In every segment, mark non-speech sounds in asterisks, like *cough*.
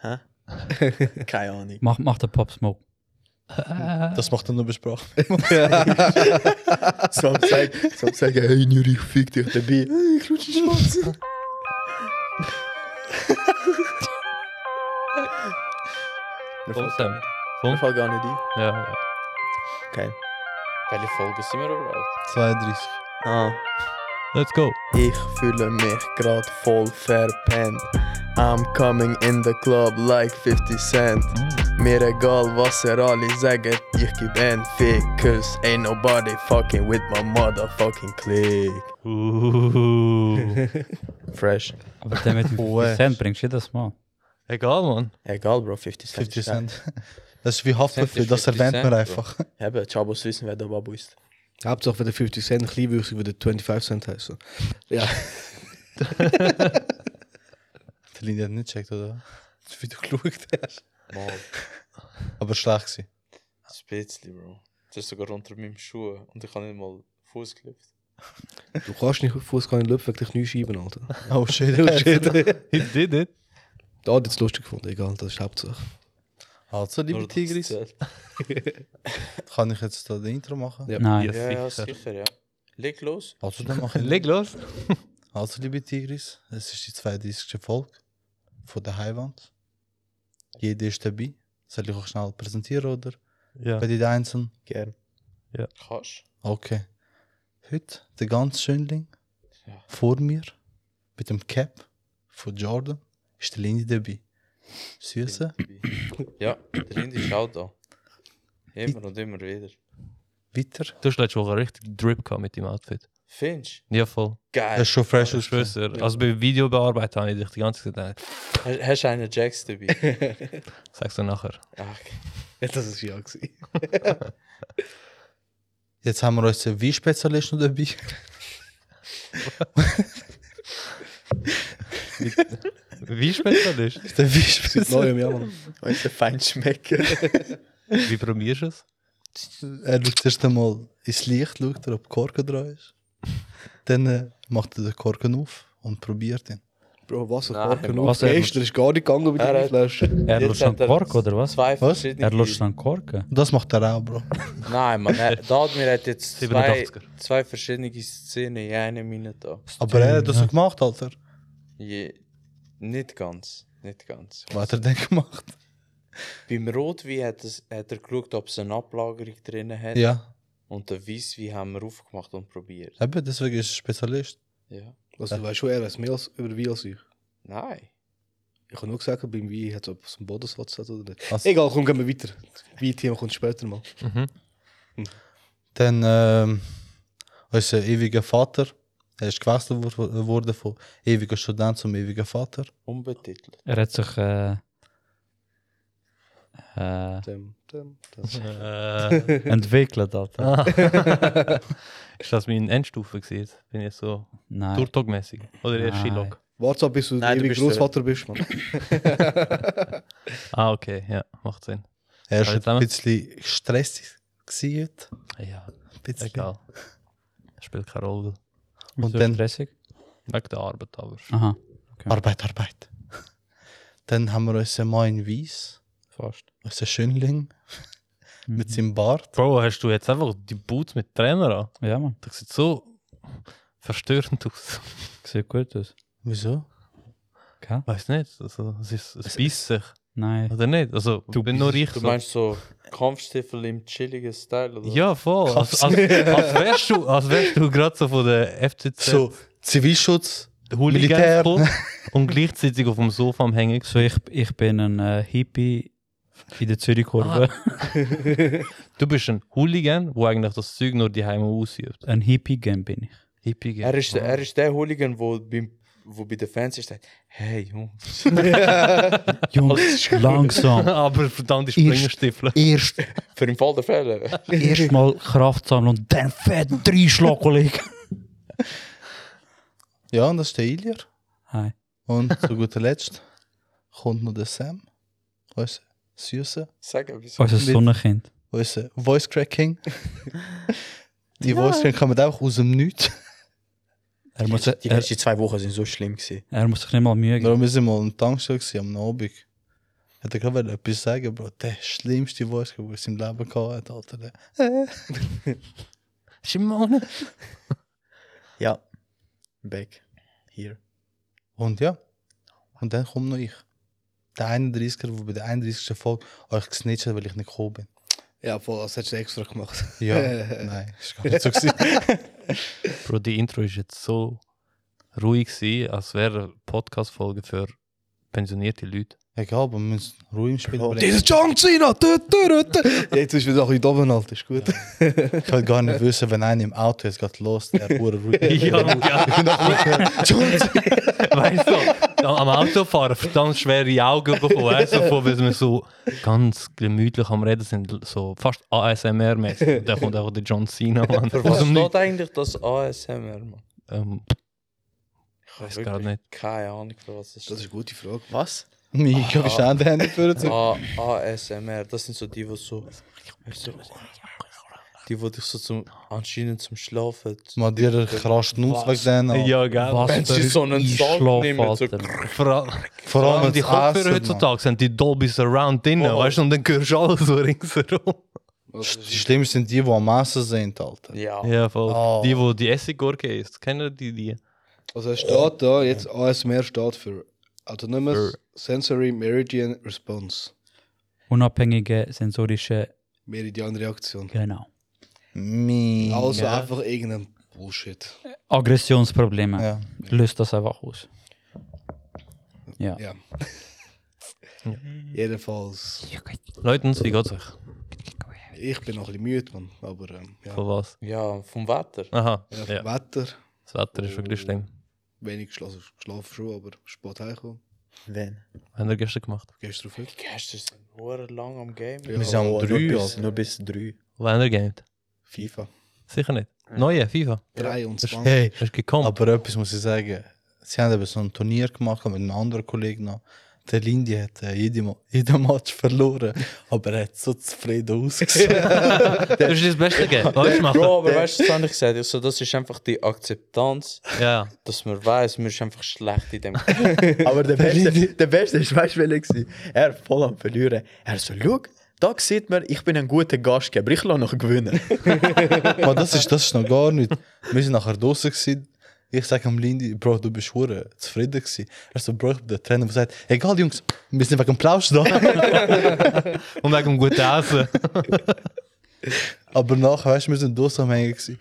Hä? Keine Ahnung. Mach, mach den Pop Smoke. Eh, Das macht er nur besprochen. So am sagen, so am sagen, hey Nuri, fick dich dabei. Hey, ich rutsche Schwanz. Wir Trotzdem. fangen wir Komm. fangen gar nicht ein. Ja, ja. Okay. Welche Folge sind wir überhaupt? 32. Ah, Let's go. ich fühle mich grad voll verpennt. I'm coming in the club like 50 Cent. Mir egal was er alle sagen, ich geb ein Fick. Cause ain't nobody fucking with my motherfucking clique. Uh. *laughs* Fresh. Aber der mit dem 50 Cent bringst du jedes Mal. Egal, Mann. Egal, Bro, 50 Cent. 50 Cent. *laughs* Das ist wie Haftbefehl, Cent ist das 50 erwähnt man Cent, einfach. Eben, Chabos wissen, wer der Babu ist. Hauptsache, wenn der 50 Cent klein würde, würde der 25 Cent heißen. *laughs* Ja. Der Lindy hat nicht gecheckt, oder? Wie du *laughs* geschaut hast. Aber schlecht gewesen. Ein bisschen, Bro. Das ist sogar unter meinem Schuh und ich habe nicht mal Fuß gelüftet. Du kannst nicht Fuß gar nicht löpfen, wegen der Kniescheiben, Alter. Oh shit, oh *laughs* shit. He did it. Da hat es lustig gefunden, egal, das ist Hauptsache. Also, liebe Tigris, kann ich jetzt da das Intro machen? Ja. Nein. Ja, ja, sicher. sicher, ja. Leg los. Also, dann mache ich Leg los. Also, liebe Tigris, es ist die 32. Folge von der Heiwand. Jeder ist dabei. Soll ich euch schnell präsentieren, oder? Ja. Bei den Einzelnen. Gern. Kannst Okay. Heute der ganze Schönling Ja. vor mir mit dem Cap von Jordan ist der Lindy dabei. Süße. Ja, der Indy ist auch da. Immer und immer wieder. Weiter. Du hast letzte Woche richtig Drip gehabt mit deinem Outfit. Findest Ja, voll. Geil. Das ist schon fresh Du aus. schwörst dir. Also beim Video bearbeiten habe ich dich die ganze Zeit äh, gedacht, Hast- Hast du einen Jacks dabei? sag's dir nachher. Ach, Ja, das ist ja gewesen. *laughs* Jetzt haben wir unseren Wein-Spezialisten dabei. *laughs* Wie Spezialist? Der Seit Weinspezialist. neuem Jahr, Mann. Weißt du, Feinschmecker. Wie probierst du es? Er schaut erst einmal ins Licht, schaut er, ob Korken dran ist. Dann äh, macht er den Korken auf und probiert ihn. Bro, Wasser, Nein, Korken Mann. auf. Wasser- Gestern ist gar nicht gegangen mit Er der hat- Flasche. Er Jetzt lutscht hat einen er- Kork, oder was? Zwei Was? verschiedene. Er lutscht einen Korken. Das macht er auch, Bro. Nein, man, er, da hat mir hat jetzt zwei, 87er. zwei verschiedene Szenen in einer Minute. Aber er hat das so gemacht, Alter. Je, nicht ganz. Nicht ganz. Was hat er denn gemacht? Beim Rotwein hat, es, hat er geschaut, ob es eine Ablagerung drin hat. Ja, Und den Weisswein haben wir aufgemacht und probiert. eben, deswegen ist er Spezialist. Ja. Also, du weißt schon, er weiß mehr als, über Wein als ich. Nein. Ich habe nur gesagt, beim Wein hat es, ob es einen Bodensatz hat oder nicht. Was? Egal, komm, gehen wir weiter. Das Wein-Thema kommt später mal. Dann ähm, unser ewiger Vater. Er ist gewechselt wor- worden von ewiger Student zum ewigen Vater. Unbetitelt. Er hat sich. Äh, *laughs* äh, Dem, dem, das. Äh, entwickelt, Alter. ah. *laughs* ist das meine Endstufe gewesen? Bin ich so Nein. Turtog-mäßig? Oder eher Nein. Skilog? Warte ab, bis du der Nein, du ewige bist Großvater bist, Mann. Ah, okay, ja, macht Sinn. Er ist Alles ein zusammen? bisschen stressig gewesen. heute. Ja, Ein bisschen. egal. Spielt keine Rolle. Und Und dann- dann stressig? Wegen der Arbeit aber. Aha, Arbeit, Arbeit. Dann haben wir unseren Mann in Weiss, fast. unseren Schönling Mhm. mit Mhm. seinem Bart. Bro, hast du jetzt einfach die Boots mit Trainer an? Ja, man. Das sieht so verstörend aus. *laughs* Sieht gut aus. Wieso? Gell? Weiß nicht, also, es, ist, es beißt sich. Nein. Oder nicht? Also, du bin nur ich. Du so- meinst so Kampfstiefel im chilligen Style? Oder? Ja, voll. *laughs* Als, als, als wärst du, als wärst du gerade so von der FCZ So, Zivilschutz, Militär. Hooligans *laughs* voll und gleichzeitig auf dem Sofa am Hängen. So, ich, ich bin ein äh, Hippie in der Ah. Zürich-Kurve. Du bist ein Hooligan, wo eigentlich das Zeug nur die Heime ausübt. Ein Hippie-Game bin *laughs* ich. Hippie. Er ist, er ist der Hooligan, wo, beim, wo bei den Fans ist, sagt, hey Jungs. Jungs, langsam. *laughs* Aber verdammt, die Springerstiefel. Erst, Für den Fall der Fälle. *laughs* erst mal Kraft sammeln und dann fetten Dreischlag, Kollege. Ja, und das ist der Ilir. Hi. Und zu guter Letzt kommt noch der Sam, unser Süße, Sag etwas. Oh, Unser Sonnenkind. unser Voice Cracking. Die Voice Cracking kommen auch aus dem Nichts. Er muss, Die er, letzten zwei Wochen sind so schlimm gewesen. er muss sich nicht mal Mühe geben. Darum waren wir mal in der Tankstelle gewesen, am Abend. Hätte ich gerade etwas sagen, Bro. Der schlimmste Voice, den ich im Leben gehabt hat, Alter. der- Simone. Ja. Back. Here. Und ja. Und dann kommt noch ich. Der 31er, der bei der 31. Folge euch gesnitcht hat, weil ich nicht gekommen bin. Ja, voll, als hättest du extra gemacht. Ja, *laughs* nein, ist gar nicht so gewesen. Bro, die Intro ist jetzt so ruhig gewesen, als wäre eine Podcast-Folge für pensionierte Leute. Egal, aber wir müssen Ruhe im Spiel Dit bringen. is John Cena! Tu, tu, tu, tu. Ja, Jetzt ist wieder ein bisschen dumm, Alter. Ist gut. Ich will gar nicht wissen, wenn einer im Auto jetzt gerade los, der wurde ruhig. genau. äh, *laughs* Weißt du, am Autofahren verdammt schwere Augen bekommen. Weißt du, von, weil wir so ganz gemütlich am Reden sind, so fast ASMR-mäßig. Da kommt auch der John Cena, Mann. Für Aus was dem steht Nichts. eigentlich das ASMR, Mann? Ähm, Ich Weiß habe gar wirklich nicht. keine Ahnung, für was das Das ist ist. eine gute Frage. Was? Ich habe schon die Hände für zu. A ASMR, das sind so die, die so... so die, die dich so zum, anscheinend zum Schlafen... Mal dir einen krassen Nuss Was? wegnehmen. ja, gell. genau. Was Wenn sie für so einen ein Salt Einschlaf, nehmen, so- Alter. Vor allem- Vor Vor allem allem die das Essen, Kopfhörer Mann. heutzutage sind die Dolby Surround drin, Oh. weißt du, und dann hörst du alles so ringsherum. Die schlimmsten sind die, die am Essen sind, Alter. Ja. Ja, voll. Oh. Ah. Die, wo die Essiggurke ist, kennen die die? Also es steht da, jetzt ASMR steht für Autonomous Sensory Meridian Response. Unabhängige sensorische, Meridianreaktion. genau. Mie. Also einfach irgendein Bullshit. Aggressionsprobleme. Ja. Löst das einfach aus. Ja. Ja. Jedenfalls, Leutens, wie geht's euch? ich bin noch ein bisschen müde, Mann. Aber ähm, ja. Von was? Ja, vom Wetter. Aha, Ja, ja. Wetter, das Wetter ist wirklich schlimm. wenig geschlafen, geschlafen schon, aber spät heimgekommen. Wen? Haben wir gestern gemacht? Gehst du auf Gestern sind wir lang am Game. Ja. Wir sind am Oh, nur 3, bis, Alter. nur bis drei. Wo haben wir gegamed? FIFA. Sicher nicht. Neue FIFA. 23. *laughs* Hey, hast du gekommen? Aber etwas muss ich sagen. Sie haben eben so ein Turnier gemacht mit einem anderen Kollegen noch. Der Lindy hat äh, jeden, Ma- *laughs* jeden Match verloren, aber er hat so zufrieden ausgesehen. Das ist das Beste Game. Weißt du, machen? Bro, aber weißt du, was habe ich gesagt? Ich so, das ist einfach die Akzeptanz, Ja. dass man weiß, man ist einfach schlecht in dem. Aber der Beste, der Beste ist, weißt du, welcher war? Er voll am Verlieren. Er so, schau, da sieht man, ich bin ein guter Gastgeber, ich lasse noch gewinnen. Aber das ist, das ist noch gar nicht. Wir sind nachher draußen gewesen. Ich sage am Lindy, Bro, du bist hure zufrieden gewesen. Er so, Bro, ich bin der Trainer, der sagt, egal Jungs, wir sind wegen dem Plausch da. Und wegen dem *laughs* guten Essen. aber nachher, weißt du, wir sind draußen am Hängen gewesen.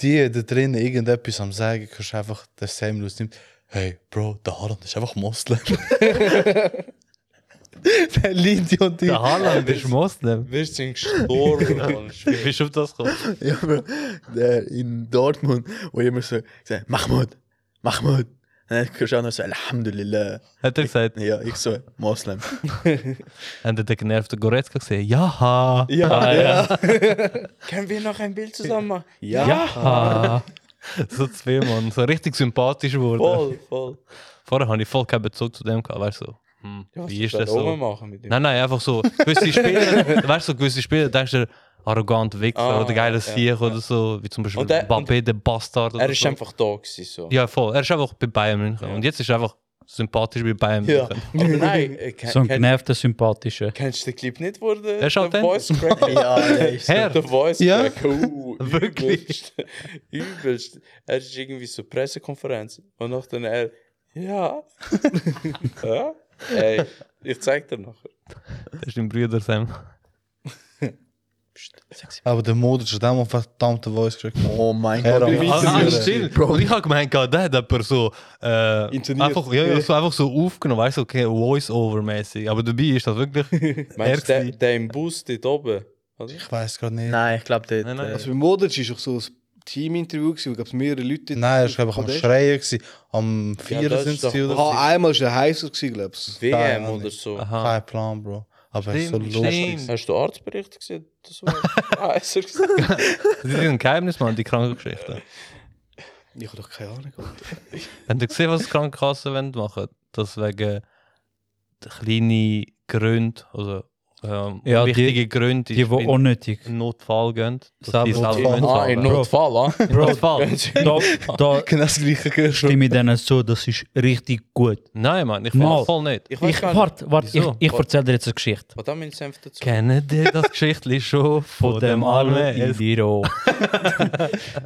Die, der Trainer, irgendetwas am sagen, kannst du einfach, der Sam nimmt. Hey, Bro, der Haaland ist einfach *laughs* Moslem. der Lindy und die. Der Haaland ist Moslem. Genau. Wir sind gestorben. Mann. *laughs* Wie bist du auf das gekommen? *laughs* ja, aber der in Dortmund, wo jemand so sagt, Mahmoud, Mahmoud. Und dann hörst du auch noch so, Alhamdulillah. Hat er gesagt, Ja, ich so, Moslem. haben der genervte Goretzka gesehen? Jaha. Ja, Ah, Können wir noch ein Bild zusammen machen? Ja! *laughs* so zwei Mann, so richtig sympathisch geworden. Voll, voll. Vorher hatte ich voll keinen Bezug zu dem gehabt, weißt du? So, hm, Ja, was wie ist soll das er so? rummachen mit dem? Nein, nein, einfach so. *laughs* Gewisse Spieler, weißt du, so gewisse Spieler denkst du, arrogant Wichser Ah, oder geiler ja, Sieg oder so, wie zum Beispiel Und der- Mbappé, der Bastard. Oder Er ist so. einfach da gewesen, so. Ja, voll. Er ist einfach bei Bayern München. Und jetzt ist er einfach sympathisch bei Bayern Ja. München. *laughs* Aber nein, äh, ken- So ein ken- genervter, sympathischer. kennst du den Clip nicht, wo der, Er ist der authentisch. Voice *laughs* Crack ja, der ist so. Herr, Der Voice Ja. Crack, uh, *laughs* Wirklich? übelst. übelst. Er ist irgendwie zur Pressekonferenz und nachdem er, *laughs* ja, ja, ey, ich zeig dir nachher. das ist dein Bruder Sam. Aber der Modric hat auch mal verdammte Voice gekriegt. Oh mein Herr Gott. am wie Hass. ist Ah, ah, das? stimmt. Und ich habe gemeint, gehabt, der hat jemanden so, äh, Intoniert. einfach, ja, ja, so, einfach so aufgenommen, weißt du, okay, Voice-Over-mäßig. Aber dabei ist das wirklich Meinst du, Er der, der im Bus dort oben? Oder? Ich weiß gar nicht. Nein, Nein, ich glaube, der. Nein, nein, äh, Also bei Modric war auch so ein Teaminterview, gewesen, wo gab es mehrere Leute. er ist, glaube ich, am Podest. Schreien. Gewesen. Am Ja, 4. das sind ist doch- sie oder Ah, einmal war der heißer, gewesen, glaubst WM Ahnung. oder so. so. Aha. Kein Plan, Bro. Aber er ist so Stimmt, lustig. stimmt. Hast du Arztbericht gesehen? Das *laughs* war ah, ist er gesehen. Das ist ein Geheimnis, Mann, die Krankengeschichte. du? Ich habe doch keine Ahnung. *laughs* Habt ihr gesehen, was die Krankenkassen wollen machen? Das wegen der kleinen Gründe, also ähm, Ja, die- wichtige Gründe Die, die in unnötig. Notfall gehen. dass Selber- die selber Notfall. müssen Ah, zahlen. in Not- Notfall, *laughs* ah. Notfall. Da, da Genau das gleiche gehört. stimme ich denen zu, das ist richtig gut. *laughs* Nein, Mann, ich Mal. finde voll nicht. Ich weiß Ich, gar nicht. warte, warte, ich, Wieso? ich erzähle dir jetzt eine Geschichte. Was haben wir in Senf dazu? Kennen die das *laughs* Geschichtli schon von dem Armen? Indiro.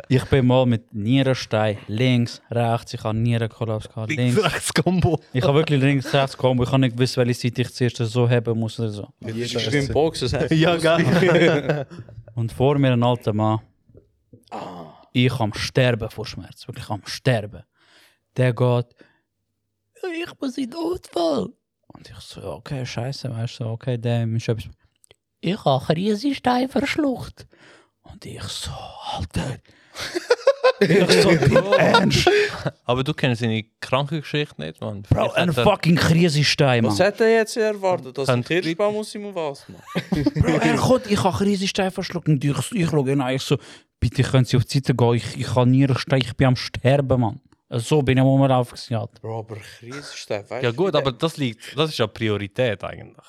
ich bin mal mit Nierenstein links, rechts, ich habe Nierenkollaps gehabt, links. Combo. Ich habe wirklich links, rechts gekommen, ich habe nicht gewusst, welche Seite ich zuerst so haben muss oder so. Ich bin Boxer, das heißt. Ja, geil. Und vor mir ein alter Mann. Ich am Sterben vor Schmerz. Wirklich am Sterben. Der geht, ich muss in Notfall. Und ich so, ja, okay, scheiße, weißt du, okay, der ist etwas. Ich habe Krisenstein verschluckt. Und ich so, Alter. ich so, Bro, ernst. Aber du kennst seine kranke Geschichte nicht, Mann. Bro, ein fucking Krisenstein, Mann. Was hat er jetzt erwartet? Dass ein Könnte- Kirschbaum muss ihm was machen? Bro, er kommt, ich habe Krisenstein verschluckt. Und ich, so- ich schaue ihn an, ich so, bitte können Sie auf die Seite gehen, ich, ich habe Nierenstein, ich bin am Sterben, Mann. So bin ich am Umlaufen gewesen, Alter. Bro, aber Krisenstein, weißt Ja gut, aber das liegt, das ist ja Priorität eigentlich.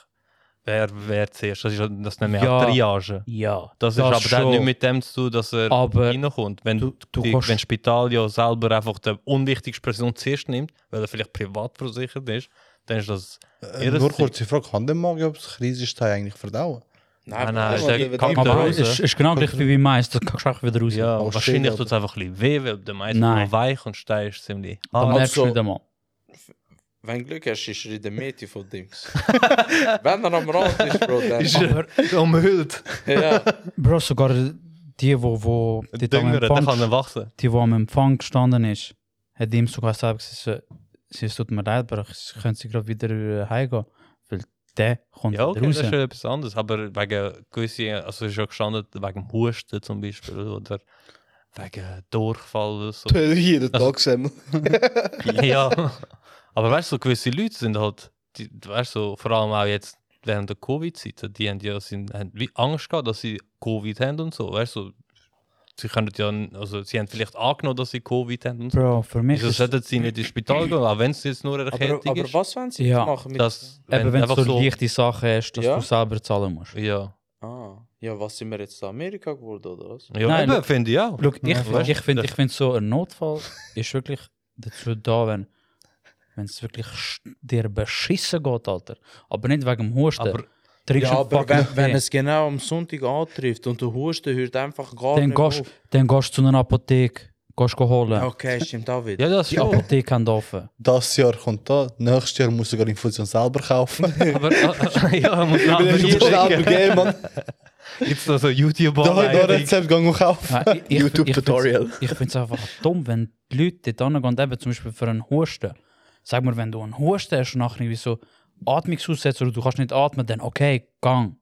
Wer, wer zuerst, das ist, ja- das nennen wir Ja. ja Triage. Ja, Das, ist aber dann schon. nicht mit dem zu tun, dass er Aber reinkommt. Wenn du- du, du die, kannst- wenn das Spital ja selber einfach die unwichtigste Person zuerst nimmt, weil er vielleicht privat versichert ist, dann ist das Äh, nur kurze Frage, kann der Magen ob es Krisenstein eigentlich verdauen? Nein, Nein, nein, das ist ist- der wenn- kann Aber raus. es ist, ist genau gleich wie bei Mais, das kannst du auch wieder raus. Ja, Oh, wahrscheinlich shit, tut es einfach ein bisschen weh, weil der meiste Nein. noch weich und steil ist ziemlich. Dann Ah, *laughs* merkst du also- wieder mal. wenn Glück hast, ist er in der Mitte von Dings. *laughs* wenn er am Rand ist, Bro, dann... Aber, umhüllt. ja. Bro, sogar die, wo, wo die, die, am Dünger, dann kann Empfang, er wachsen. die, wo am Empfang gestanden ist, hat ihm sogar gesagt, sie, sie es tut mir leid, aber ich könnte sie gerade wieder äh, heimgehen. Weil der kommt Ja, okay, wieder das raus. ist schon etwas anderes. Aber wegen gewissen, also ist ja gestanden, wegen dem Husten zum Beispiel oder wegen Durchfall *laughs* oder so. Jeden Tag, *laughs* Sam. *laughs* ja. Aber weißt du, so gewisse Leute sind halt, die, weißt du, so, vor allem auch jetzt während der Covid-Zeit, die haben ja sind, haben wie Angst gehabt, dass sie Covid haben und so. Weißt du, so, sie können ja, n- also sie haben vielleicht angenommen, dass sie Covid haben und so. Bro, für mich Wieso ist sollten sie nicht ins Spital gehen, auch wenn es jetzt nur eine aber, Erkältung aber ist? was wollen sie Ja, machen mit... Dass, eben, wenn du einfach so leichte Sachen hast, dass Ja? du selber zahlen musst. Ja, Ah, ja, was sind wir jetzt in Amerika geworden, oder was? ja Nein, eben, look- finde ich auch. Look, ich, Ja, ich, weißt du, finde, das- ich finde so ein Notfall ist wirklich dazu da, wenn wenn es wirklich sch- dir beschissen geht, Alter. Aber nicht wegen dem Husten. Aber- Trinkst Ja, du aber fucking wenn, wenn Tee. es genau am Sonntag antrifft und der Husten hört einfach gar dann nicht gehst, auf. dann gehst du zu einer Apotheke, gehst go holen. Okay, stimmt auch wieder. ja, das Die schon. Apotheke haben offen. Das Jahr kommt da, nächstes Jahr muss sogar Infusion selber kaufen. *laughs* Aber, *laughs* äh, ja, muss man Ich muss selber gehen, Mann. Jetzt noch so youtube Da hat noch ein Rezept, geh und kaufen. *laughs* Ja, ich- ich- YouTube-Tutorial. Ich finde es einfach dumm, wenn die Leute dort hingehen, und eben zum Beispiel für einen Husten. Sag mal, wenn du einen Husten hast und nachher irgendwie so Atmungsaussetzer oder du kannst nicht atmen, dann okay, gang.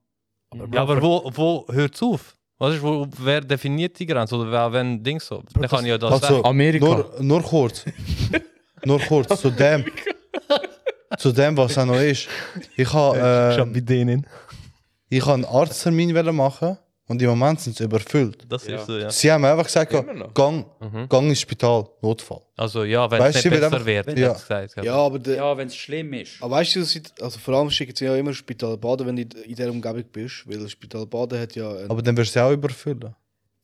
Ja, aber wo, wo hört es auf? Was ist, wo, wer definiert die Grenze? Oder wer, wenn Ding so? Dann kann ich ja das Also, sagen. Amerika. Nur, nur kurz. nur kurz, zu dem. zu dem, was auch noch ist. Ich habe äh, denen. ich habe einen Arzttermin wollen machen und im Moment sind sie überfüllt. Das Ja. ist so, ja. Sie haben einfach gesagt, Immer noch? gang, Mhm. gang ins Spital, Notfall. Also ja, wenn Weißt es du, nicht wenn besser einfach- wird, Ja. ja. gesagt. Ja, aber der. Ja, wenn es schlimm ist. Aber weißt du, sie- also vor allem schicken sie ja immer Spital Baden, wenn du in dieser Umgebung bist, weil Spital Baden hat ja. Ein, Aber dann wirst du sie auch überfüllen.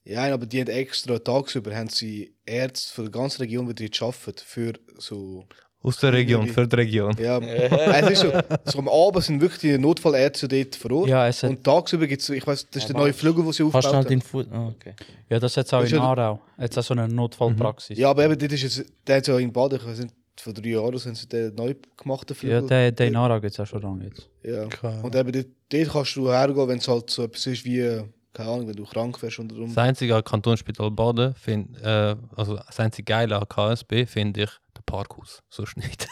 ja, nein, aber die haben extra tagsüber haben sie Ärzte von der ganzen Region, die dort arbeiten, für so. Aus der Region, Irgendwie. für die Region. Ja, es ist so, so am Abend sind wirklich die Notfallärzte dort vor Ort. Ja, es hat- Und tagsüber gibt es, ich weiß, das ist der neue Flügel, den sie Hast aufgebaut du halt haben. den Fuß. Ah, okay. Ja, das hat es auch Weißt in du, Aarau. Jetzt auch so eine Notfallpraxis. Mhm. Ja, aber eben, dort ist jetzt, der hat ja in Baden, ich weiß nicht, vor drei Jahren sind sie den neu gemachten Ja, Flügel. der, der in Aarau geht es auch schon lange jetzt. Ja. Keine Und eben dort, dort kannst du hergehen, wenn es halt so etwas ist wie, äh, keine Ahnung, wenn du krank wärst und darum. Das einzige Kantonsspital Baden, find, äh, also das einzige Geile an KSB, finde ich, der Parkhaus. So nicht.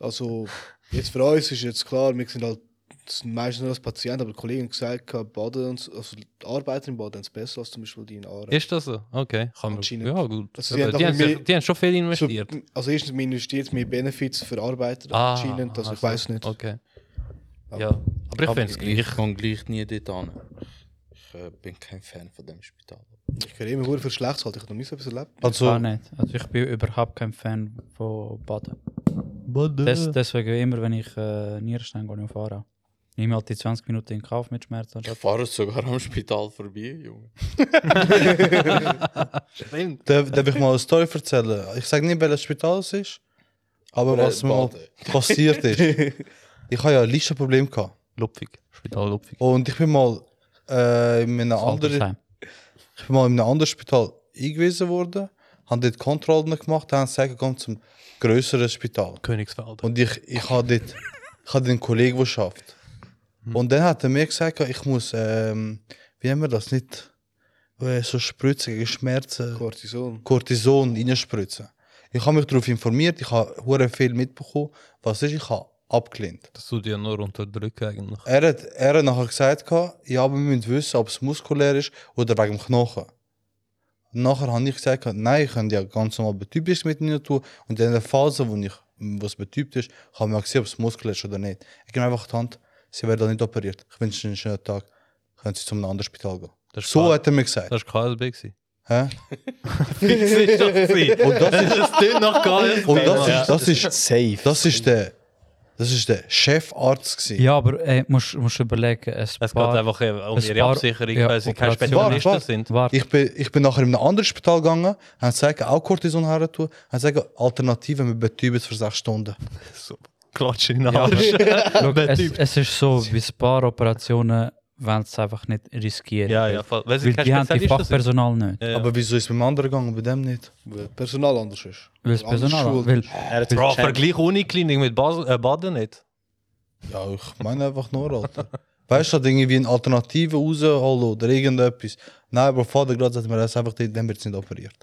Also, jetzt für uns ist jetzt klar, wir sind halt das- meistens nur als Patient, aber die Kollegen haben gesagt, gehabt, Baden und so- also die Arbeiter in Baden sind besser als zum Beispiel die in Aare. ist das so? Okay. Kann man, Anscheinend. ja, gut. Also, sie Aber haben doch die, haben irgendwie- sich, die haben schon viel So, investiert. also erstens, man investiert mehr Benefits für Arbeiter Ah, anscheinend, also ich also, weiß nicht. Okay. Ja. Aber ich finde es ich gleich. kann gleich nie dort an. Ich äh, bin kein Fan von dem Spital. Ich höre immer sehr viel Schlechtes halt, ich habe noch nie so etwas erlebt. Also, Gar nicht. Also ich bin überhaupt kein Fan von Baden. Baden. Des, deswegen immer, wenn ich äh, Nierenstein gehe, ich auf Aarau. nehme halt die 20 Minuten in Kauf mit Schmerzen. Ich fahre sogar am Spital vorbei, Junge. Stimmt. Darf, darf ich mal eine Story erzählen? Ich sage nicht, welches Spital es ist, aber Oder was mir mal Baden. passiert *laughs* ist. Ich habe ja ein Listenproblem gehabt. Lupfig. Spital Lupfig. Und ich bin mal, äh, in einem anderen, Altersheim. ich bin mal in einem anderen Spital eingewiesen worden, habe dort Kontrollen gemacht, haben gesagt, komm zum größeren Spital. Königsfeld. Und ich, ich habe dort ich hab einen Kollegen, der schafft. Und dann hat er mir gesagt, ich muss, ähm, wie nennen wir das, nicht äh, so Spritzen gegen Schmerzen, Cortison. Cortison reinspritzen. Ich habe mich darauf informiert, ich habe hure viel mitbekommen, was ist, ich habe abgelehnt. Das tut ja nur unterdrücken eigentlich. Er hat, er hat nachher gesagt, gehabt, ja, aber wir müssen wissen, ob es muskulär ist oder wegen dem Knochen. Und nachher habe ich gesagt, gehabt, nein, ich könnte ja ganz normal betypisch mit ihnen tun. Und in der Phase, wo ich was betübt ist, kann man sehen, ob es muskulär ist oder nicht. Ich gebe einfach die Hand, sie werden nicht operiert. Ich wünsche Ihnen einen schönen Tag. Können Sie zu einem anderen Spital gehen. Das ist So klar. hat er mir gesagt. Das war KSB. gewesen. Hä? Fix ist das *laughs* gewesen. Und das ist, Das klingt nach KSB. und das ist, das ist, *laughs* Safe. das ist der, das ist der Chefarzt gewesen. Ja, aber ey, musst, musst überlegen, ein Es geht paar- einfach eben um ein ihre paar- Absicherung, ja, weil sie keine Operationen. Warte, Spezialisten warte. sind. Warte, Ich bin, ich bin nachher in ein anderes Spital gegangen, haben gesagt, auch Cortison her tun, haben gesagt, Alternative, wir betüben es für sechs Stunden. So, Klatsch in den Arsch. schau, der es, Typ. es ist so, bei ein paar Operationen wollen sie einfach nicht riskieren. Ja, Also ja, voll. Weil sie Weil keine die haben die Spezialisten sind. Fachpersonal nicht. Ja, ja. Aber wieso ist es beim anderen gegangen und bei dem nicht? Weil Personal anders ist. Weil das Anders Personal. schuld Weil, ist. Er hat Bro, gecheckt. vergleich Uniklinik mit Basel, äh, Baden nicht. Ja, ich meine einfach nur, Alter. *laughs* Weißt du, da irgendwie eine Alternative rausholen oder irgendetwas. Nein, aber Vater gerade sagt mir, das einfach, nicht, dann wird es nicht operiert.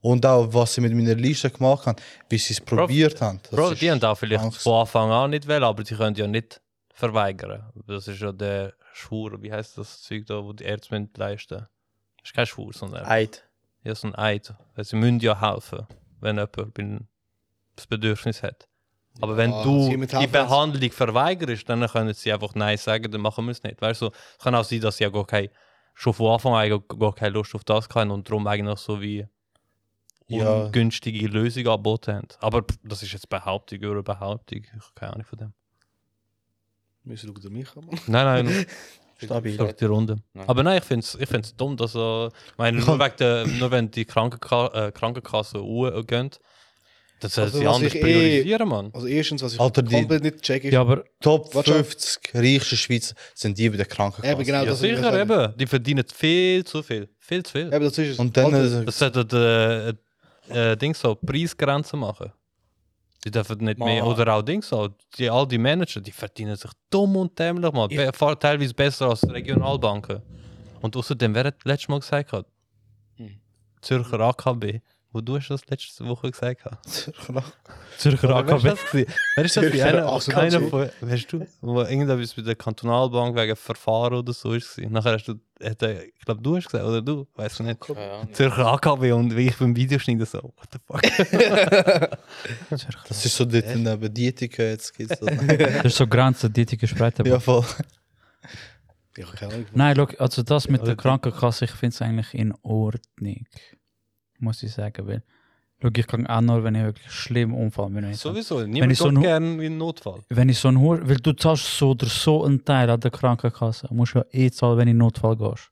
Und auch, was sie mit meiner Liste gemacht haben, wie sie es probiert haben. das Bro, ist die haben da vielleicht Angst. von Anfang an nicht wollen, aber sie können ja nicht verweigern. Das ist ja der Schwur, wie heißt das Zeug da, wo die Ärzte müssen leisten? Das ist kein Schwur, sondern Eid. ja, so ein Eid. Weil sie müssen ja helfen, wenn jemand bin- das Bedürfnis hat. Aber wenn Ja, sie du mit die helfen- Behandlung verweigerst, dann können sie einfach Nein sagen, dann machen wir es nicht. Weißt du, es kann auch sein, dass sie ja gar keine, schon von Anfang an gar- gar keine Lust auf das hatten und darum eigentlich so wie Ja. ungünstige Lösungen angeboten haben. Aber pff, das ist jetzt Behauptung oder Behauptung. Ich habe keine Ahnung von dem. Wir um schauen den Micha an. Nein, nein, Stabil. durch die Runde. Nein. Aber nein, ich finde es ich find's dumm, dass äh, ich meine, *laughs* nur, wegen der, nur wenn die Krankenka äh, Krankenkasse Uhr gehen, dann sollen Also, sie was anders ich eh- priorisieren, Mann. Also erstens, was ich Alter, die- komplett nicht check ist, ja, aber Top Warte schon. 50 reichsten Schweizer sind die bei der Krankenkasse. Eben, genau. Ja, das- sicher, das- eben. Die verdienen viel zu viel. Viel zu viel. eben, das ist es. Und dann, Alter, äh, Das sollte äh, äh, Dings so, Preisgrenzen machen. Die dürfen nicht Mann. mehr. Oder auch Dings so. Die, all die Manager, die verdienen sich dumm und dämlich, Mann. Be fahr- teilweise besser als Regionalbanken. Und außerdem, wer hat letztes Mal gesagt? Hat? Hm. Zürcher AKB. Wo du hast das letzte Woche gesagt? Hat? Zürcher Oder Wer AKB. ist das? gewesen? Wer ist das? gewesen? Zürcher Einer, AKB. einer von, weißt du, wo irgendetwas mit der Kantonalbank wegen Verfahren oder so ist. gewesen. Nachher hast du, hat er, ich glaube, du hast gesagt, oder du, weiß nicht. Keine Ahnung. Zürcher AKB und wie ich beim Videoschneiden so, what the fuck. das ist so dort eine Bedietung jetzt. *laughs* Gibt's das. Das ist so Grenzen, die die gespreiten ja, voll. Ich habe keine Ahnung. Nein, schau, also das mit der Krankenkasse, ich finde es eigentlich in Ordnung. Muss ich sagen, weil. Schau, ich kann auch nur, wenn ich wirklich schlimm umfallen bin. wenn ich- Sowieso, Wenn niemand ich so kommt einen- gerne in Notfall. Wenn ich so einen Hur. Weil du zahlst so oder so einen Teil an der Krankenkasse. Du musst ja eh zahlen, wenn du in Notfall gehst.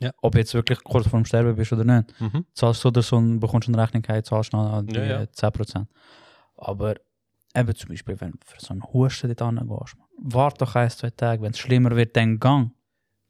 Ja. Ob jetzt wirklich kurz vorm Sterben bist oder nicht. Mhm. zahlst du oder so und bekommst eine Rechnung, hey, zahlst du noch an die Ja, ja. äh, 10%. Aber eben zum Beispiel, wenn du für so einen Husten dort hingehst, man, warte doch ein, zwei Tage, wenn es schlimmer wird, dann gang.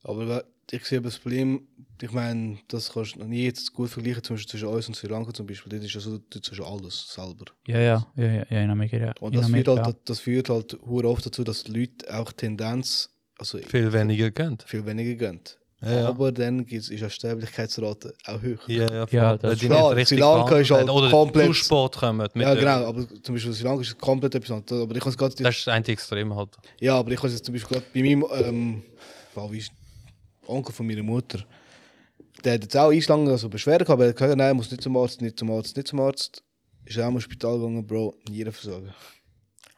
Aber we- ich sehe das Problem, ich meine, das kannst du noch nie jetzt gut vergleichen, zum Beispiel zwischen uns und Sri Lanka zum Beispiel. Dort ist ja so, dort ist ja alles selber. Ja, ja, ja, ja, ja in Amerika, ja. Und in das führt, Amerika, halt, das führt halt hure oft dazu, dass die Leute auch Tendenz, also Viel weniger könnt. viel weniger gehen. Ja, Aber dann gibt's, ist ja die Sterblichkeitsrate auch höher. ja, ja. Ja, das Weil ist die klar. nicht richtig Sri Lanka behandelt ist halt werden oder komplett- zu spät kommen. Mit Ja, der- genau, aber zum Beispiel Sri Lanka ist komplett etwas anderes. Aber ich kann es gerade Das ist das einzige Extrem halt. Ja, aber ich weiß jetzt zum Beispiel gerade bei meinem ähm, wow, wie ist, Onkel von meiner Mutter, der hat jetzt auch eingeschlagen, also Beschwerden gehabt, aber er hat gesagt, nein, er muss nicht zum Arzt, nicht zum Arzt, nicht zum Arzt. Ist auch mal ins Spital gegangen, Bro, Nierenversagen.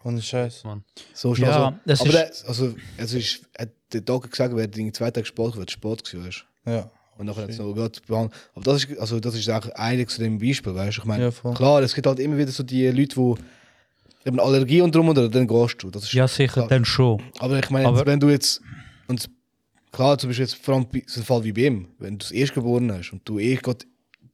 Ohne Scheiß. So schnell. Ja, also, das aber ist- der, also, es ist, hat der Tag gesagt, wäre in zwei Tagen Sport, weil du Sport gewesen wärst. Ja. Und nachher hat es noch gut behandelt. Aber das ist, also, das ist auch ein extremes Beispiel, weißt du? Ich meine, Ja, voll. klar, es gibt halt immer wieder so die Leute, die eben Allergie und drum und dran, dann gehst du. Das ist Ja, sicher, klar. dann schon. Aber ich meine, Aber- wenn du jetzt. Und s- klar, zum Beispiel jetzt vor allem bei, so ein Fall wie bei ihm, wenn du das Erstgeborene hast und du eh gerade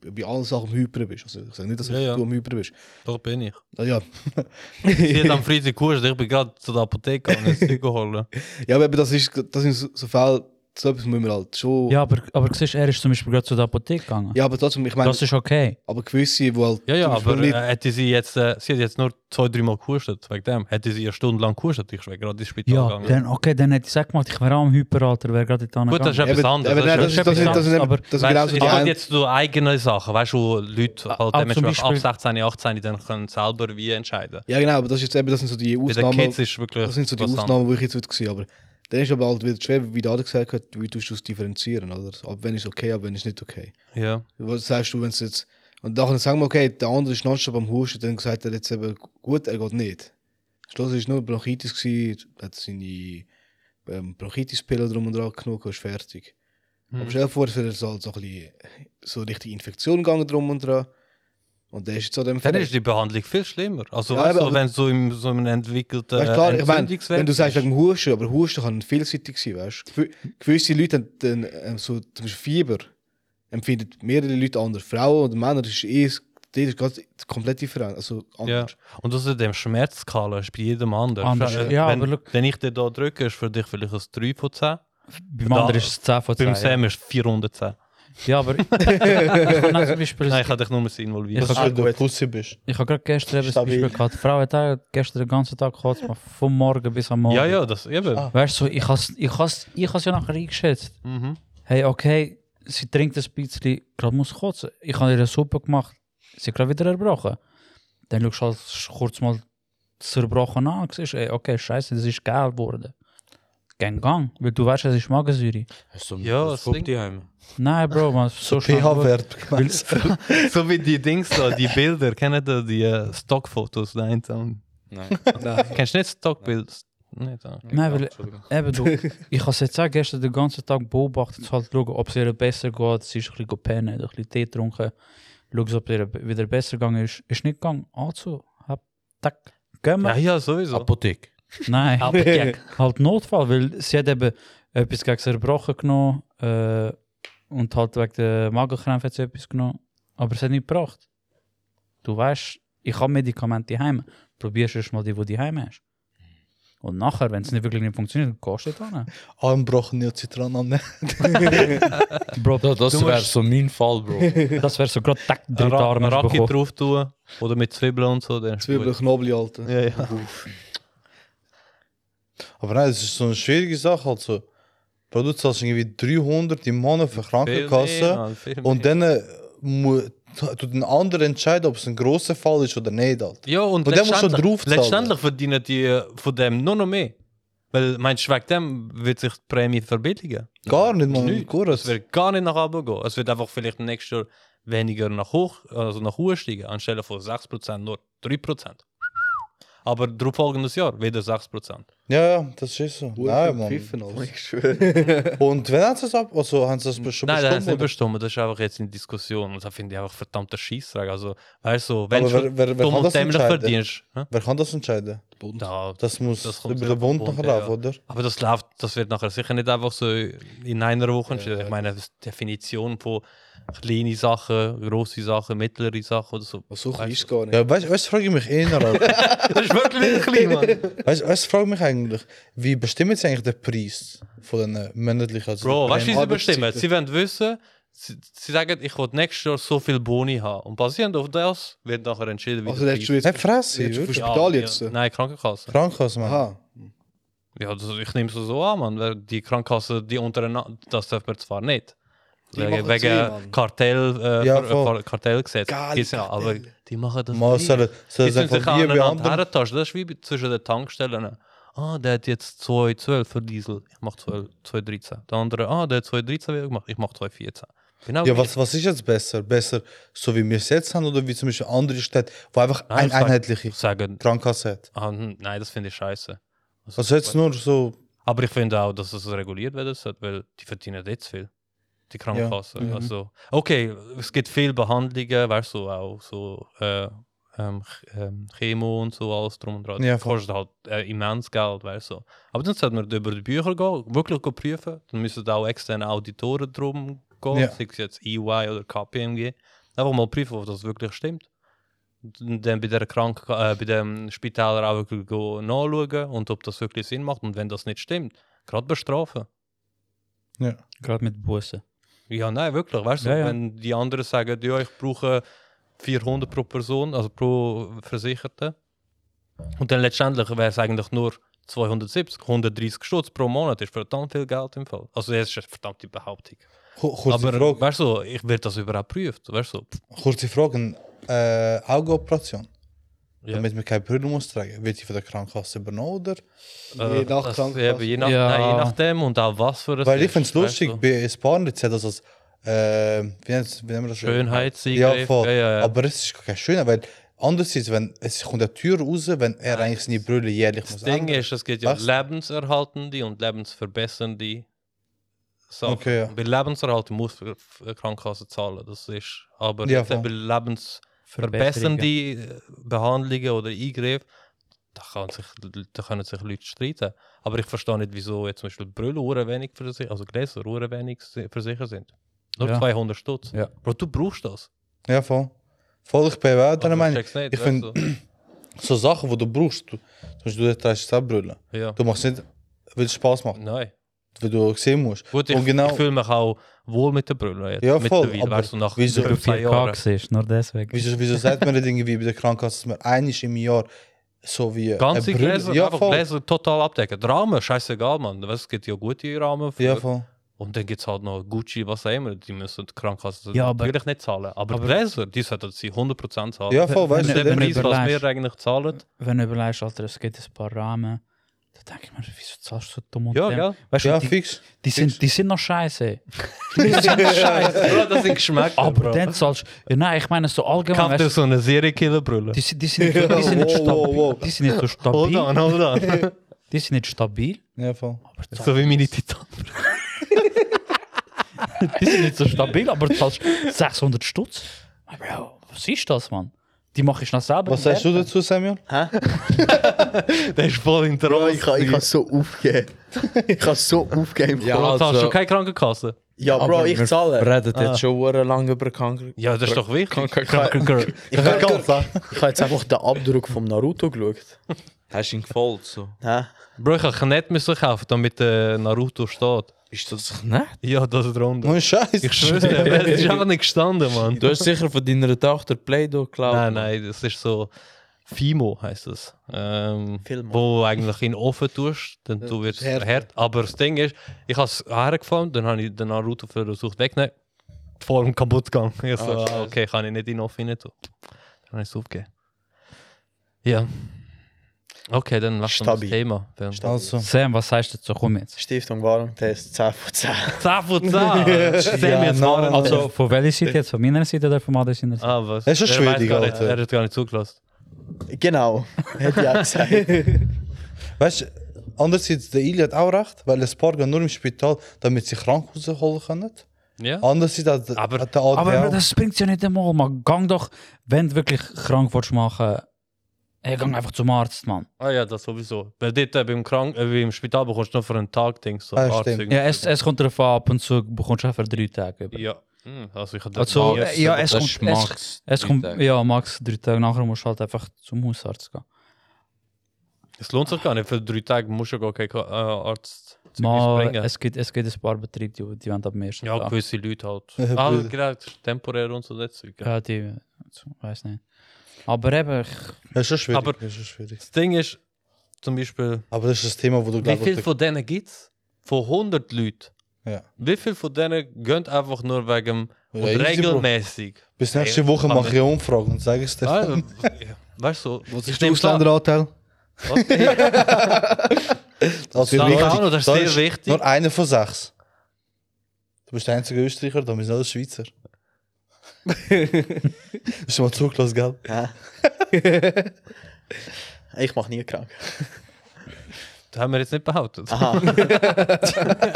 bei allen Sachen am Hyper bist. Also ich sage nicht, dass Ja, ja. du am Hyper bist. Doch bin ich. Ah, ja. *laughs* Sie hat am Freitag Kurs, ich bin gerade zu der Apotheke um und ein Zeug geholt. ja, aber eben das ist das sind so, so Fälle, so etwas müssen wir halt schon. Ja, aber, aber siehst, er ist zum Beispiel gerade zu der Apotheke gegangen. Ja, aber trotzdem, ich meine, das ist okay. aber gewisse, die halt. *laughs* Ja, ja, zum Beispiel aber nicht- äh, hätte sie jetzt, äh, sie hat jetzt nur zwei, dreimal gehustet, wegen dem. Hätte sie eine Stunde lang gehustet, ich wäre gerade ins Spital Ja, gegangen. dann, okay, dann hätte ich es gemacht, ich wäre auch am Hyperalter, wäre gerade da Gut, das ist gegangen. etwas Eben- anderes. eben, das nein, das ist ist- etwas das ist- das anderes, ist eben- aber- das ist Weißt, genau so ich die habe eine- jetzt so eigene Sachen, weißt du, wo Leute Ah, ah, halt zum dementsprechend ab Beispiel- 16, 18 dann können selber wie entscheiden. Ja, genau, aber das, ist jetzt eben, das sind so die Bei den Ausnahmen. Kids ist wirklich Das sind so die was anderes. Ausnahmen, die ich jetzt würde sehen, aber dann ist aber halt wieder schwer, wie der Adi gesagt hat, wie tust du es differenzieren, oder? Ab wenn ist okay, ab wenn ist nicht okay. Ja. Was sagst du, wenn es jetzt. Und dann sagen wir, okay, der andere ist nonstop am Husten, dann sagt er jetzt eben, gut, er geht nicht. Schluss war nur Bronchitis, gewesen, hat seine ähm, Bronchitis-Pille drum und dran genug, ist fertig. Hm. Aber stell dir vor, es wäre jetzt halt so ein bisschen so richtig Infektion gegangen drum und dran. Und der ist jetzt an dem Dann ist die Behandlung viel schlimmer. Also, Ja, weißt aber- du, wenn so in so einem entwickelten Weißt du, äh, klar, ich meine, Entzündungswert wenn du sagst ist. wegen dem Husten, aber Husten kann vielseitig sein, weißt du? Gew- Gewisse Leute haben dann, ähm, so, zum Beispiel Fieber, empfinden mehrere Leute anders. Frauen und Männer ist eh, das ist ganz komplett different, also Ja. anders. Und außerdem Schmerzskala ist bei jedem anderen. Anders, Äh, ja, wenn, aber look- wenn ich dir da drücke, ist für dich vielleicht ein 3 von 10. Beim anderen ist es 10 von 10. Beim Sam ist 410. Ja, aber ich kann auch zum Beispiel. Nein, ich hätte dich nur mit involviert. Ich Das hab- ist Ah, Wenn du ein gut. Pussy bist. Ich habe gerade gestern eben das Stabil. Beispiel gehabt. Die Frau hat auch gestern den ganzen Tag gekotzt, man, vom Morgen bis am Morgen. ja, ja, das eben. Ah. Weißt du, so, ich has ich has, ich has ja nachher eingeschätzt. Mhm. Hey, okay, sie trinkt ein bisschen, gerade muss kotzen. Ich habe ihr eine Suppe gemacht, sie gerade wieder erbrochen. Dann schaust du halt sch- kurz mal das Erbrochen an und siehst, ey, okay, scheiße, das ist geil geworden. Gang, gang, weil du weißt, es ist Magensäure. Hast du Ja, das Mikroskop Ding- daheim? Nein, Bro, man, so schnell. pH-Wert *laughs* gemessen. *laughs* so wie die Dings da, die Bilder, kennt ihr die äh, Stockfotos? Nein, dann. Nein. Kennst du nicht Stockbilder? Nicht, äh. Nein, weil Entschuldigung. Eben, du, ich habe jetzt auch gestern den ganzen Tag beobachtet, zu halt schauen, ob es ihr besser geht. Sie ist ein bisschen gepennt, ein bisschen Tee getrunken. Schauen, ob es ihr be- wieder besser gegangen ist. Ist nicht gegangen. Also, hab, tack, gehen wir. Ja, ja, sowieso. Apotheke. Nein, Aber Gag. *laughs* halt Notfall, weil sie hat eben etwas gegen das Erbrochen genommen äh, und halt wegen der Magenkrämpfe hat sie etwas genommen. Aber es hat nicht gebracht. Du weißt, ich habe Medikamente daheim. Probierst erst mal die, die du daheim hast. Und nachher, wenn es nicht wirklich nicht funktioniert, kostet es dann. Armbrochen, Zitran annehmen. Bro, Ja, das Du wäre musst- so mein Fall, Bro. *laughs* Das wäre so gerade tack, dritte Ra Arme Raki bekommen. drauf tun oder mit Zwiebeln und so. Dann ist Zwiebeln, gut. Knobli, Alter. Ja, ja. Aber nein, das ist so eine schwierige Sache. Also, Bro, du zahlst irgendwie 300 im Monat für Viel Krankenkasse. mehr, Mann, viel Und mehr. dann äh, mu- tut ein anderer entscheiden, ob es ein großer Fall ist oder nicht. Alter. Ja, und, Und der muss schon letztendlich- draufzahlen. Letztendlich verdienen die äh, von dem nur noch mehr. Weil, meinst du, wegen dem wird sich die Prämie verbilligen? Gar nicht, man. Nicht. Kurz. Es wird gar nicht nach oben gehen. Es wird einfach vielleicht nächstes Jahr weniger nach hoch, also nach hoch steigen, anstelle von 6% nur 3%. Aber darauf folgendes Jahr wieder 6%. Ja, ja, das ist so. Nein, Mann. Ich schwöre. Und wenn hat es ab? Also, haben sie das schon Nein, das ist nicht bestimmt, oder? bestimmt, das ist einfach jetzt in Diskussion. Und das finde ich einfach verdammter Scheißtrag. Also, weißt du, wenn Aber du wer, wer, wer dumm kann und das dämlich entscheiden? verdienst, ne? hä? Wer kann das entscheiden? da, Das muss Das kommt über sehr den Bund auf den nachher Bund, laufen, oder? Aber das läuft, das wird nachher sicher nicht einfach so in einer Woche entstehen. Ich meine, die Definition von kleine Sachen, grosse Sachen, mittlere Sachen oder so. *laughs* Was so klein ist es gar nicht. Ja, weißt du, was frage ich mich eher, Alter. Das ist wirklich klein, Mann. Weißt du, was frage ich mich eigentlich? Wie bestimmen sie eigentlich den Preis von den männlichen? Also Bro, den weißt du, wie sie Arbeitszeiten? bestimmen? Sie wollen wissen, sie, sie sagen, ich will nächstes Jahr so viel Boni haben. Und basierend auf das wird nachher entschieden, wie Also, der lädst du jetzt. Preis- Hey, Fresse, lädst du wirklich. vom Spital jetzt? Ja, äh? nein, Krankenkasse. Krankenhaus, Mann. Aha. Ja, das, ich nehme es so an, Mann. weil Die Krankenkasse, die untereinander, das dürfen wir zwar nicht. Die wegen machen wegen sie, Mann. Kartell, äh, Ja, Ver- voll. Ver- Kartellgesetz. Geile Gibt's ja, aber die machen das Mal nicht. sollen Die sollen sie sind sich einfach die aneinander behandeln. herentauschen. Das ist wie bei- zwischen den Tankstellen. Ah, der hat jetzt 2,12 für Diesel. Ich mache 2,13. Der andere, ah, der hat 2,13 wieder gemacht. Ich mache 2,14. Genau. Ja, gleich. was, was ist jetzt besser? Besser, so wie wir es jetzt haben oder wie zum Beispiel andere Städte, wo einfach Nein, eine ich sag- einheitliche Ich sage, Krankenkasse hat? ah, hm, nein, das finde ich scheiße. Also jetzt nur so, Aber ich finde auch, dass es reguliert werden sollte, weil die verdienen jetzt viel. Die Krankenkassen. Ja. Mhm. Also, okay, es gibt viele Behandlungen, weißt du, auch so äh, ähm, Ch- ähm, Chemo und so, alles drum und dran. Ja, das voll. kostet halt äh, immens Geld, weißt du. Aber dann sollte man halt über die Bücher gehen, wirklich go prüfen. Dann müssen da auch externe Auditoren drum gehen, Ja. sei es jetzt EY oder KPMG. Einfach mal prüfen, ob das wirklich stimmt. Und dann bei der Krank äh, bei dem Spitäler auch wirklich go nachschauen und ob das wirklich Sinn macht. Und wenn das nicht stimmt, gerade bestrafen. Gerade mit Bussen. Ja, nein, wirklich. Weißt du, Ja, ja. wenn die anderen sagen, ja, ich brauche 400 pro Person, also pro Versicherte. Und dann letztendlich wäre es eigentlich nur 270, 130 Stutz pro Monat ist verdammt viel Geld im Fall. Also, das ist eine verdammte Behauptung. Ku- Kurze Aber Frage. weißt du, ich werde das überhaupt prüft. Weißt du, pff, Kurze Frage. Äh, Augeoperation. Ja. Damit man keine Brille muss tragen. Wird die von der Krankenkasse übernommen, oder? Je nach Äh, das- Krankenkasse. Je, nach, Ja. nein, je nachdem und auch was für ein. Weil ich finde es weißt du. lustig, bei Sparen hat das als, äh, wie, nennt's- wie nennen wir das? Schönheitseingriff. Ja, voll. Ja, ja, ja. Aber es ist gar kein Schöner, weil andererseits, wenn, es kommt eine Tür raus, wenn er eigentlich seine Brille jährlich Ah, Das muss Ding ändern. ist, es gibt ja Weißt du? lebenserhaltende und lebensverbessernde Sachen. Okay, ja. Bei Lebenserhaltung muss die Krankenkasse zahlen, das ist. Aber Ja, bei voll. Verbesserungen. lebensverbessernde äh, Behandlungen oder Eingriffe, da, kann sich, da können sich Leute streiten. Aber ich verstehe nicht, wieso jetzt zum Beispiel Brille hure wenig versichert, also Gläser hure wenig si- versichert sind. Nur Ja. 200 Stutz. Ja. Bro, du brauchst das. Ja, voll. Voll, ich bin auch deiner Also, Meinung. check's nicht, ich weißt find- du? So Sachen, die du brauchst, du, zum Beispiel du trägst selbst Brille. Ja. Du machst nicht, weil es Spaß macht, Nein. weil du sehen musst. Gut, ich, Und genau- ich fühle mich auch wohl mit der Brille. Jetzt, Ja, voll, mittlerweile, aber weißt du, nach wieso- Du über zwei 4K Jahren. siehst, nur deswegen. Wieso, wieso sagt man das irgendwie bei der Krankenkasse, dass man einisch im Jahr so wie Ganze Brille- Gläser, ja, einfach voll. Gläser total abdecken. Die Rahmen, scheißegal, Mann. Weißt, es gibt ja gute Rahmen. Für, Ja, voll. und dann gibt es halt noch Gucci, was auch immer. Die müssen die Krankenkasse Ja, aber- natürlich nicht zahlen. Aber, aber- Gläser, die sollten sie 100% zahlen. Ja, voll, weißt Das du, ist der wenn du Preis, was überlegst- wir eigentlich *laughs* zahlen. Wenn du überlegst, Alter, es gibt ein paar Rahmen, dann denke ich mir, wieso zahlst du so dumm und Ja, dem? gell? Weißt du, ja, die, fix. die, sind, die sind noch scheiße. Bro, das sind Geschmäcker. Aber Bro. dann zahlst du. Ja, nein, ich meine so allgemein. Kauft Weißt, dir du, so eine Serienkiller-Brille. die, sind- die sind nicht, die sind nicht *laughs* Wow, wow, stabil. wow. Die sind nicht so Hold stabil. on, hold on. *laughs* Die sind nicht stabil. Ja, voll. Aber zahlst- so wie meine Titan. die sind nicht so stabil, aber du zahlst 600 Stutz. Bro, was ist das, Mann? Die mache ich noch selber. Was sagst du dazu, Samuel? Der ist voll in der Bro, Rolle. ich kann, ich kann so aufgeben. Ich kann so aufgeben. Ja, Du zahlst also, schon keine Krankenkasse. ja Bro, ich Wir zahle. reden Ah. jetzt schon verdammt lange über Kranken. Ja, das ist doch wichtig. Krankenkasse. Ich habe ich hab jetzt einfach den Abdruck vom Naruto geschaut. Hast du ihn gefolgt? So. Hä? Bro, ich kann nicht müssen kaufen, damit äh, Naruto steht. Ist das doch nicht? Ja, das ist drunter. Nur Scheiß. Ich schwöre dir, es ist einfach nicht gestanden, Mann. Du hast sicher von deiner Tochter Play-Doh geklaut. Nein, nein, das ist so FIMO heißt es. Ähm, Filmo. wo eigentlich in den Ofen tust, dann du wirst härter. hart. Aber das Ding ist, ich habe es hergefahren, dann habe ich den Naruto versucht wegzunehmen. Die Form kaputt gegangen. Ich so, Ah, ah, scheiße. okay, kann ich nicht in den Ofen rein tun. Dann habe ich es aufgegeben. Ja. Okay, dann lass uns das Stabil. Thema. Dann. *laughs* Also, Sam, was sagst du dazu? Komm jetzt. Stiftung Warentest, 10 von 10. 10 von 10. Sam, jetzt nein. waren Also, von welcher Seite jetzt? Von meiner Seite oder von meiner Seite? Ah, was? Es ist Er weiß schwierig, gar nicht- Alter. Er hat gar nicht zugelassen. *laughs* Genau, hätte ich auch *laughs* gesagt. weißt du, andererseits, der Ili hat auch recht, weil das Paar geht nur im Spital, damit sie krank rausholen können. Ja. Andererseits hat, Aber- hat der ADL. Aber Bro, das bringt ja nicht einmal, man. Gang doch, wenn du wirklich krank willst machen, ey, gang einfach zum Arzt, Mann. Ah ja, das sowieso. Weil dort äh, beim, Krank äh, beim Spital bekommst du noch für einen Tag denkst so Ah, Arzt stimmt. irgendwie. Ja, es, es kommt darauf an, ab und zu bekommst du auch für drei Tage. Über. ja. Hm, Also ich hab das Also, nie- äh, ja, es Das kommt, es, ist Oh, Max. es kommt, Drei Tage. ja, max drei Tage. Nachher musst du halt einfach zum Hausarzt gehen. es lohnt sich gar nicht. Für drei Tage musst du gar keinen äh, Arzt zu Mal, bringen. es gibt, es gibt ein paar Betriebe, die, die wollen ab dem ersten Ja, Tag. gewisse Leute halt. Ja, ah, Brüder. genau, temporär und so das Zeug. ja. Ja, die, weiß nicht. Aber eben, ich, Das ist schon schwierig. Aber- Aber, das ist schon schwierig. Das Ding ist, zum Beispiel, aber das ist das Thema, wo du wie glaubst. viel von denen gibt es? Von 100 Leuten. Ja. Wie viel von denen gehen einfach nur wegen Ja, und easy, Bro. regelmäßig? Bis nächste Woche Kann mache ich eine Umfrage und sage es dir. Ah, ja, *laughs* weißt du, Was ich ist der nehm's an. Ausländeranteil? Was? Das Sag auch noch, das ist Da sehr wichtig. Nur einer von sechs. Du bist der einzige Österreicher, da bist du *laughs* Schweizer. Bist du mal zugelassen, gell? Hä? ich mach nie krank. Das haben wir jetzt nicht behauptet. *laughs* Aha,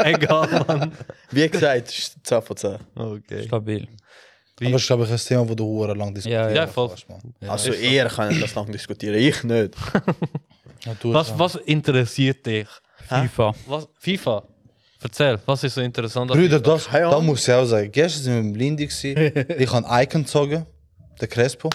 Egal, Mann. *laughs* wie gesagt, es ist 10 von 10. Okay. stabil. Wie- Aber das ist, glaube ich, ein Thema, das du hure lang diskutierst. ja, voll. Also ihr könnt das lange diskutieren, ich nicht. Was, was interessiert dich? FIFA. Was, FIFA? Erzähl, was ist so interessant? an Brüder, FIFA? das, Hey, da Mann. muss ich auch sagen. Gestern sind wir im Lindy. *laughs* gewesen. ich habe Icon gezogen, der Crespo.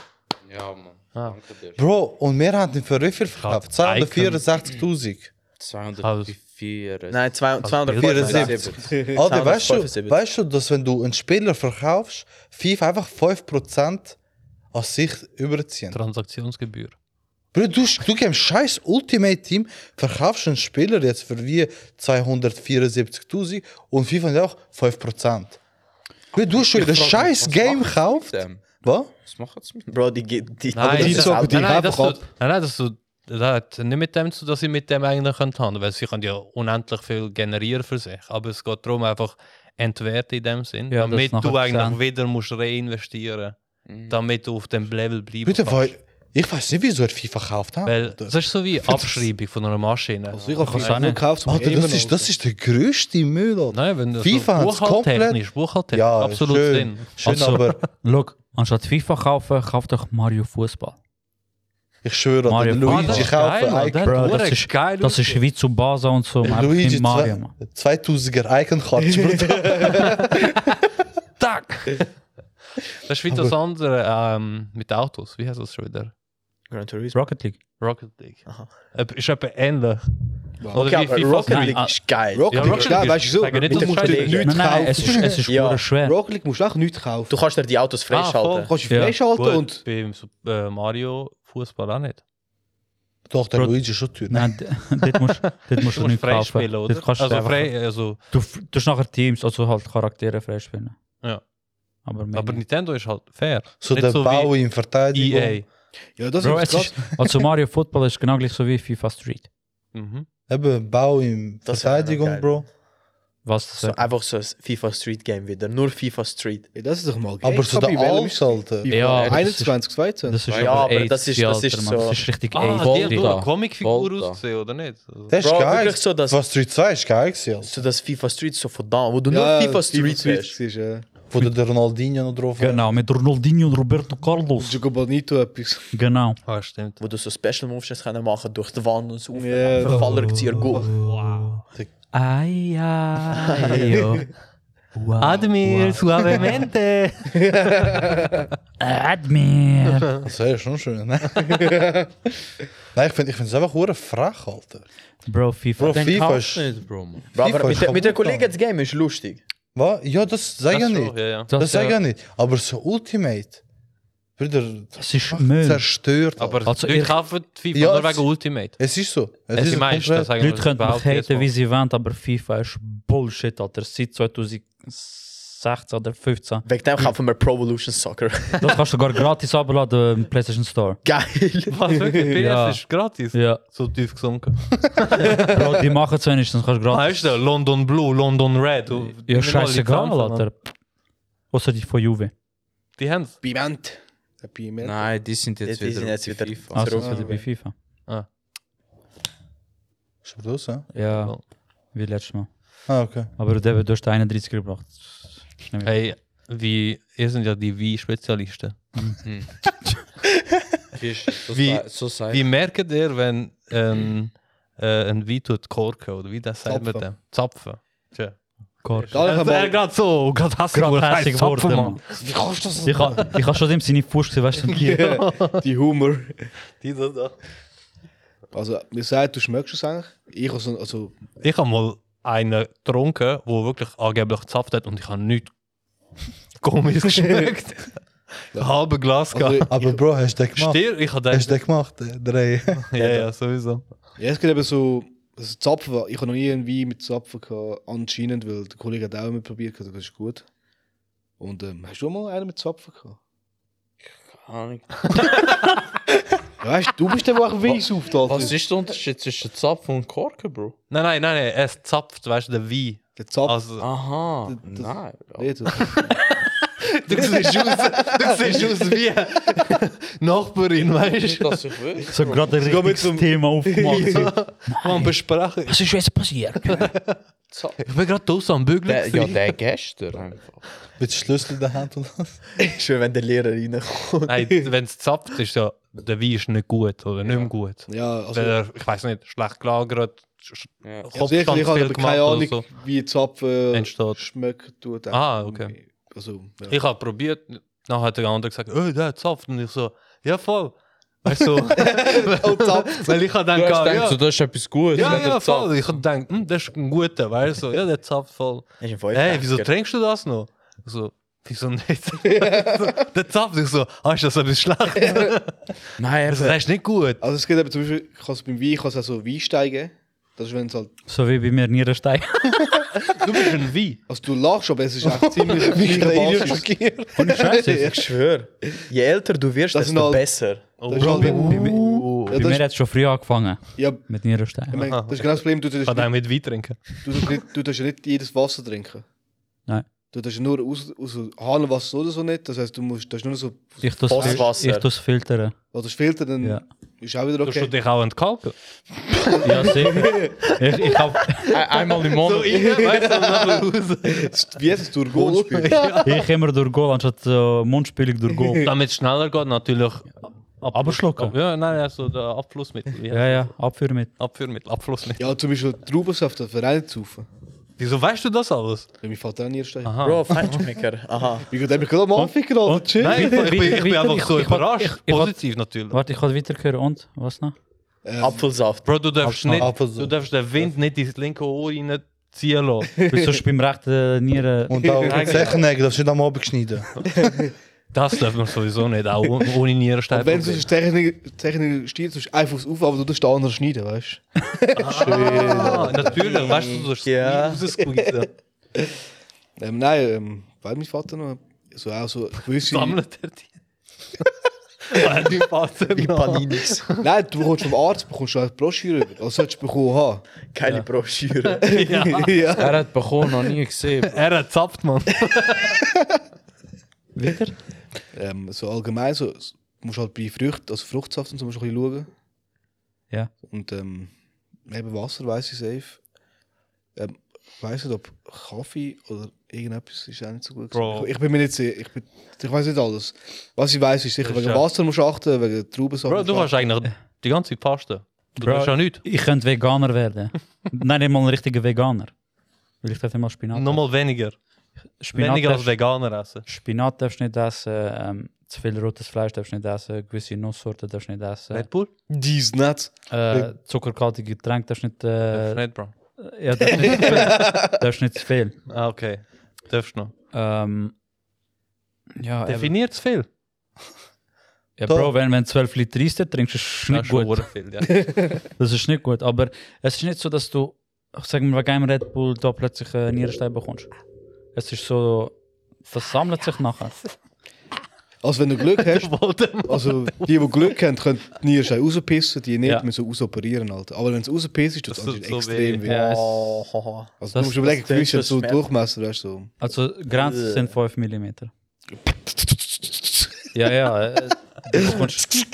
Ja, Mann. Danke dir. Bro, und wir haben den für wie viel verkauft? Gott, Ah. Icon. 264.000. 204. Nein, 274. 74. Alter, weißt du, 275. weißt du, dass wenn du einen Spieler verkaufst, FIFA einfach 5% an sich überziehen? Transaktionsgebühr. Bro, du, du gehst im scheiß Ultimate Team, verkaufst einen Spieler jetzt für wie 274.000 und FIFA hat auch 5%. Bro, du hast schon das scheiß Game gekauft. Was? Was macht es mit dem? Bro, die geht. Die, Nein, aber die das- sagen, nein, nein, das, einfach tut- nein, nein, das, tut- das hat nicht mit dem zu, dass ich mit dem eigentlich könnte handeln, weil sie können ja unendlich viel generieren für sich. Aber es geht darum, einfach entwerten in dem Sinn, Ja, das damit nachher du eigentlich gesehen. wieder musst reinvestieren, damit du auf dem Level bleibst. Bitte, weil ich weiß nicht, wieso er FIFA gekauft hat. Weil das ist so wie Abschreibung von einer Maschine. Also ich habe auch viel nicht. gekauft, um Alter, das Gamer ist, das ist der größte Müll. Alter. Nein, wenn du FIFA hat's buchhalttechnisch, buchhalttechnisch, Ja, absolut schön, Sinn. Schön, Also- aber Look, anstatt FIFA kaufen, kauft doch Mario Fußball. ich schwöre, Alter, Mario, der Ah, das Luigi ist kauft geil, Icon. Alter. Bro, Hure das ist, geil das ist ausgesehen. wie zu Basel und so. einfach Luigi nicht Mario, zwei- Mann. *laughs* 2000er Icon-Karte, Bruder. Tack! *laughs* Das ist wie das andere ähm, mit Autos. Wie heißt das schon wieder? Gran Turismo. Rocket League. Rocket League. Aha. Ep- Ist etwa ähnlich. Wow. Oder Ja, wie aber FIFA Rocket Street. League ah, ist geil. Rocket Ja, League Rocket ist geil, League weißt du so. Sag nicht, du das musst ist dir schlecht. nichts Nein, nein, es ist, kaufen. es ist Ja. hure schwer. Rocket League musst du auch nichts kaufen. Du kannst dir die Autos freischalten. voll. kannst dich Ja, freischalten Gut, und... beim Sup- äh, Mario Fußball auch nicht. Doch, der Bro- Luigi ist schon teuer. Nein, Nou, d- *laughs* dort musst, *laughs* dort musst Du du musst nicht frei kaufen. spielen, oder? Dort kannst du also einfach- frei, also, Du, f- du hast nachher Teams, also halt Charaktere freispielen. Ja. Aber, mehr aber nicht. Nintendo ist halt fair. So nicht der so Bau wie E in Verteidigung. EA. Ja, das E Bro, ist es krass. ist, *laughs* also Mario Football ist genau gleich so wie FIFA Street. Mhm. Eben, Bau in Das wär noch Verteidigung, geil. Bro. Was das eh, So, einfach so ein FIFA Street Game wieder. Nur FIFA Street. Ja, das ist doch mal geil. Aber so der Alps, Alter. Ja, aber das ist- 21, 22. Das ist Ja, aber AIDS, das ist- das ist Alter, Mann. so- Das ist richtig Ah, AIDS. die hat nur Volta. eine Comicfigur Volta. ausgesehen, oder nicht? Also, Das ist Bro, geil. wirklich so, dass- Was Street 2 ist geil gewesen. Alter. So das FIFA Street so verdammt, wo du Ja, nur FIFA Street hast. ist, ja. Wo der der Ronaldinho noch drauf hat. Genau, mit Ronaldinho und Roberto Carlos. Gioco Bonito etwas. Genau. Ah, stimmt. Wo du so Special Moves können machen durch die Wand und so. Ja. Verfaller ich dir gut. Ai, *laughs* ai, oh. wow, Admir, *laughs* suavemente! Admir. Das wäre schon *laughs* schön, ne? Nein, ich finde ich find es einfach hure frech, Alter. Bro, FIFA. Bro, Denk- FIFA ist... Kaufst nicht, Bro, Mann. Bro, FIFA aber mit, ist der- mit den kaputt, Kollegen das Game ist lustig. Was? Ja, das sag ich ja Das schon, nicht. Ja, ja. Das sag ich äh, ja nicht. Aber so Ultimate... Bruder, Das ist macht Müll. zerstört. Aber Also, also, ich ich- kaufe FIFA Ja, nur es- wegen Ultimate. Es ist so. Es Es ist die meisten, komplett- das sagen Leute können mich haten, wie sie wollen, aber FIFA ist Bullshit, Alter. Seit 2016 oder 15. Wegen dem kaufen wir Pro Evolution Soccer. *laughs* Das kannst du sogar gratis abladen im PlayStation Store. Geil. *laughs* Was wirklich? PS Ja. ist gratis. Ja. So tief gesunken. Bro, die machen es wenigstens, kannst du gratis. Weißt du, London Blue, London Red. Ja, du- nimm mal die scheißegal, Kampfe, Mann. Alter. Außer die von Juve. Die haben es. Piment. Der Piment. Nein, die sind jetzt Die wieder sind auf jetzt wieder- FIFA. Also, Zurück. außer die bei FIFA. Ist aber das, ja? Ja, wie letztes Mal. Ah, okay. Aber der du hast 31 gebracht. Hey, wie, ihr sind ja die Wie-Spezialisten. Wie- Wie? So sein. Wie merkt ihr, wenn ähm, äh, ein Wie tut korken? Oder wie das sagt man Zapfen. dem? Zapfen. Tja. Gott. Gar nicht Er einmal. gerade so, gerade hassig Gerade wurde. hässig Zapfen, geworden, Mann. Mann. Ich habe ich ha schon dem seine Fuß gesehen, weißt du? Die Humor. Dieser da. Also, mir sagt, du schmeckst es eigentlich. Ich habe so, also, Ich habe mal einen getrunken, der wirklich angeblich gezapft hat und ich habe nichts *laughs* komisch geschmeckt. Halbe Glas also gehabt. Aber Ah, Bro, hast du den gemacht? Stier, ich habe Hast du gedacht, den gemacht? äh, Drei. *laughs* ja, ja, sowieso. ja, es gibt eben so, also Zapfen, war- ich habe noch nie einen Wein mit Zapfen gehabt, anscheinend, weil der Kollege hat auch mit probiert, also das ist gut. Und ähm, hast du auch mal einen mit Zapfen gehabt? Ah, Ja, weißt, du du bist der, der auch Wein sauft, Alter. Was ist der Unterschied zwischen Zapfen und Korken, Bro? Nein, nein, nein, nein, Oh. es zapft, weißt du, der Wein. Der Zapfen. Also, *laughs* Aha. Das- das- Nein. Nee, das- Du siehst aus, du siehst aus wie *laughs* Nachbarin, weißt du? dass ich will. So gerade ein gehen wir richtiges zum- Thema aufgemacht. so. Man besprechen. Was ist jetzt passiert? Ich bin gerade draußen am Der, Bügeln. ja, der gestern einfach. Mit Schlüssel in der Hand und alles. Schön, wenn der Lehrer reinkommt. Nein, wenn es zapft, ist ja, der Wein ist nicht gut oder nicht mehr gut. Ja, also, Weil er, ich weiß nicht, schlecht gelagert, sch- Ja. also ich, ich Kopfstand habe viel aber keine gemacht Ahnung, oder so. wie Zapfen Entsteht. schmeckt. Tut, Ah, okay. Also, *laughs* ja. Ich habe probiert, nachher hat der andere gesagt, oh, der zapft. Und ich so, ja voll. *laughs* Weißt du? Weil ich habe Du hast gedacht, gedacht, so, ja, das ist etwas Gutes. ja, wenn ja er zahlt. voll. Ich habe gedacht, hm, das ist ein guter, weißt du? Ja, der zapft voll. Hey, Hey, wieso trinkst du das noch? Ich so, wieso nicht? *laughs* *laughs* der zapft. Ich so, ah, ist das ein bisschen *laughs* schlecht? Nein, Also, das ist nicht gut. also es gibt eben zum Beispiel, ich kann es beim Wein, ich kann es auch so Wein steigen. Das ist, wenn es halt, So wie bei mir Nierenstein. Du bist *laughs* ein Wein. also du lachst, aber es ist *laughs* echt ziemlich Basis. *laughs* Und Scheiße. ich schwöre. Je älter du wirst, Das desto sind halt- besser. Oh, Das ist halt, Bei, mi- Uh. ja, bei das mir ist, hat es schon früh angefangen dus- ja, mit ich Nierenstein. meine, das ist genau das Problem, du ich tust kann nicht, den mit Wein trinken. du tust nicht, du tust ja nicht jedes Wasser trinken. Nein. Du tust ja nur aus, aus Hahnenwasser oder so nicht, das heisst, du musst, das ist nur so, Ich tue Aus es Wasser. ich tu's filtern. was du filtern, dann Ja. ist auch wieder Du okay. okay. dich auch entkalken. Ja, sicher. ich, ich hab, Ein- Einmal im Monat. *laughs* Wie heißt es, *laughs* Durgon-Spiel? ich immer durch Goal, anstatt äh, Mundspülung durch *laughs* Goal. Damit es schneller geht, natürlich. Abschlucken. Ja, nein, also der Abflussmittel. Ja. Ja, ja, Abführ mit. Abführmittel, Abflussmittel. Ja, zum Beispiel Traubensaft, das wäre auch nicht zu saufen. Wieso weißt du das alles? Weil mein Vater auch nie erst Aha. Bro, Fetchmaker. Aha. Wie geht eben gerade am Anfang gerade? Ah. und- Chill. Nein, ich, ich, bin, ich bin Weiter- einfach so ich- ich- überrascht. ich- ich- Positiv natürlich. Warte, ich kann weiterhören und? Was nou? noch? Apfelsaft. Bro, du darfst, Abschneiden. nicht, du darfst den Wind nicht ins linke Ohr reinziehen lassen. Wieso ist beim rechten Nieren. Und auch die Zechennägel, das ist nicht am Abend geschnitten. Das darf man sowieso nicht, auch ohne- ohne Nierenstein. Und wenn du Technik stehst, musst du einfach aufs Auf, aber du darfst den anderen schneiden, weißt du? ah, Natürlich, weißt du, du sollst Ja. raussqueezen. Ähm, nein, ähm, weil mein Vater noch so auch so gewisse... Sammelt er die? Ah, *laughs* die Vater Die noch. Paninis. Nein, du bekommst vom Arzt bekommst du eine Broschüre über. Also solltest du bekommen haben. Geile Broschüre. Ja. *laughs* ja. Er hat bekommen, noch nie gesehen. Er hat zappt, Mann. Ähm, so allgemein, so, s- du musst halt bei Früchten, also Fruchtsaft und so, musst du ein bisschen schauen. Ja. Und ähm, eben Wasser, weiss ich safe. Ähm, ich weiss nicht, ob Kaffee oder irgendetwas ist auch nicht so gut. Bro. gewesen. Ich, ich bin mir nicht sicher, ich, bin, ich weiss nicht alles. Was ich weiss, ist sicher, Das wegen ist ja- Wasser musst du achten, wegen Traubensaft. Bro, du musst hast eigentlich die ganze Zeit Pasta. Du Bro, hast ja nichts. Ich könnte Veganer werden. Nein, nicht mal ein richtiger Veganer. Weil ich darf immer Spinat Nochmal weniger. Spinat Weniger als darfst, Veganer essen. Spinat darfst du nicht essen, ähm, zu viel rotes Fleisch darfst du nicht essen, gewisse Nusssorten darfst du nicht essen, Red Bull? achten. Dies nicht. äh, zuckerkaltige Getränke darfst du nicht, äh, Nicht, Bro. ja, darfst nicht, zu viel- darfst nicht zu viel. Ah, okay. Darfst noch. Ähm, ja, eben. Definiert es viel. ja, Bro, wenn, wenn du 12 Liter Eis trinkst, ist es Das nicht ist schon gut. hure viel, ja. Das ist nicht gut, aber es ist nicht so, dass du, ich sag mal, wegen einem Red Bull da plötzlich einen Nierenstein bekommst. Es ist so, das sammelt sich nachher. Also wenn du *laughs* Glück hast, also die, die Glück haben, können die Nierensteine rauspissen, die nicht, Ja. müssen rausoperieren, Alter. Aber wenn du rauspissst, tut Das es tut so extrem weh. weh. Ja, es, Oh, Also Das- du musst überlegen, das- Gefühle das so schmerzt. Durchmesser, weißt du. So. also Äh. Grenzen sind 5 mm. *laughs* Ja, ja. äh, Du bekommst,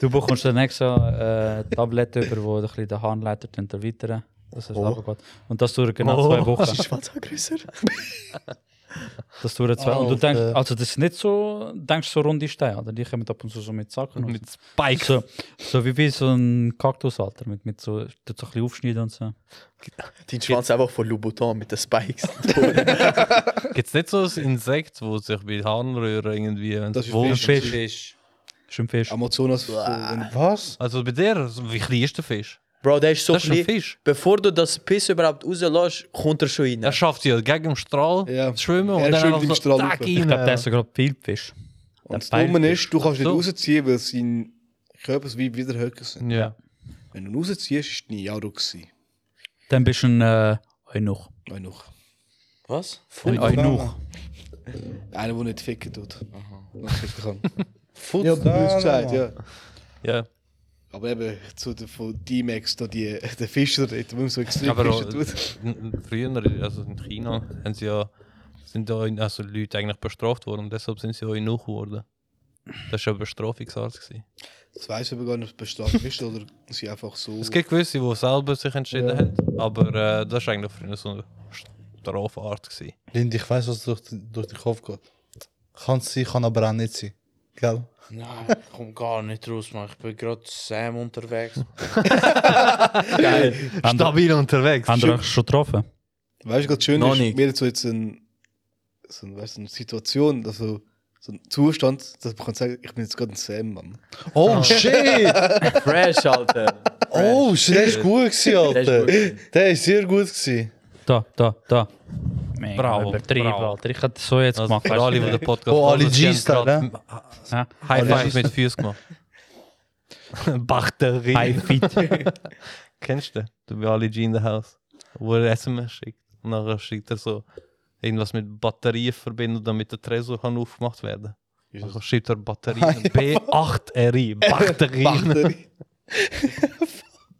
du bekommst dann extra äh, Tabletten über, wo du ein bisschen den Harnleiter dann erweitern. Dass es runtergeht. Und das dauert genau Oh. zwei Wochen. Schwanzgrößer. Das dauert zwei Und du denkst, also das ist nicht so, denkst so runde Steine, oder? Die kommen ab und zu so mit Sachen. Mit *laughs* Spikes. So, so wie bei so einem Kaktus, Alter, mit, mit so, tut so ein bisschen aufschneiden und so. Die Schwanz einfach von Louboutin mit den Spikes. Gibt es nicht so ein Insekt, das sich bei Harnröhren irgendwie. wenn Das ist wo- Fisch. Fisch. Fisch. Ist ein Fisch. Amazonas. Was? Also bei dir, so wie klein ist der Fisch? Bro, der ist so Das ist klein. ein Fisch. Bevor du das Piss überhaupt rauslässt, kommt er schon Er rein. schafft ja gegen den Strahl Ja. schwimmen Er und dann schwimmt einfach im so Strahl tack rauf. rein. Ich glaube, der ist sogar Wildfisch. Und das Beifisch. Dumme ist, du kannst nicht so. rausziehen, weil sein Körper so wie wieder höher sind. Ja. Wenn du ihn rausziehst, ist nie Jaro gewesen. Dann bist du ein äh, Eunuch. Nein, noch. Was? Ein Eunuch. Einer, der nicht ficken tut. Noch ficken kann. Futz. Ja, böse gesagt, ja. ja. Aber eben zu der, von D-Max, da die, *laughs* der Fischer, der immer so extrem Aber fischen auch- tut. N- n- Früher, also in China, haben sie ja sind da in- also Leute eigentlich bestraft worden und deshalb sind sie auch in geworden. Das war ein Bestrafungsart. Gewesen. Das weiß aber gar nicht, ob es bestraft ist oder sie einfach so. Es gibt gewisse, die selber sich entschieden Ja. haben, aber äh, das war eigentlich für ihn so eine Strafart. Gewesen. Lind, ich weiß, was durch, durch den Kopf geht. Kann sein, kann aber auch nicht sein. Gell? Nein, *laughs* ich komm gar nicht raus, Mann. Ich bin gerade Sam unterwegs. Geil. Haben ihr- Stabil unterwegs. Haben ihr euch schon getroffen? Weißt du, was schön Noch ist, nicht. mir jetzt so jetzt ein, so ein, weißt, du, eine Situation, also so ein Zustand, dass man kann sagen, ich bin jetzt gerade ein Sam, Mann. Oh, shit! *laughs* Fresh, Alter. Oh, shit, der ist gut gewesen, Der ist Alter. gut gewesen. Der ist sehr gut gewesen. Da, da, da. Mega Bravo, übertrieben, bravo. Alter. Ich hätte so jetzt Also gemacht. für alle, die weißt den Podcast Oh, alle hören, sie haben G-Star, gerade ne? du? Ja. High Alle Five mit Füßen gemacht. *laughs* Bachterie. High *laughs* Fit. Kennst du? Du bist alle G in the House. Wo er SMS schickt. Und nachher schickt er so irgendwas mit Batterien verbinden, damit der Tresor kann aufgemacht werden kann. Dann schreibt *laughs* er Batterien. B8RI. *laughs* Batterien. Batterie.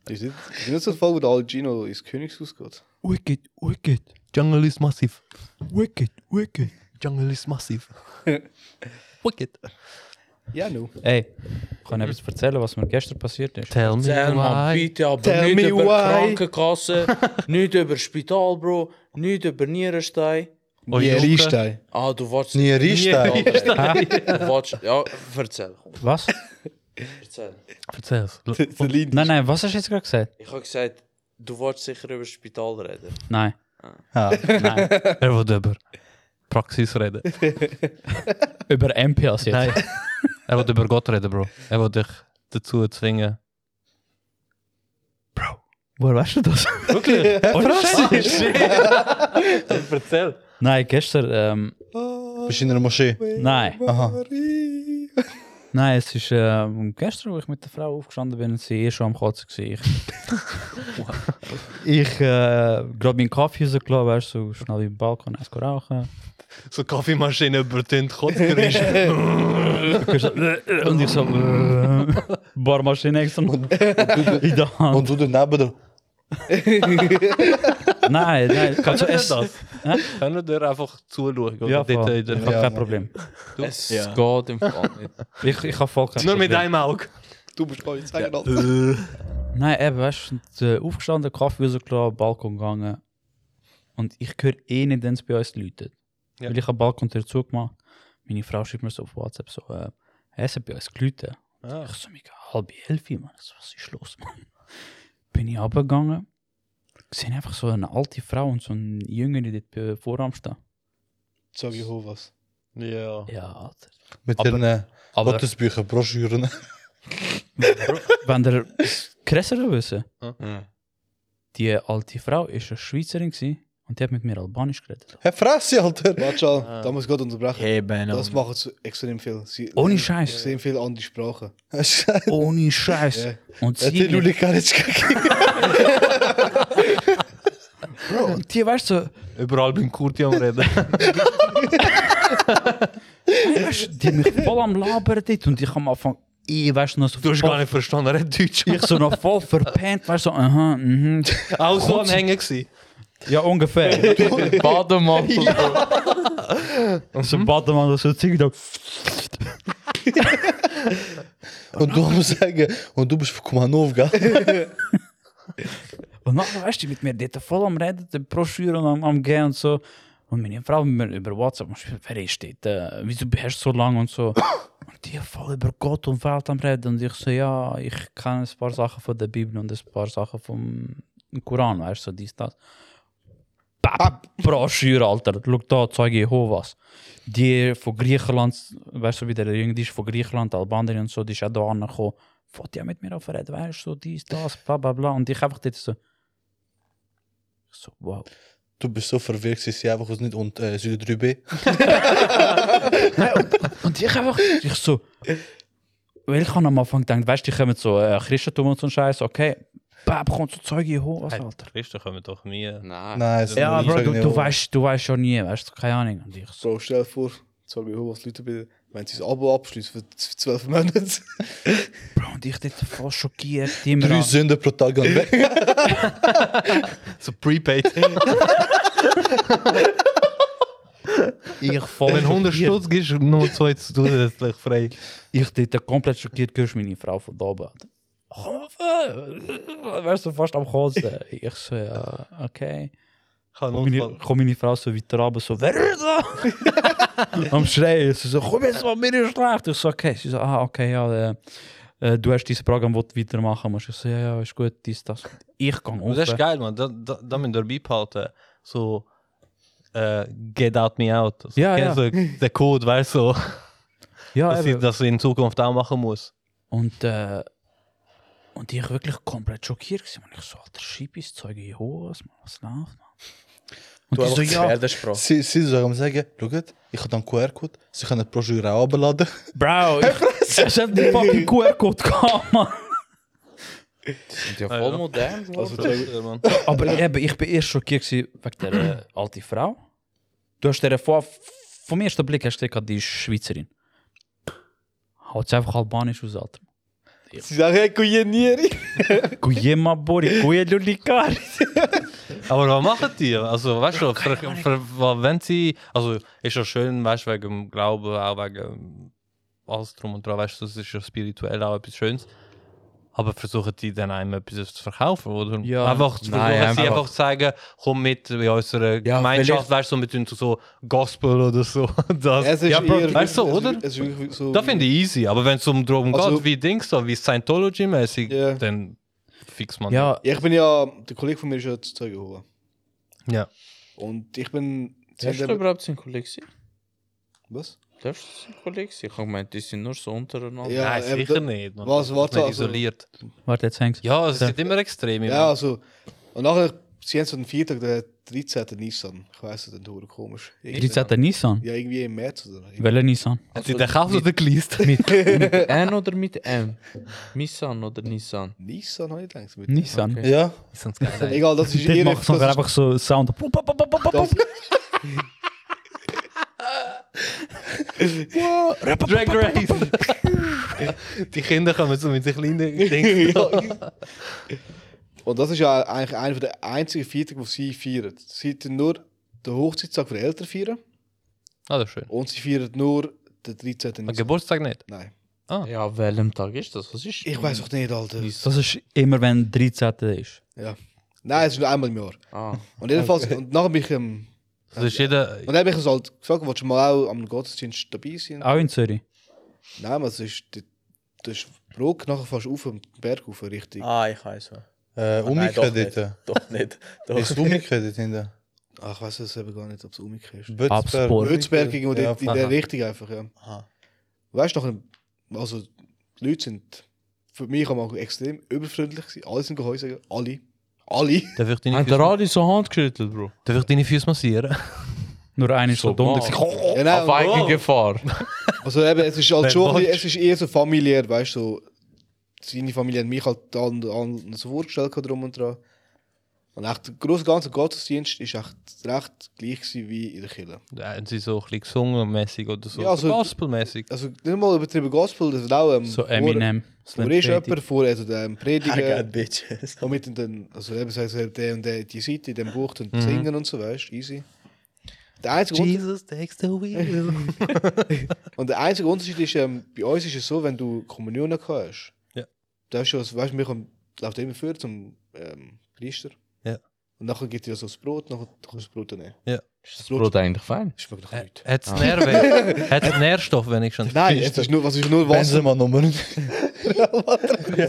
ist, nicht, ist nicht so ein Fall, wo der Al Gino ins Königshaus geht. Wicked, wicked. Jungle ist massiv. Wicked, wicked. Jungle ist *laughs* massiv. wicked. Ja, no. Ey, kann ich etwas erzählen, was mir gestern passiert *laughs* ist? Tell me Sam, Mann, why. bitte, aber Tell nicht me über why. Krankenkasse, *laughs* nicht über Spital, Bro, nicht über Nierenstein. Oh, Ja, Junge. Riestein. Ah, du warst Nierenstein. Du warst, ja, erzähl, komm, Was? erzähl. Erzähl's. *laughs* Der Lind. Nein, nein, was hast du jetzt gerade gesagt? Ich habe gesagt, du wolltest sicher über Spital reden. Nein. Ja. Nein. Er will über Praxis *laughs* reden. Über MPS jetzt. Nein. er will über Gott reden, Bro. Er will dich dazu zwingen. Woher weißt du das? *laughs* Wirklich? Ohne Scheiß. *laughs* Erzähl. Nein, gestern, ähm, Bist in einer Moschee? nein. Aha. Nein, es ist ähm, gestern, wo ich mit der Frau aufgestanden bin, und sie eh schon am Kotzen gewesen. Ich, ich äh, gerade meinen Kaffee rausgelassen, weißt du, so schnell wie im Balkon, eins rauchen. So Kaffeemaschine übertönt *laughs* Kotzgeräusch. Und ich so, äh, Barmaschine extra noch in der Hand. Und du daneben der. Nein, nein, Kannst also du es, das? Können wir dir einfach zuschauen? oder? Ja, Dort, voll. äh, in der- ich habe Ja, kein Mann. Problem. Es geht im Fall nicht. Ich, ich habe voll kein Nur mit Problem. einem Auge. *laughs* Du bist gar nicht sagen, Alter. Nein, eben, weißt du, und, äh, aufgestanden, Kaffee rausgelassen, Balkon gegangen. Und ich höre eh nicht, wenn es bei uns läutet. Ja. Weil ich habe Balkon Tür zugemacht. Meine Frau schreibt mir so auf WhatsApp so, äh, «Hey, es hat bei uns geläutet. Ah. Ich so, mega halb elf, Mann. Ich So, was ist los, Mann? Bin ich runtergegangen, sehe einfach so eine alte Frau und so einen Jüngere dort äh, vor am stehen. Sag Jehovas. Ja. Ja, Alter. Mit Aber- ihren Aber Gottesbüchern, Broschüren. *laughs* *laughs* wenn der krasser wissen, Ja. die alte Frau ist eine Schweizerin gewesen und die hat mit mir Albanisch geredet. Hey, Fresse, Alter! Warte, Al, da muss Gott unterbrechen. Eben. Das machen sie extrem viel. Sie Ohne lernen Scheiß. Extrem viel andere Sprachen. Scheiße. Ohne Scheiß. Ja. Und Hat die sie Luli Karitschka Bro, und die weißt du, Überall bin Kurti am *laughs* Reden. weißt, du, die mich voll am Labern dort und ich am Anfang, ich eh, weißt du, noch so Du hast voll- gar nicht verstanden, er redet Deutsch. ich so noch voll verpennt, weißt du, so, aha, mhm. Auch so am Hängen gewesen. Ja, *laughs* ungefähr. Bademantel. Ja. Und so Bademann oder so Zeug da. Und du musst sagen, und du bist von Kumanov, *laughs* gell? Und nachher weißt du, mit mir dort voll am Reden, die Broschüren am, am Gehen und so. Und meine Frau mit mir über WhatsApp, und ich, wer ist dort? Äh, wieso beherrschst du so lange und so? Und die voll über Gott und Welt am Reden. Und ich so, ja, ich kann ein paar Sachen von der Bibel und ein paar Sachen vom Koran, weißt du, so dies, das. Bap, Broschüre, Alter. Schau da, Zeuge Jehovas. Die von Griechenland, weißt du, wie der Jünger die ist von Griechenland, Albanien und so, die ist auch da angekommen. Wollt ja mit mir auf Reden, weißt du, so dies, das, bla bla bla. Und ich einfach dort so, ich so, wow. Du bist so verwirrt, sie sind einfach aus nicht und äh, Süd 3B. Und ich einfach, ich so, weil ich habe am Anfang gedacht, weißt du, die kommen so äh, Christentum und so ein Scheiß, okay, bam, kommt so Zeuge Jehovas, Alter. Christen kommen doch nie. Nein. Nou, Nein, es Ja, ich Bro, sag du, nicht, du oh. weißt, du weißt ja nie, weißt du, keine Ahnung. Und ich so, Bro, stell dir vor, sag Jehovas Leute bitte, wenn sie das Abo abschließen für 12 *laughs* Monate. Bro, und ich dort voll schockiert, die immer Drei an- Sünden pro Tag und weg. *laughs* So prepaid. Ich voll Wenn 100 schockiert. Stutz gibst, nur 2 zu tun, das ist gleich frei. Ich dort komplett schockiert gehört meine Frau von da oben. Komm auf, äh, wärst du fast am Kotzen. Ich so, ja, okay. Kann Kom meine, Unfall. kom meine Frau so wie traben, so, wer ist da? *laughs* Am Schreien. Sie so, komm jetzt mal, mir ist schlecht. Ich so, okay. Sie so, ah, okay, ja, äh, äh, du hast dieses Programm, das du weitermachen musst. Ich so, ja, ja, ist gut, dies, das. Ich kann Und das ist hoch. geil, man. Da, da, da müssen wir beibehalten. So, äh, get out me out. Also, Ja, kennst ja. du den Code, weißt du, so, Ja, *laughs* dass ich eben. das in Zukunft auch machen muss. Und, äh, und ich wirklich komplett schockiert gewesen. Man, ich so, alter Schiebis, Zeug in die Hose, man, was läuft, man? Und Du die so, einfach ja, Pferdesprache. Sie, sie sollen mir sagen, schaut, ich habe einen QR-Code, sie können die Broschüre auch abladen. *laughs* Bro, ich, ich hab den fucking QR-Code gehabt, man. Sind ja voll ja. modern. Also, Alter. ja, man. Aber eben, ich bin erst schockiert gewesen wegen *clears throat* der äh, alten Frau. Du hast der vor, vom ersten Blick hast du gesagt, die ist Schweizerin. Haut sie einfach albanisch aus, Alter. Sie sagen, hey, Kujenieri. *laughs* Gujema Bori, Gujelulikari. *laughs* Aber was machen die? Also, weißt du, für, für, für, wenn sie. Also, ist ja schön, weißt du, wegen dem Glauben, auch wegen ähm, alles drum und dran, weißt du, das ist ja spirituell auch etwas Schönes. Aber versuchen die dann einem etwas zu verkaufen? Oder Ja. einfach zu versuchen, Nein, sie einfach- einfach zu sagen, komm mit bei unserer Ja, Gemeinschaft, vielleicht- weißt du, mit uns so Gospel oder so. *laughs* Das, Es ist ja, eher- weißt du, es ist- oder? Es ist wirklich so. Das finde ich easy, aber wenn es um darum Also- geht, wie Dings da, wie Scientology-mäßig, Ja. dann fix man. Ja, Ja, ich bin ja, der Kollege von mir ist ja zu Zeugen geholt. Ja. Und ich bin. Darfst du überhaupt sein Kollege sein? Was? Darfst du sein Kollege sein? Ich meine, die sind nur so untereinander. Ja. Nein, eben, sicher da- nicht. Man. was- Das warte, ist nicht also- isoliert. warte, jetzt hängst Ja, es sind immer Extreme. Ja, also. Und nachher, sie haben so den Viertag, der 13. Nissan. Ich weiss nicht, das ist komisch. Irgendwie- 13. Nissan. Ja, irgendwie im März oder so. Welcher Nissan? Hat sie den gekauft *laughs* oder geleast? Mit N oder mit M? Nissan oder Nissan? Nissan habe ich gedacht. Mit Nissan. Okay. Ja. Egal, das ist Die ihre. machen Das, ist- sondern einfach so Sound. *laughs* Drag Race. *laughs* Die Kinder kommen so mit sich kleinen Dings. *laughs* und das ist ja eigentlich einer der einzigen Viertage, die sie feiern. Sie feiern nur den Hochzeitstag für die Eltern feiern Ah, das ist schön. und sie feiern nur den 13. Am Nissan. Geburtstag nicht. Nein. Ah. Ja, an welchem Tag ist das? Was ist Ich weiß auch nicht, Alter. Das ist immer, wenn 13. ist. Nein, es ist nur einmal im Jahr. Ah, Und jedenfalls, und nachher bin ich. Ähm, Das ist jeder. Und dann habe ich uns halt gefragt, willst du mal auch am Gottesdienst dabei sein? Auch in Zürich. Nein, aber es ist die- das ist Brog nachher fast auf am Berg auf richtig. ah ich weiß was. Äh, Umikredite. Doch nicht. *laughs* Doch Ist Umikredit hinten? Ach, ich weiß es eben gar nicht, ob es umgekehrt ist. Bötzberg. Absport. Würzberg irgendwo Ja, dort in der Richtung einfach, ja. Aha. Weißt du, nachher, also die Leute sind für mich am Anfang extrem überfreundlich gewesen. Alle sind gehäusig, alle. Alle. *laughs* Darf ich deine Haben der Füße, Radi so Hand geschüttelt, Bro? darf ich deine Füße massieren? Nur eine ist so dumm. Ja, nou, nein, Auf eigene *laughs* oh. Gefahr. Also eben, es ist halt Wer schon, ein willst? bisschen- es ist eher so familiär, weißt du, so, seine Familie hat mich halt an, an so vorgestellt gehabt, drum und dran. Und echt, der grosse ganze Gottesdienst ist echt recht gleich gewesen wie in der Kirche. Ja, haben sie so ein bisschen gesungen mäßig oder so. Ja, also- Gospel-mäßig. Also nicht mal übertrieben Gospel, das wird auch... Ähm, So Eminem. Vor, vor ist jemand vor, also der ähm, Ah, Prediger, Bitches. und mit den, also eben sagt er, der und der, die Seite in dem Buch, Mhm. und singen und so, weißt du, easy. Der einzige Unterschied- takes *laughs* the wheel. Und der einzige Unterschied ist, ähm, bei uns ist es so, wenn du Kommunion gehabt hast, Ja. da ist schon, weißt du, wir kommen, läuft immer vor zum ähm, Priester. Ja. Und nachher gibt dir so das Brot, nachher kannst du das Brot nehmen. Ist das Brot eigentlich fein? Schmeckt Äh, nachher nicht. Hat es *laughs* Nährwert? Hat es Nährstoff, wenn ich schon. Nein, es ist nur, was ist nur Wasser. Benzema-Nummer.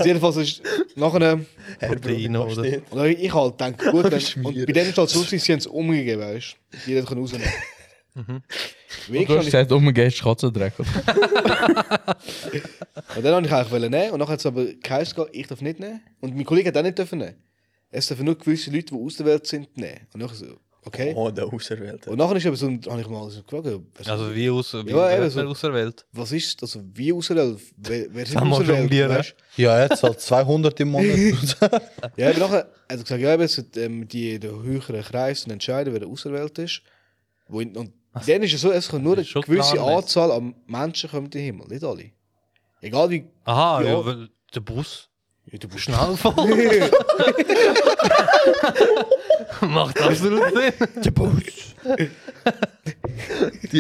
Jedenfalls ist nachher. ähm, Protein oder. Und dann- ich halt denke, gut, wenn, und bei denen ist halt so, sie haben es umgegeben, weißt du. Jeder kann rausnehmen. Wie Du kann hast ich, gesagt, umgehst, Katzendreck. und dann habe ich eigentlich wollen nehmen und nachher hat es aber geheißen, ich darf nicht nehmen. Und mein Kollege hat auch nicht dürfen nehmen. Es dürfen nur gewisse Leute, die aus der Welt sind, nehmen. Und nachher so, okay. Oh, der *laughs* Auserwählte. Und nachher ist eben so, habe ich mal so gefragt, was, Also, wie aus, wie Ja, eben aus so. der Auserwählt. was ist, also wie auserwählt, wer, wer ist Kann man auserwählt, jonglieren. weißt Ja, er zahlt 200 im Monat. Also, du? Ja, aber nachher hat er gesagt, ja, eben, es sind ähm, die, der höheren Kreis und entscheiden, wer der auserwählt ist. Wo in, und dann ist es so, es kommt nur eine Das ist schon gewisse planmäßig. Anzahl an Menschen kommen in den Himmel, nicht alle. Egal wie... Aha, Ja. ja. weil der Bus. *laughs* Ja, du bist Schnell voll. *laughs* Macht absolut Sinn. Die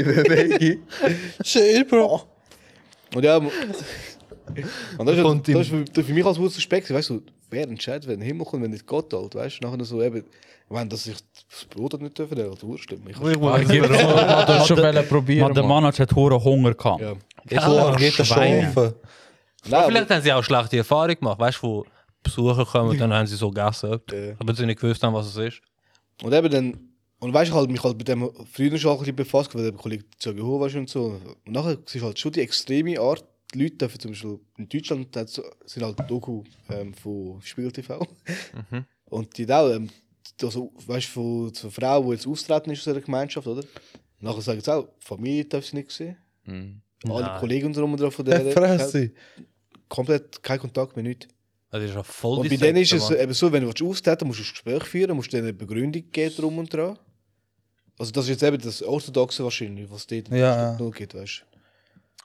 Bewegung. Chill, Bro. Und ja, *laughs* und das, ist, Kommt das ist für, das ist für mich als Wurzel Speck, weißt du, wer entscheidet, wenn Himmel kommt, wenn nicht Gott halt, weißt du, nachher so eben, wenn das ich das Brot hat nicht dürfen, dann hat Wurst stimmt. Ich Ich Ah, muss geben. Du hast schon wollen Man, probieren. der Mann. Manager hat hohen Hunger gehabt. ja. So geht das schon Schweine. offen. Aber Nein, vielleicht haben sie auch schlechte Erfahrungen gemacht. Weißt du, wo Besucher kommen und dann haben sie so gegessen. Ja. Aber sie nicht gewusst haben, was es ist. Und eben dann, und weißt du, halt, mich halt mit dem früher schon auch ein bisschen befasst, weil der Kollege zu Jehova war und so. Und nachher siehst du halt schon die extreme Art, die Leute dürfen zum Beispiel in Deutschland hat's- sind halt Doku ähm, von Spiegel TV. Und die da, ähm, also, weißt du, von zur Frau, die jetzt austreten ist aus einer Gemeinschaft, oder? Nachher sagen sie auch, Familie darf sie nicht sehen. Alle Nein. Kollegen und so rum und dran von Hey, der. Fresse. Komplett kein Kontakt mehr, nichts. Das ist ja voll Und bei dissect, denen ist es äh, Mann. eben so, wenn du austreten musst du ein Gespräch führen, musst du denen eine Begründung geben drum und dran. Also das ist jetzt eben das Orthodoxe wahrscheinlich, was dort Ja, ja. nur geht, weißt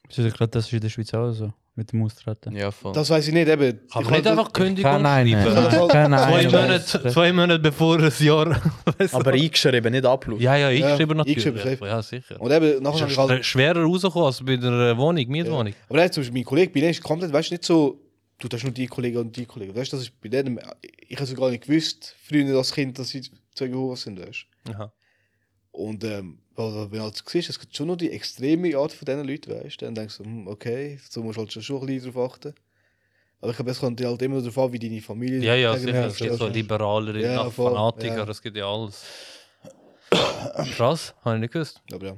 Das ist gerade- Also Das ist in der Schweiz auch so. Mit dem Austreten. Ja, du. voll. Das weiß ich nicht, eben. Kann man ich *laughs* nicht weiß- einfach Kündigung Keine eine. schreiben? Keine *laughs* Zwei eine. Monate, zwei Monate bevor ein *laughs* Jahr. Aber eingeschrieben, nicht abgelaufen. Ja, ja, ich schreibe natürlich. eingeschrieben, safe. ja, sicher. Und eben, nachher Ist habe ich ja halt, schwer- schwerer rausgekommen als bei einer Wohnung, Mietwohnung. aber nein, zum Beispiel mein Kollege, bei denen ist komplett, weißt du, nicht so, du hast nur die Kollegen und die Kollegen. Weißt du, das ist bei denen, ich habe sogar nicht gewusst, früher als Kind, dass sie zu Jehovas sind, weißt du. Aha. Und ähm, also, wenn du halt siehst, es gibt schon nur die extreme Art von diesen Leuten, weißt du, dann denkst du, hm, okay, so musst du halt schon, schon ein bisschen drauf achten. Aber ich glaube, es kommt halt immer darauf an, wie deine Familie. Ja, ja, sagen, sicher. Es gibt das so genau, ist- liberalere, Ja, nach voll, Fanatiker, ja. es gibt ja alles. Krass, habe ich nicht gewusst. Aber ja.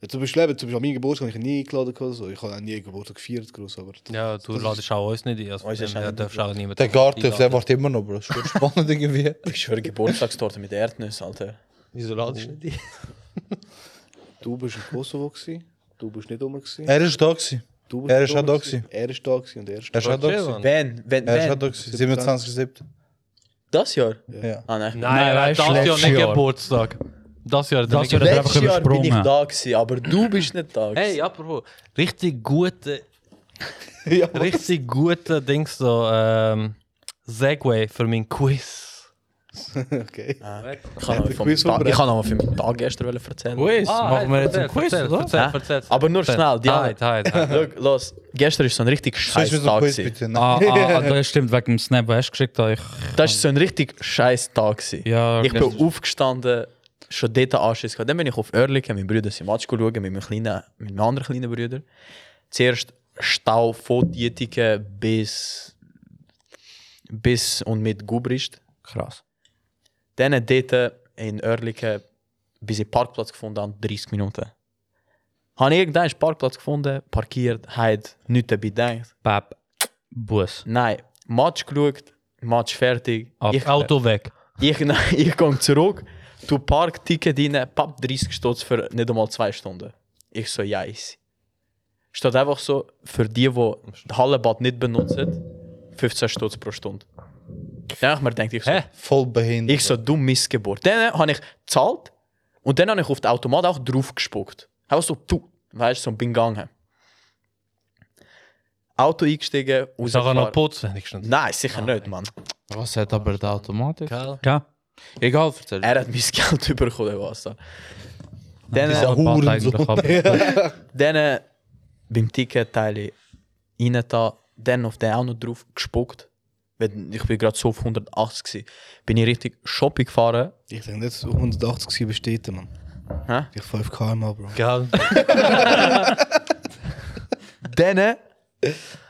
ja zum Beispiel, eben, zum Beispiel an meinem Geburtstag habe ich nie eingeladen gehabt oder so. Ich habe auch nie Geburtstag gefeiert, groß, aber. Ja, du ladest auch uns nicht ein. Also, Uns ist auch da nicht darfst auch niemand. Der Garten, auf einladen. den wartet immer noch, Bro. Das ist schon spannend irgendwie. Ich schwöre, Geburtstagstorte mit Erdnüsse, Alter. Wieso ladest du nicht ein? Du bist in Kosovo, gewesen, du bist nicht rum. Gewesen, Er ist da gewesen. du er nicht ist auch rum da gewesen. Er ist da gewesen und er ist Er ist auch da Chill, gewesen. Mann. Wenn, wenn, Er ist auch wenn. da gewesen. 27.07. Das Jahr? Ja. Ah, nein. Nein, weißt das du, Jahr letztes nicht Jahr. Geburtstag. Das Jahr hat er Das nicht Jahr- Geburtstag. Letztes Jahr bin ich übersprungen. da gewesen, aber du bist nicht da Hey, gewesen. apropos, *laughs* richtig gute, ja. richtig gute Dings so, ähm, Segway für mein Quiz. Okay. Ich kann Ja, noch vom Ta- Quiz vorbereitet. ich kann noch mal von meinem Tag gestern wollen erzählen. Quiz. Ah, Machen wir hey, jetzt einen erzähl, Quiz, erzähl, oder? Ah, erzähl, erzähl, erzähl. Aber nur Erzähl. schnell, die Halt, halt, *laughs* halt. Schau, los, gestern ist so ein richtig Scheiß scheiß mit so Tag. Quiz, gewesen. bitte. Ne? Nein. Ah, ah, ah, das stimmt, wegen dem Snap, hast du geschickt? ah, Ich, Das ist so ein richtig scheiß Tag. gewesen. ja, Ich gestern- bin aufgestanden, schon dort Anschiss gehabt. Dann bin ich auf Oerlikon, mein Bruder sind Matsch schauen, mit meinem, kleinen, mit meinem anderen kleinen Bruder. Zuerst Stau von Dietiken bis, bis und mit Gubrist. krass. Dann dort in Oerlikon, bis ich Parkplatz gefunden habe, 30 Minuten. Habe ich irgendeinen Parkplatz gefunden, parkiert, heid, nichts dabei gedacht. Pap, Bus. Nein, Matsch geschaut, Matsch fertig. Ab, Ich- Auto weg. Ich, *laughs* ich komme zurück, du Parkticket rein, papp 30 Stutz für nicht einmal zwei Stunden. Ich so, ja, ist. Steht einfach so, für die, die das Hallenbad nicht benutzen, 15 Stutz pro Stunde. Dann hab ich mir gedacht, ich so, Hä? Voll behindert. ich so, du Missgeburt. Dann habe ich gezahlt und dann habe ich auf den Automat auch draufgespuckt. Auch so, du, weißt du, so bin gegangen. Auto eingestiegen, Ist auch noch rausgefahren. Putz wenigstens. Nein, sicher nicht, Mann. Was hat aber die Automatik? Geil. Ja, Egal, vertel. Er hat mein Geld bekommen, was da. Dann, das Bad eigentlich, aber- Dann äh, beim Ticketteil rein da, dann auf den auch noch drauf gespuckt. Weil Ich bin gerade so auf 180 gewesen. Bin ich richtig shopping gefahren. Ich denke nicht, dass du 180 gewesen besteht, Mann. Hä? Ich 5 km, Bro. Geil. Dann äh,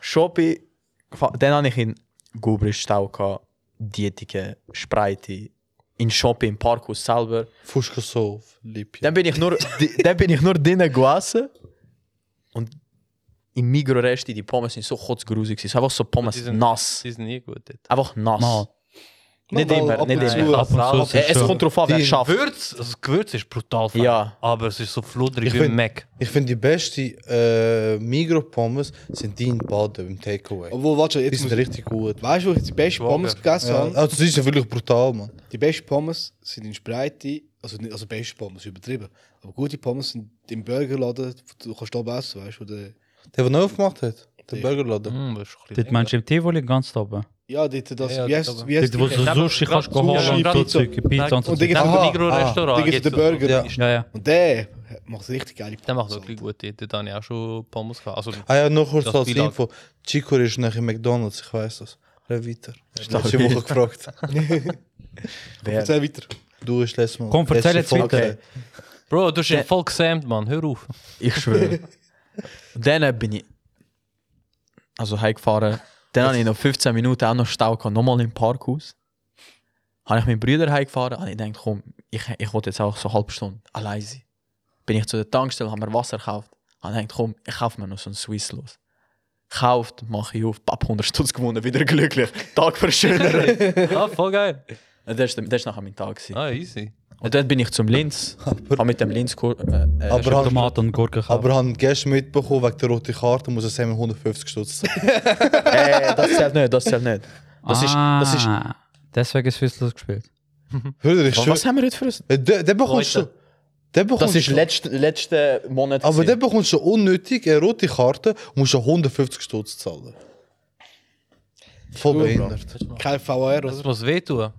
shopping gefahren. Dann habe ich in Gubristau gehabt, Dietike, Spreite, eh, in Shopping, im Parkhaus selber. Fuschkasov, Liebchen. Dann bin ich nur, *laughs* di- dann bin ich nur drinnen gegessen. Und im Migros-Rest, die Pommes sind so kotzgrusig. Es waren einfach so Pommes Die sind- nass. Sie sind nie gut dort. Einfach nass. Mal. Nicht Mal immer, ab nicht und immer. zu. ab und zu Äh, es kommt drauf an, wer Die es schafft. Gewürz, das Gewürz ist brutal fein. Ja. Aber es ist so fludrig Ich wie ein bin- Mac. Ich finde die beste äh, Migros-Pommes sind die in Baden beim Takeaway. Obwohl, warte, Die jetzt sind Oh, muss ich, richtig gut. Weißt du, wo ich die beste Schwager. Pommes gegessen Ja. habe? Also, die sind wirklich brutal, Mann. Die besten Pommes sind in Spreite, also nicht, also beste Pommes, übertrieben. Aber gute Pommes sind im Burgerladen, du kannst da essen, weißt du, wo der Der, der neu aufgemacht hat, der Die- Burgerladen. Mm, das ist ein bisschen Dort meinst du im Tivoli ganz da oben. Ja, dort, das, Ja, wie ja, heißt dort wie heißt Dort, wo so Ja, Sushi aber kannst du Sushi, holen und so Pizza. Zeug, Pizza und so. Und die- Dann Aha, ein Migros-Restaurant. ah, die gibt's den Burger. Ja. Ja, ja. Und der macht richtig geile Der macht Pommes, wirklich Alter. gut. Dort dort habe ich auch schon Pommes gehabt. Also, Äh, Ah ja, noch kurz Das als Beilage. Info. Chico ist nachher McDonalds, ich weiß das. Red weiter. Ich habe letzte Woche gefragt. Erzähl weiter. Du hast letztes Mal. Komm, erzähl letzte jetzt Folge. weiter. Bro, du bist Der- ja voll gesamt, Mann. Hör auf. Ich schwöre. *laughs* dann bin ich. Also heimgefahren. Dann habe ich noch 15 Minuten auch noch Stau gehabt, nochmal im Parkhaus. Habe ich meinen Bruder heimgefahren und ich dachte, komm, ich, ich wollte jetzt auch so eine halbe Stunde allein sein. Bin ich zu der Tankstelle, habe mir Wasser gekauft. Und ich dachte, komm, ich kaufe mir noch so einen Swiss los. Kauft, mache ich auf, Papp 100 Stutz gewonnen, wieder glücklich. Tag verschönern. Ah, voll geil. Und das war nachher mein Tag. gewesen. Ah, easy. Und dann bin ich zum Linz, habe mit dem Linz Kur- äh, äh, Aber haben, Tomaten und Gurken kaufen. aber haben gestern mitbekommen, wegen der roten Karte muss er Sam 150 Stutz zahlen. Äh, das zählt nicht, das zählt nicht. Das ist, das ist, Ah, Deswegen ist Swiss gespielt. Hör dir, ich was, schwöre. was haben wir heute für ein... Äh, Der, der bekommt schon. Der bekommt Das ist schon- letzte, letzte Monat. Aber der gewesen. bekommt schon unnötig eine rote Karte und muss schon 150 Stutz zahlen. Voll behindert. Kein VR oder Das muss wehtun.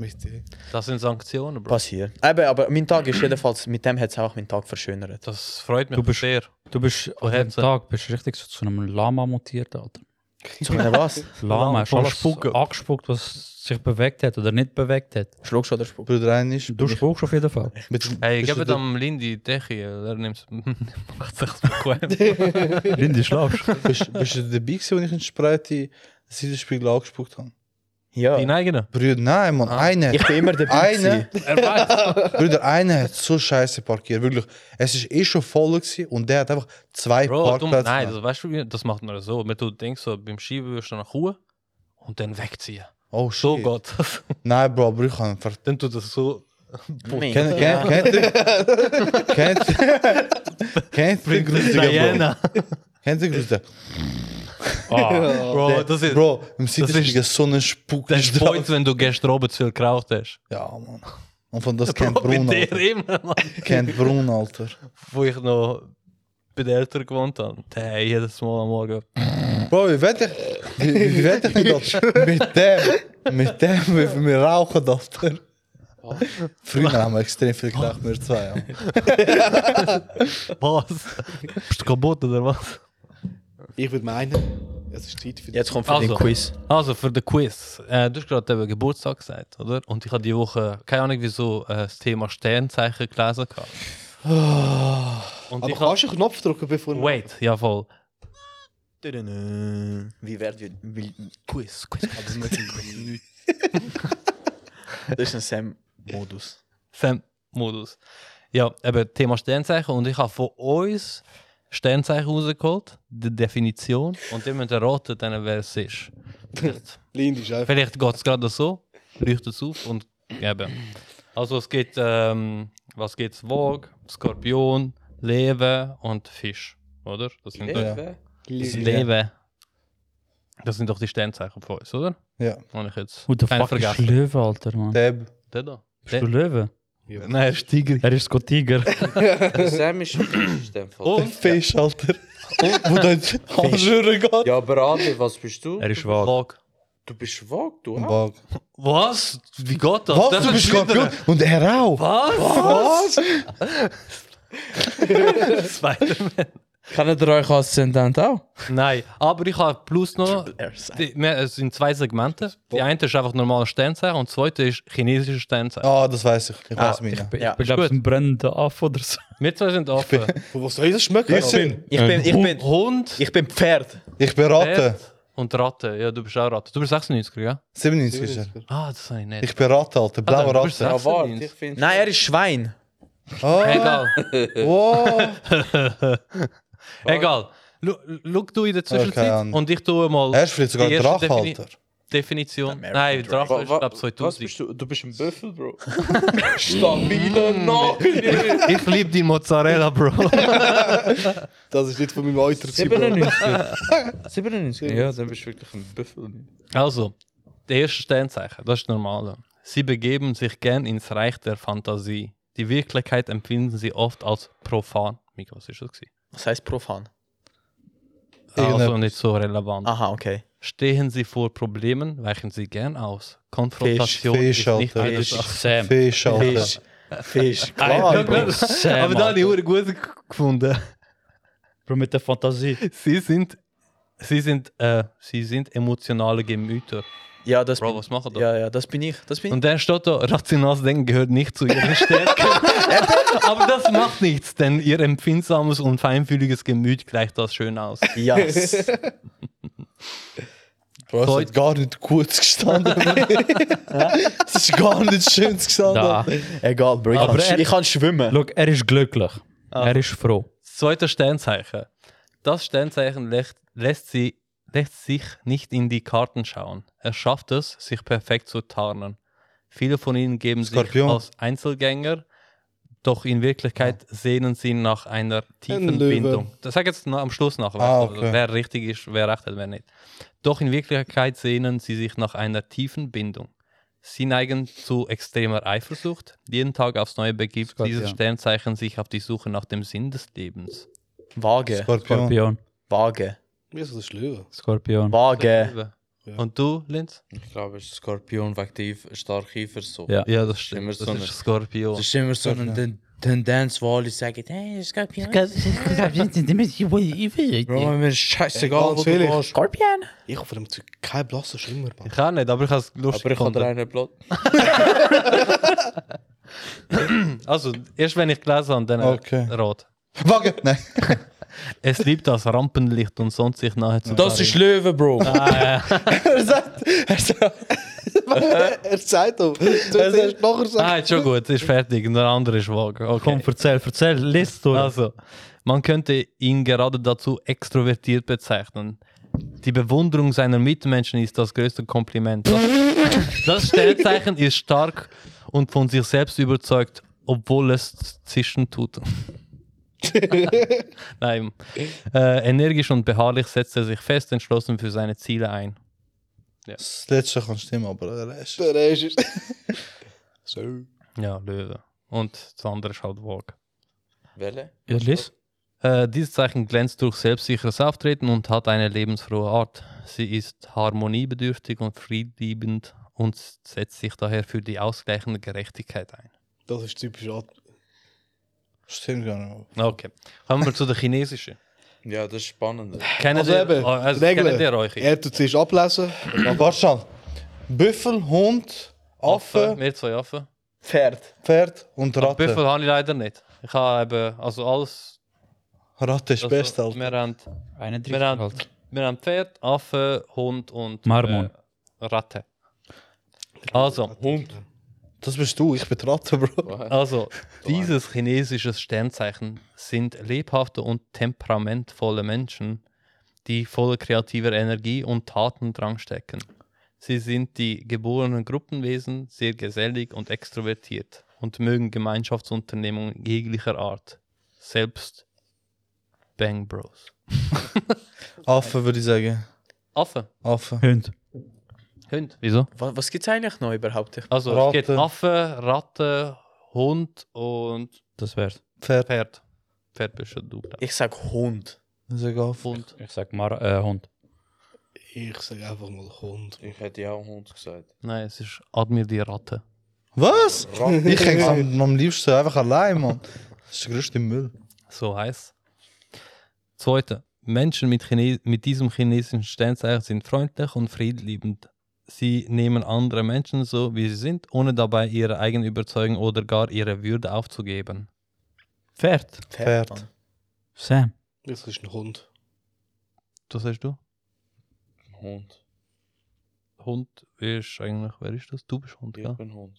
Mit dir. Das sind Sanktionen, Bro. passiert. Eben, aber mein Tag ist jedenfalls, mit dem hat es auch meinen Tag verschönert. Das freut mich Du bist- sehr. Du bist an dem Herzen. Tag bist du richtig so zu einem Lama mutiert, Alter. *laughs* Zu einem was? Lama, hast voll alles spucken. angespuckt, was sich bewegt hat oder nicht bewegt hat. Schluckst oder spuckst? Bruder, einer ist. Du spuckst auf jeden Fall. mit, Hey, bist gebe du- dem Lindy Dechi. Er *laughs* nimmt es bequem. Lindy, schlafst *laughs* Bist, bist du dabei gewesen, als ich einen Spreite Seitenspiegel angespuckt habe? Ja. *laughs* Deinen eigenen. Bruder, nein, Mann, Ah. einer. Ich bin immer *laughs* dabei. gewesen. Einer, Bruder, einer hat so scheiße parkiert, wirklich. Es ist eh schon voll gewesen und der hat einfach zwei Bro, du, Parkplätze. nein, das, weißt du, wie- das macht man so. Man tut Dings so beim Schieben wirst du nach Ruhe und dann wegziehen. oh So shit. geht das. Nein, Bro, aber ich kann ver Dann tut das so. Mega. Kennt kennt kennt ihr? *laughs* Kennt kennt ihr Grüße, Bro? Kennt ihr Grüße? Bro, das ist. Bro, im ist- Seitenspiegel so ein Spuck. Das ist ist da. Point, wenn du gestern oben zu viel geraucht hast. Ja, Mann. Und von das kennt Bro, bei Bruno. dir Alter. immer, Mann. Kennt Bruno, Alter. Wo ich noch bei den Eltern gewohnt habe. Der jedes Mal am Morgen. *laughs* Bro, wie weet ik, wie, wie weet ik niet dat? Met hem, met hem hebben we rauchen dat er. Vroeger haben wir extrem viel gedacht, wir zwei. ja. Was? Bist du kaputt oder was? Ich würde meinen, es ist Zeit für Jetzt kommt für Also. den Quiz. Also für den Quiz. Äh, du hast gerade eben Geburtstag gesagt, oder? Und ich habe die Woche, keine Ahnung wieso, äh, das Thema Sternzeichen gelesen. gehabt. Und Aber ich habe. kannst du einen Knopf drücken, bevor du... Wait, ja voll. Wie werd wir... wie- Quiz, *laughs* Quiz. Das ist ein Sam-Modus. Fan-Modus. Ja, eben Thema Sternzeichen. Und ich habe von uns Sternzeichen rausgeholt, die Definition. Und ihr müsst erraten, dann, wer es ist. Vielleicht, Lindy ist einfach... vielleicht geht es gerade so, leuchtet es auf und eben. Also es gibt, ähm, was gibt es? Vogue, Skorpion, Löwe und Fisch, oder? Das sind, doch- Ja. das sind Löwe. Das sind doch die Sternzeichen von uns, oder? Ja. Habe ich jetzt What the keinen fuck ist Löwe, Alter, Mann? Deb, Der da? Bist du Löwe? Nein, er ist Tiger. Er ist kein Tiger. Sam ist ist in dem Fall. Und? Fisch, Alter. Wo das Anschüren geht. Ja, aber Adi, was bist du? Er ist wahr. Vogue. Du bist vag, du. ah? Bug. Was? Wie geht das? Was, Das du ist bist Skorpion? wieder- Und er auch. Was? *laughs* Was? Spider-Man. Kennt ihr euch Aszendent auch? Nein, aber ich habe plus noch. Er ist ein- Die, mehr- es sind zwei Segmente. Die eine ist einfach normal Sternzeichen und die zweite ist chinesische Sternzeichen. Ah, das weiß ich. Ich weiß mich nicht. Ja. Ich glaube, es ist ein brennender Affe oder so. Wir zwei sind offen. Von was soll das schmecken? Ich bin, Ich bin, ich bin, Hund, ich bin Pferd. ich bin Ratte. Pferd und Ratte. Ja, du bist auch Ratte. Du bist 96er, ja? 97 ist er. Ah, das habe ich nicht. Ah, Ich bin Ratte, Alter. Blaue du bist Ratte. Ja, warte, ich 96. finde. Nein, er ist Schwein. Ah, *laughs* Egal. wow. Egal. Schau du in Okay, der Zwischenzeit Ah, Ahnung. und ich tue mal Er ist vielleicht sogar die ein erste Drache, Defini- Alter. Definition. American Nein, Drache Wa- ist, wa- glaube ich, Was 2000. bist du? Du bist ein *laughs* Büffel, Bro. Stabile Nagel. Ich liebe die Mozzarella, Bro. Das ist nicht von meinem Alter zu Bro. 97. 97? Ja, dann bist du wirklich ein Büffel. Also, der erste Sternzeichen, das ist normal. Sie begeben sich gern ins Reich der Fantasie. Die Wirklichkeit empfinden sie oft als profan. Miko, was ist das? gewesen? Was heißt profan? Also Irgendetwas. nicht Ah. so relevant. Aha, okay. Stehen Sie vor Problemen, weichen Sie gern aus. Konfrontation Fisch, ist nicht Alter. eine Fisch. Sache. Ah, Sam. Fisch, Alter. Fisch. Fisch. Klar, Bro. Bro. Sam, Aber da habe ich Alter. hure gut g- gefunden. Bro, mit der Fantasie. Sie sind, sie sind, äh, sie sind emotionale Gemüter. Ja, das Bro, bin, was machen da? ja, ja, das bin ich. Das bin ich. Und dann steht da, rationales Denken gehört nicht zu ihren Stärken. Aber das macht nichts, denn ihr empfindsames und feinfühliges Gemüt gleicht das schön aus. Yes. Bro, es Heute- hat gar nicht gut gestanden. es ist gar nicht schön gestanden. Da. *laughs* Egal, Bro, ich, Aber kann, sch- er- ich kann schwimmen. Schau, er ist glücklich. Ah. Er ist froh. Das zweite Sternzeichen. Das Sternzeichen lächt, lässt, sie, lässt sich nicht in die Karten schauen. Er schafft es, sich perfekt zu tarnen. Viele von ihnen geben Skorpion. sich als Einzelgänger, doch in Wirklichkeit sehnen sie nach einer tiefen Ein Löwe. Bindung. Das sage ich jetzt noch am Schluss nach, Ah, also, okay. wer richtig ist, wer recht hat, wer nicht. Doch in Wirklichkeit sehnen sie sich nach einer tiefen Bindung. Sie neigen zu extremer Eifersucht. Jeden Tag aufs Neue begibt Skorpion. dieses Sternzeichen sich auf die Suche nach dem Sinn des Lebens. Waage. Skorpion. Skorpion. Waage. Mir ist das Schlühe. *laughs* Skorpion. Waage. Ja. Und du, Linz? Ich glaube, es ist Skorpion wegen der Eif- starke Eifersucht. Ja. das stimmt. Immer Das so ist eine- Es Skorpion. ist immer so eine Ten- Tendenz, wo alle sagen, hey, Skorpion. Bro, mir ist scheißegal, Ganz wo du ehrlich. warst. Skorpion? Ich habe von dem Zeug keinen blassen Schimmer, Mann. Ich kann nicht, aber ich habe es Aber lustig ich habe gefunden. einen Blatt. Also, erst wenn ich gelesen habe, dann Okay. okay. Rot. Wagen! Nein. Es liebt das Rampenlicht und sonst sich nahezu. Das ist Löwe, Bro. er sagt, er sagt, *laughs* er sagt doch. Zuerst nachher sagt Ah, ist schon gut, ist fertig. Und der andere ist vage. Okay. Komm, erzähl, erzähl, lest du. Also, man könnte ihn gerade dazu extrovertiert bezeichnen. Die Bewunderung seiner Mitmenschen ist das größte Kompliment. Das, das Sternzeichen ist stark und von sich selbst überzeugt, obwohl es zischen tut. *laughs* Nein. Äh, energisch und beharrlich setzt er sich fest entschlossen für seine Ziele ein. Das letzte kann stimmen, aber der Rest. er, er ist. *laughs* So. Ja, Löwe. Und das andere ist halt Vogue. Welle? Ja, lies. Äh, dieses Zeichen glänzt durch selbstsicheres Auftreten und hat eine lebensfrohe Art. Sie ist harmoniebedürftig und friedliebend und setzt sich daher für die ausgleichende Gerechtigkeit ein. Das ist typisch alt. Stimmt gar nicht. Okay, kommen wir zu der chinesischen. *laughs* Ja, das ist spannend. Kennen Also ihr, eben, also, Regeln. kennt ihr euch? Er tut zuerst ablesen. Aber Warte schon. Büffel, Hund, Affe, Wir zwei Affen. Pferd. Pferd und Aber Ratte. Büffel habe ich leider nicht. Ich habe eben, also alles... Ratte ist best, also, Alter. wir, haben, Eine wir, haben, wir haben Pferd, Affe, Hund und... Marmon. Äh, Ratte. Also, Hund. Das bist du, ich bin die Ratte, Bro. *laughs* Also, dieses chinesische Sternzeichen sind lebhafte und temperamentvolle Menschen, die voller kreativer Energie und Tatendrang stecken. Sie sind die geborenen Gruppenwesen, sehr gesellig und extrovertiert und mögen Gemeinschaftsunternehmungen jeglicher Art. Selbst Bang Bros. Affe würde ich sagen. Affe, Affe. Hund. Hund. Wieso? Was, was gibt es eigentlich noch überhaupt? Also, Ratte. es gibt Affe, Ratte, Hund und Das wär's. Pferd. Pferd. Pferd bist schon du. glaub ich. Ich sag Hund. Ich sage Affe. Hund. Ich sag Mar äh, Hund. Ich sage einfach mal Hund. Ich hätte ja auch Hund gesagt. Nein, es ist Admir die Ratte. Was? Ich hänge am, am liebsten einfach allein, Mann. Das ist der größte Müll. So heißt Zweite. Menschen mit, Chine mit diesem chinesischen Sternzeichen sind freundlich und friedliebend. Sie nehmen andere Menschen so, wie sie sind, ohne dabei ihre eigene Überzeugung oder gar ihre Würde aufzugeben. Pferd. Pferd. Mann. Sam. Das ist ein Hund. Was sagst du? Hund. Hund ist eigentlich, wer ist das? Du bist Hund, Ich gell? bin Hund.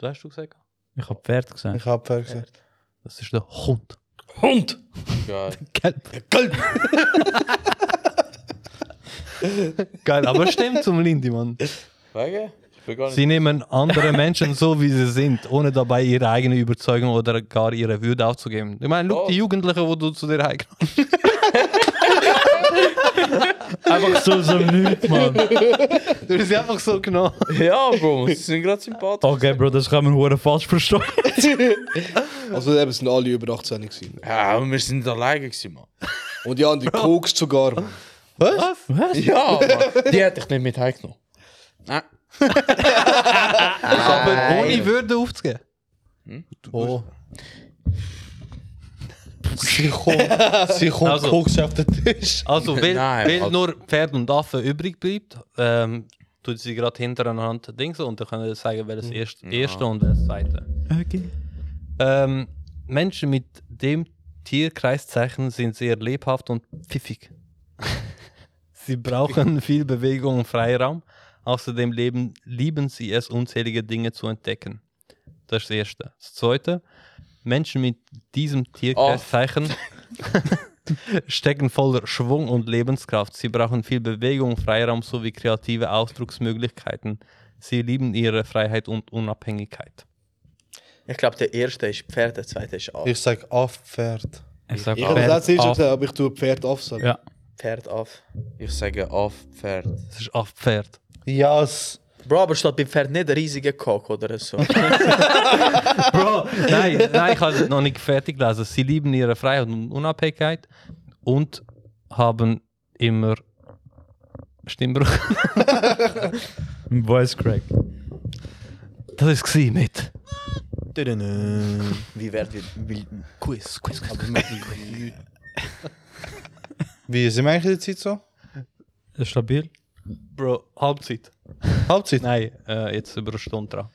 Was hast du gesagt? Ich hab Pferd gesehen. Ich hab Pferd gesagt. Das ist der Hund. Hund! Geil. Geil, aber stimmt zum Lindy, Mann. Wege? Ich bin gar nicht. Sie nehmen andere Menschen so, wie sie sind, ohne dabei ihre eigene Überzeugung oder gar ihre Würde aufzugeben. Ich meine, guck Oh. die Jugendlichen, wo du zu dir heimkommst. Einfach so, so nichts, Mann. Du bist einfach so genau. Ja, Bro, sie sind gerade sympathisch. Okay, Bro, das kann man hure falsch verstehen. Also eben sind alle über 18 gewesen. Ja, aber wir sind alleine gewesen, Mann. Und die haben die Koks sogar. Mann. Was? Was? Ja, Mann. die hätte ich nicht mit heimgenommen. Nein. Aber ohne Würde aufzugeben. Hm? Oh. Sie kommt, sie kommt Also. Koks auf den Tisch. Also, weil, Nein, weil also- nur Pferd und Affe übrig bleibt, ähm, tun sie gerade hintereinander Dings und dann können wir sagen, wer Hm. das erste, erste und wer das zweite. Okay. Ähm, Menschen mit dem Tierkreiszeichen sind sehr lebhaft und pfiffig. sie brauchen viel Bewegung und Freiraum. Außerdem leben, lieben sie es, unzählige Dinge zu entdecken. Das ist das Erste. Das Zweite, Menschen mit diesem Tierkreiszeichen *laughs* stecken voller Schwung und Lebenskraft. Sie brauchen viel Bewegung, Freiraum sowie kreative Ausdrucksmöglichkeiten. Sie lieben ihre Freiheit und Unabhängigkeit. Ich glaube, der erste ist Pferd, der zweite ist Af. Ich sag Affpferd. Ich sag Ich habe das letzte schon Pferd gesagt, aber ich tue Pferd aufsagen. Ja. Pferd Af. Ich sage auf Pferd. Das ist auf Pferd. Ja, es. Bro, aber statt beim Pferd nicht ein riesiger Kock oder so. Bro, Oh, *laughs* nein, nein, ich habe es noch nicht fertig gelesen. Sie lieben ihre Freiheit und Unabhängigkeit und haben immer Stimmbruch. *laughs* auf Voice Crack. Das ist gsi mit. wie werd wir. Wie, Quiz, quiz, quiz. Wie sind wir eigentlich in der Zeit so? Ist stabil? Bro, Halbzeit. Halbzeit? Nein, äh, jetzt über eine Stunde dran.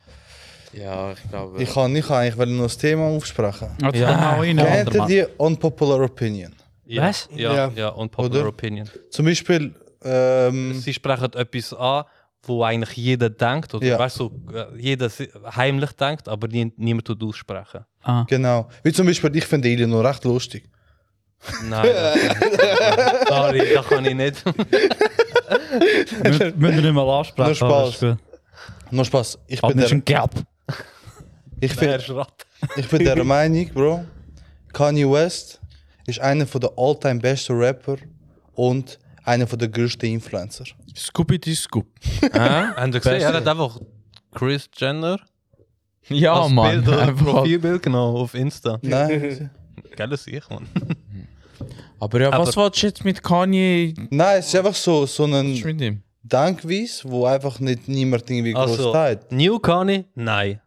Ja, ich glaube. Ich kann nicht eigentlich wollte nur das Thema aufsprechen. Also, Ja. dann hau rein. Kennt ihr die Unpopular Opinion? Ja, Was? Ja, ja, Ja. und Popular Oder? Opinion. Zum Beispiel, ähm, Sie sprechen etwas an, wo eigentlich jeder denkt, oder Ja. weißt du, äh, jeder si- heimlich denkt, aber nie, niemand tut *laughs* aussprechen. Ah. genau. Wie zum Beispiel, ich finde Alien noch recht lustig. Nein. das- Sorry, das kann ich nicht. Müssen müssen wir nicht mal ansprechen. Nur Spaß. aber ist gut. Nur Spaß. Ich Hat bin nicht der, Ah, ein Gelb. ich Wer bin, ist Rat? ich bin der Meinung, Bro, Kanye West ist einer von der all-time besten Rapper und einer von der größten Influencer. Scooby-Doo Scoop. Hä? Haben Sie gesehen? Er hat einfach Chris Jenner Ja, als Mann. Bild oder Einfach. Profilbild genommen auf Insta. Nein, Geiles Ich, Mann. Aber ja, was willst du jetzt mit Kanye? nein, es ist einfach so, so Was ist ein mit ihm? Dankweis, wo einfach nicht niemand irgendwie groß Also, teilt. New Kanye? Nein,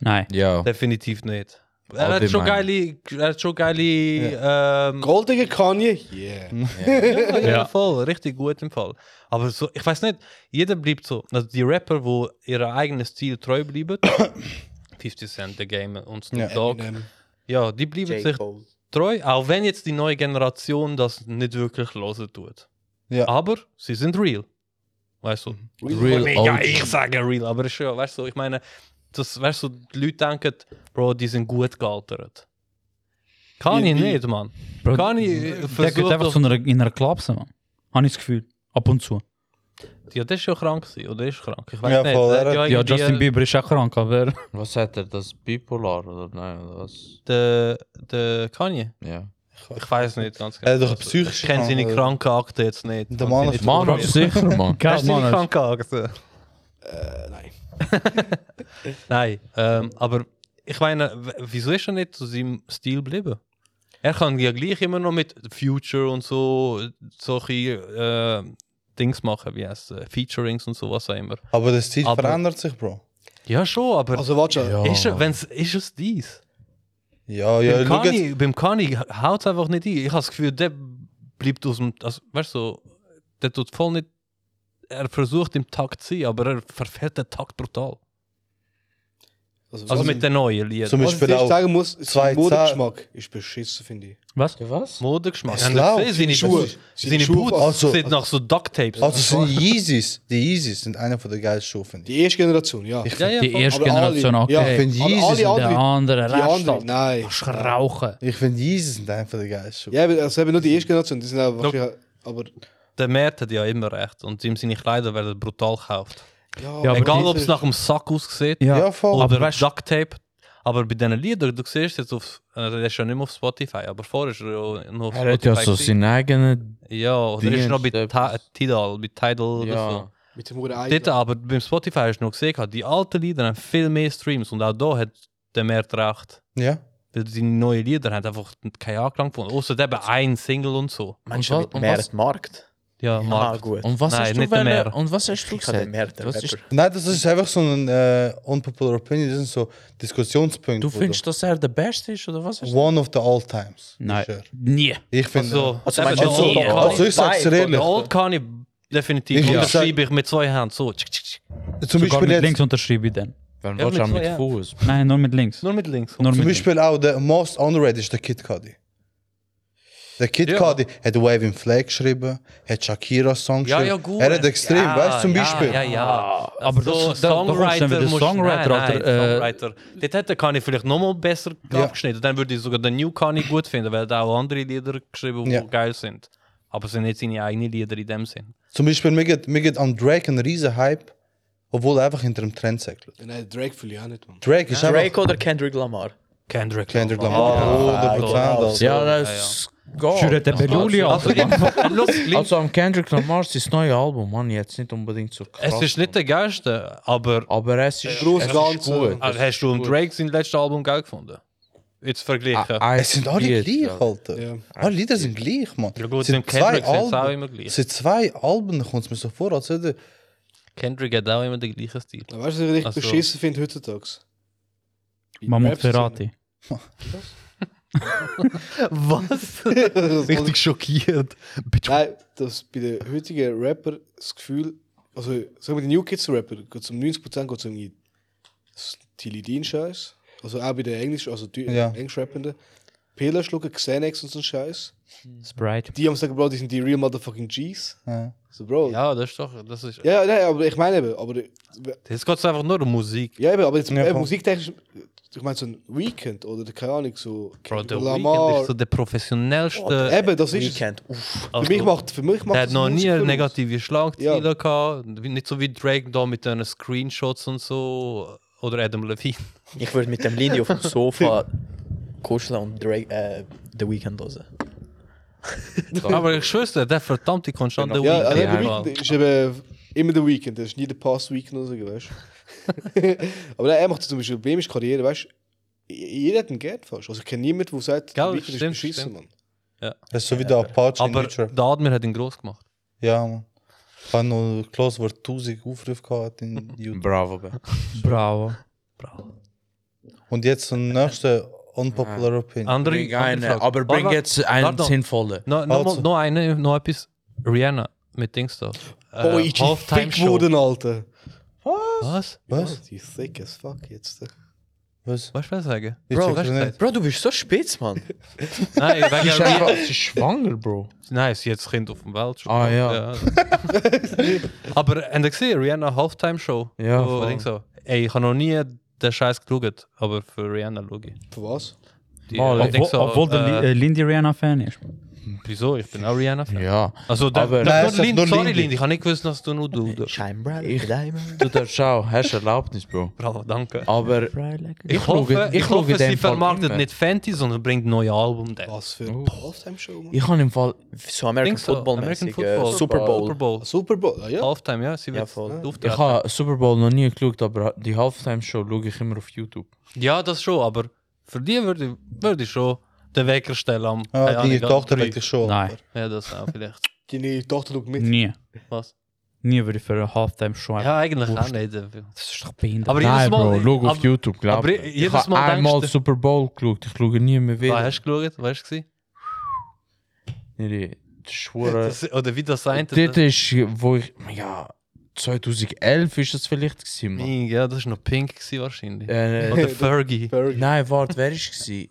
Nein. Ja. definitiv nicht. Er hat Allgemein. schon geile, er hat schon geile, ähm, Goldiger Kanye? Yeah. ja, ja, voll, richtig gut im Fall. Aber so, ich weiß nicht, jeder bleibt so. Also die Rapper, wo ihrem eigenen Stil treu bleiben, 50 Cent, The Game und Snoop Ja. Dogg, ja, die bleiben sich Cole. treu, auch wenn jetzt die neue Generation das nicht wirklich hören tut. Ja. Mhm. Aber sie sind real. Weißt du? Real ja, OG. ich sage real, aber ist ja, weißt du, ich meine, das, weißt du, die Leute denken, Bro, die sind gut gealtert. Kann ich nicht, Mann. Bro, Kann ich Der geht einfach so versuchen. in einer, in einer Klapse, man. Habe ich das Gefühl. Ab und zu. Ja, der ist schon krank gewesen, oder ist krank. Ich weiß Ja, nicht. voll, der er hat Ja, irgendwie Justin Bieber ist auch krank, aber. Was hat er? Das bipolar oder nein? Oder was? Der, der Kanye. Ja. Ich weiß nicht ganz genau. Er hat doch eine Also, psychische Ich kenne seine Krankheit. Krankenakte jetzt nicht. Der Kann Mann sie ist nicht Mann, vorlesen. bist du sicher, Mann? Hast du deine Mann, Krankenakte? also? Äh, nein. *laughs* nein, ähm, aber ich meine, w- wieso ist er nicht zu seinem Stil geblieben? Er kann ja gleich immer noch mit Future und so solche äh, Dings machen, wie heißt es, Featurings und so, was auch immer. Aber der Stil Aber- verändert sich, Bro. Ja, schon, aber Oh. Also, warte schon. Ja. ist, er, wenn's, ist es dies? Ja, ja, beim schau jetzt- Kani, beim Kani haut es einfach nicht ein. Ich habe das Gefühl, der bleibt aus dem. Also, weißt du, so, der tut voll nicht. Er versucht im Takt zu sein, aber er verfehlt den Takt brutal. Also mit den neuen Liedern. Also Zum Was ich Beispiel zuerst auch. sagen muss, zwei sein Modegeschmack ist beschissen, finde ich. Was? Ja, was? Modegeschmack. Es Haben läuft. Sie gesehen, Seine Schuhe. Schuhe. Seine Schuhe. Boots Also- sieht nach so Ducktapes. Also sind die Yeezys, die Yeezys sind einer von der geilsten Schuhe, finde ich. Die erste Generation, ja. Ich ja, ja, Die voll. erste Aber Generation, alle- ja, okay. finde Aber Yeezys, alle der anderen, andere, die anderen, Rest. nein. Kannst rauchen. ich finde Yeezys sind einer von der geilsten Schuhe. Ja, eben, also eben nur die erste Generation, die sind auch Doch. wahrscheinlich, aber... der Mert hat ja immer recht. Und ihm seine Kleider werden brutal gekauft. Ja, aber Egal, die- ob es nach dem Sack aussieht. Ja, Ja. voll. Oder Ducktape. Aber bei diesen Liedern, du siehst jetzt auf, äh, der ist ja nicht mehr auf Spotify, aber vorher ist er ja nur auf Er hat ja Spotify so gewesen. seinen eigenen. Ja, oder ist Dienst, noch bei Ta- etwas. Tidal, bei Tidal oder so. Ja. Mit dem Huren Dort aber beim Spotify hast du noch gesehen, gehabt, die alten Lieder haben viel mehr Streams und auch da hat der mehr recht. Ja. Weil seine neuen Lieder haben einfach keinen Anklang gefunden. Außer eben ein Single und so. Menschen Und mit was- und mehr was- Markt. Ja, Ah, Markt. gut. Und was Nein, hast du nicht der wollen- Meer. Und was hast du Ich hatte gesagt? mehr der Was ist- Rapper. Nein, das ist einfach so ein äh, unpopular opinion, das sind so Diskussionspunkte. Du wo findest, dass er der Beste ist, oder was? hast du- One of the all times. Nein. Sure. Nie. Ich finde. Also, Also, eben meinst der du Old so- Kani- also ich sag's dir ehrlich. Der Old Kani definitiv. Ich- Ich ja. unterschreibe ich mit zwei Händen. So. Tsk, tsk, tsk. Zum Sogar Beispiel, mit links jetzt, unterschreibe ich dann. Dann Ja, willst du mit auch so, mit ja. Fuß. Nein, nur mit links. Nur mit links. Nur zum mit links. Beispiel auch der most underrated ist der Kid Cudi. Der Kid Ja. Cudi hat Wave in Flag geschrieben, hat Shakira Song Ja, geschrieben. ja, gut. Er hat extrem, ja, weißt du, zum ja, Beispiel. Ja, ja. aber das- da- da kommst du dann wieder musst- Songwriter, nein, nein, äh, Songwriter. Dort hätte Kani vielleicht nochmal besser abgeschnitten. Dann würde ich sogar den New Kani gut finden, weil er hat auch andere Lieder geschrieben, die Ja. geil sind. Aber es sind nicht seine eigenen Lieder in dem Sinn. Zum Beispiel, mir geht, mir geht an Drake ein riesen Hype, obwohl er einfach hinter dem Trend segelt. Nein, Drake fühle ich auch nicht, Mann. Drake ist einfach Drake oder Kendrick Lamar? Kendrick, Kendrick Lamar. 100%. Alter. Ja, das geht. Schüre der Beluli, Also, Alter. ich- Lust- Also am Kendrick Lamar ist das neue Album, Mann, jetzt nicht unbedingt so krass. Ah, Es ist nicht der geilste, aber aber es ist, Groß es ist Ganze. gut. Ah. Also, hast du Drake sein letztes Album geil gefunden? Jetzt vergleichen. Ah, Es sind alle Lied, gleich, ja. Alter. Ja. Alle Lieder sind gleich, Mann. ja gut, Seit dem Kendrick zwei sind es auch Alben- immer gleich. Seit zwei Alben kommt es mir so vor, als hätte Kendrick hat auch immer den gleichen Stil. Aber weißt du, was ich Ach richtig so. beschissen finde heutzutage? Mahmoud *laughs* Ferrati. Was? Richtig schockiert. Nein, dass bei den heutigen Rapper das Gefühl, also sagen wir die New Kids Rapper, geht zum 90% geht es um die Tilidin Scheiß. Also auch bei den Englisch, also die Ja. Englisch Rappenden. Piller schlucken, Xanax und so ein Scheiß. Sprite. Die haben gesagt, Bro, die sind die real motherfucking G's. Ja. So, Bro. Ja, Ja, das ist doch. Das ist, ja, nein, aber ich meine eben, aber Jetzt geht es einfach nur um Musik. Ja, eben, aber jetzt Ja, äh, voll. musiktechnisch, ich meine, so ein Weekend oder keine Ahnung, so Bro, der Kendrick Weeknd ist so der professionellste. eben, das ist. es. Weekend. Uff. Für mich macht, für mich macht der hat das noch Musik nie aus. negative Schlagzeilen Ja. gehabt. Nicht so wie Drake da mit den Screenshots und so. Oder Adam *laughs* Levine. Ich würde mit dem Lindy auf dem Sofa kuscheln und Drake, äh, The Weekend hören. Aber ich schwör's dir, der verdammte konstante Ja, also der Mann. Weekend ist eben immer der Weekend, das ist nie der Past Weekend oder so, weißt *laughs* du. aber nein, er macht zum Beispiel, bei ihm ist Karriere, weißt du, jeder hat ihn gern fast. Also ich kenne niemanden, der sagt, Gell, der Weekend ist stimmt, beschissen, stimmt. Mann. Das ist so wie der Apache in Aber Detroit. der Admir hat ihn groß gemacht. Ja, man. Ich habe noch gelesen, wo er 1000 Aufrufe gehabt hat *laughs* in YouTube. Bravo, Bro. Bravo. Und jetzt zum nächsten Unpopular Opinion. Andere, Bring andere eine, Frage. aber bring Warte, jetzt einen Pardon. sinnvollen. No, no, Also. Noch eine, noch etwas. Rihanna mit Dings da. Äh, Boah, ich Halftime fick Show. geworden, Alter. Was? Was? Die ist thick as fuck jetzt. Was? Was willst du sagen? Ich check's weißt du nicht. nicht. Bro, du bist so spitz, Mann. Nein, Sie ist, wegen einfach, sie ist schwanger, Bro. Nein, sie hat das Kind auf dem Welt schon. Ah, ja. *laughs* Aber habt ihr gesehen, Rihanna Halftime Show? Oh, Ja, Wo- voll. Dings so. Ey, ich habe noch nie den Scheiß geschaut, aber für Rihanna schaue ich. Für was? Die- Mal, ich denk Obwohl, so, obwohl der Li- äh, äh, Lindy Rihanna-Fan ist. Wieso? Ich bin auch Rihanna-Fan. Ja. Also, der, Aber- der, Nein, nur es ist Lind, nur sorry, Lindy. Lind, ich habe nicht gewusst, dass du nur du. du- Scheinbar. Ich Diamond. Du darfst auch, hast Erlaubnis, Bro. Bravo, Ah, danke. Aber Ich, Ich hoffe, eh, schaue- ich ich schaue hoffe dem sie Fall vermarktet immer. nicht Fenty, sondern bringt ein neues Album. dann. Was für Oh. eine Halftime-Show, Mann? ich habe im Fall. So American Denkst du, Football American mäßig. Football. Äh, Super Bowl. Super Bowl. Super Bowl, ah, ja. Halftime, ja. Sie Ja, wird voll. auftreten. Ich habe Super Bowl noch nie geschaut, aber die Halftime-Show schaue ich immer auf YouTube. Ja, das schon, aber für die würde ich, würde ich schon den Wecker stellen. Am, keine Ah, Ahnung, deine am Tochter drei. weckt dich schon. Nein, Ja, das auch vielleicht. *laughs* Deine Tochter schaut Hm. mit. nie. Was? Nie würde ich für eine Halftime-Show einfach- Ja, eigentlich auch Wurscht. nicht. Das ist doch behindert. Ah, Aber Nein, jedes Mal. Bro, schau auf ab- YouTube, glaub aber mir. jedes Ich habe Mal denkst einmal du- Super Bowl geschaut, ich schaue nie mehr Ah, wieder. hast du geschaut? Weißt du? Nee, das ist schwere- Das, oder wie das sein Dort ist, wo ich. Ja, 2011 ist das vielleicht gewesen, Mann. Ja, das war noch pink gewesen, wahrscheinlich. Äh, Oder Fergie. Fergie. Nein, warte, wer ist *laughs* gsi?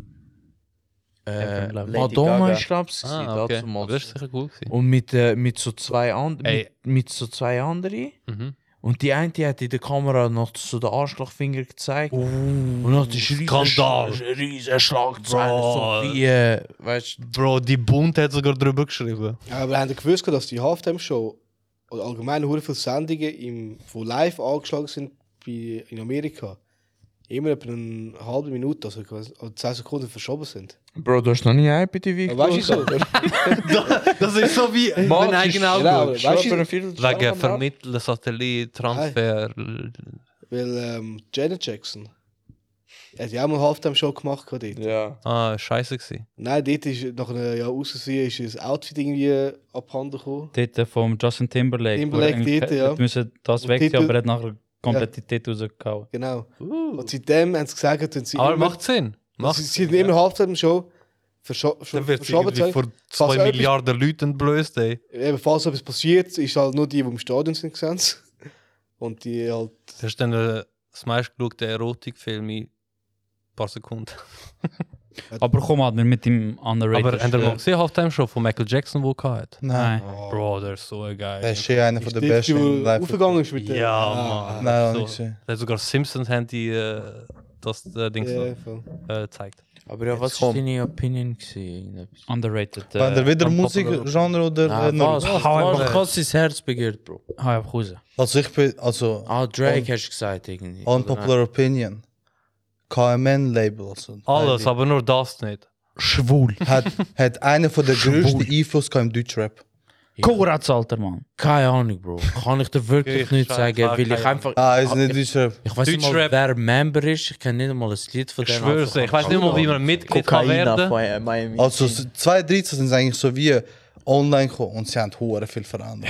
Äh, Lady Madonna Gaga. ist glaub ich Ah, okay. Aber das ist damals. sicher cool gewesen. Und mit, äh, mit so zwei and Ey. mit, mit so zwei anderen. Mhm. Und die eine die hat in der Kamera noch so den Arschlochfinger gezeigt. und noch die Oh, Skandal. riesen Schlagzeilen. Bro. So wie, äh, weißt Bro, die Bund hat sogar drüber *laughs* geschrieben. Ja, aber haben ihr gewusst, dass die Halftime-Show oder allgemein hure viele Sendungen im, die live angeschlagen sind bei, in Amerika immer etwa eine halbe Minute, also ich weiss- also 10 Sekunden verschoben sind? Bro, du hast noch nie ein BTV Ja, weißt du so? *laughs* Das ist so wie mein eigener genau, Auto. aber weißt du, Wegen Vermittler, Satellit, Transfer. weil ähm, Janet Jackson Er hat ja auch mal Halftime-Show gemacht. gehabt Dort. Ja. Ah, scheiße gewesen. Nein, dort ist nach einem Jahr ausgesehen, ist ein Outfit irgendwie abhanden gekommen. Dort vom Justin Timberlake. Timberlake eigentlich dort, fe- ja. hat müssen das Und wegziehen, Titel- aber er hat nachher komplett die Titel rausgehauen. Genau. Und seitdem haben sie gesagt, dass sie Uh. Aber immer, macht Sinn. Macht sie, sie Sinn, sind immer Halftime-Show verscho Dann verscho- wird es verschoben. irgendwie Vor vor zwei etwas- Milliarden Leuten entblößt, ey. Eben, falls etwas passiert, ist halt nur die, die im Stadion sind, gesehen. Und die halt Das ist dann äh, das meistgeschaute Erotikfilm in ein paar *laughs* Sekunden. Aber komm mal, mit dem Underrated. Aber habt ihr mal gesehen, Halftime Show von Michael Jackson, wo gehabt? Nein. Ah, Bro, der ist so ein Er geil. ist eh einer von ist der dort, die, besten. in die Live- aufgegangen ist mit der. Ja, Ah. Mann. Nein, auch so. nicht gesehen. Der hat sogar Simpsons haben die äh, das äh, Ding Ja, voll. äh, gezeigt. Aber ja, was war komm. deine Opinion? gewesen? Underrated. äh, Wenn der wieder unpopular- Musikgenre oder äh, Nein, was? nur. Was, hau was, einfach- was dein Herz begehrt, Bro? Hau einfach raus. Also ich bin. Also. Ah, Drake hast du gesagt irgendwie. oder Unpopular Opinion. KMN-Label. Also. Alles, aber nur das nicht. Schwul. hat, hat einer von der größten Einfluss gehabt im Deutschrap. Koratz, alter Mann. nein? Keine Ahnung, Bro. Kann ich dir wirklich Ich nicht schau- sagen, schau, weil keine ich einfach... Ah, ist nicht Deutschrap. Ich weiß nicht mal, Deutschrap. wer Member ist. Ich kenne nicht mal ein Lied von Ich denen. schwöre also ich weiß nicht mal, wie man Mitglied kann werden kann. von Miami. Also s- 2013 sind sie eigentlich so wie online gekommen und sie haben hure viel verändert.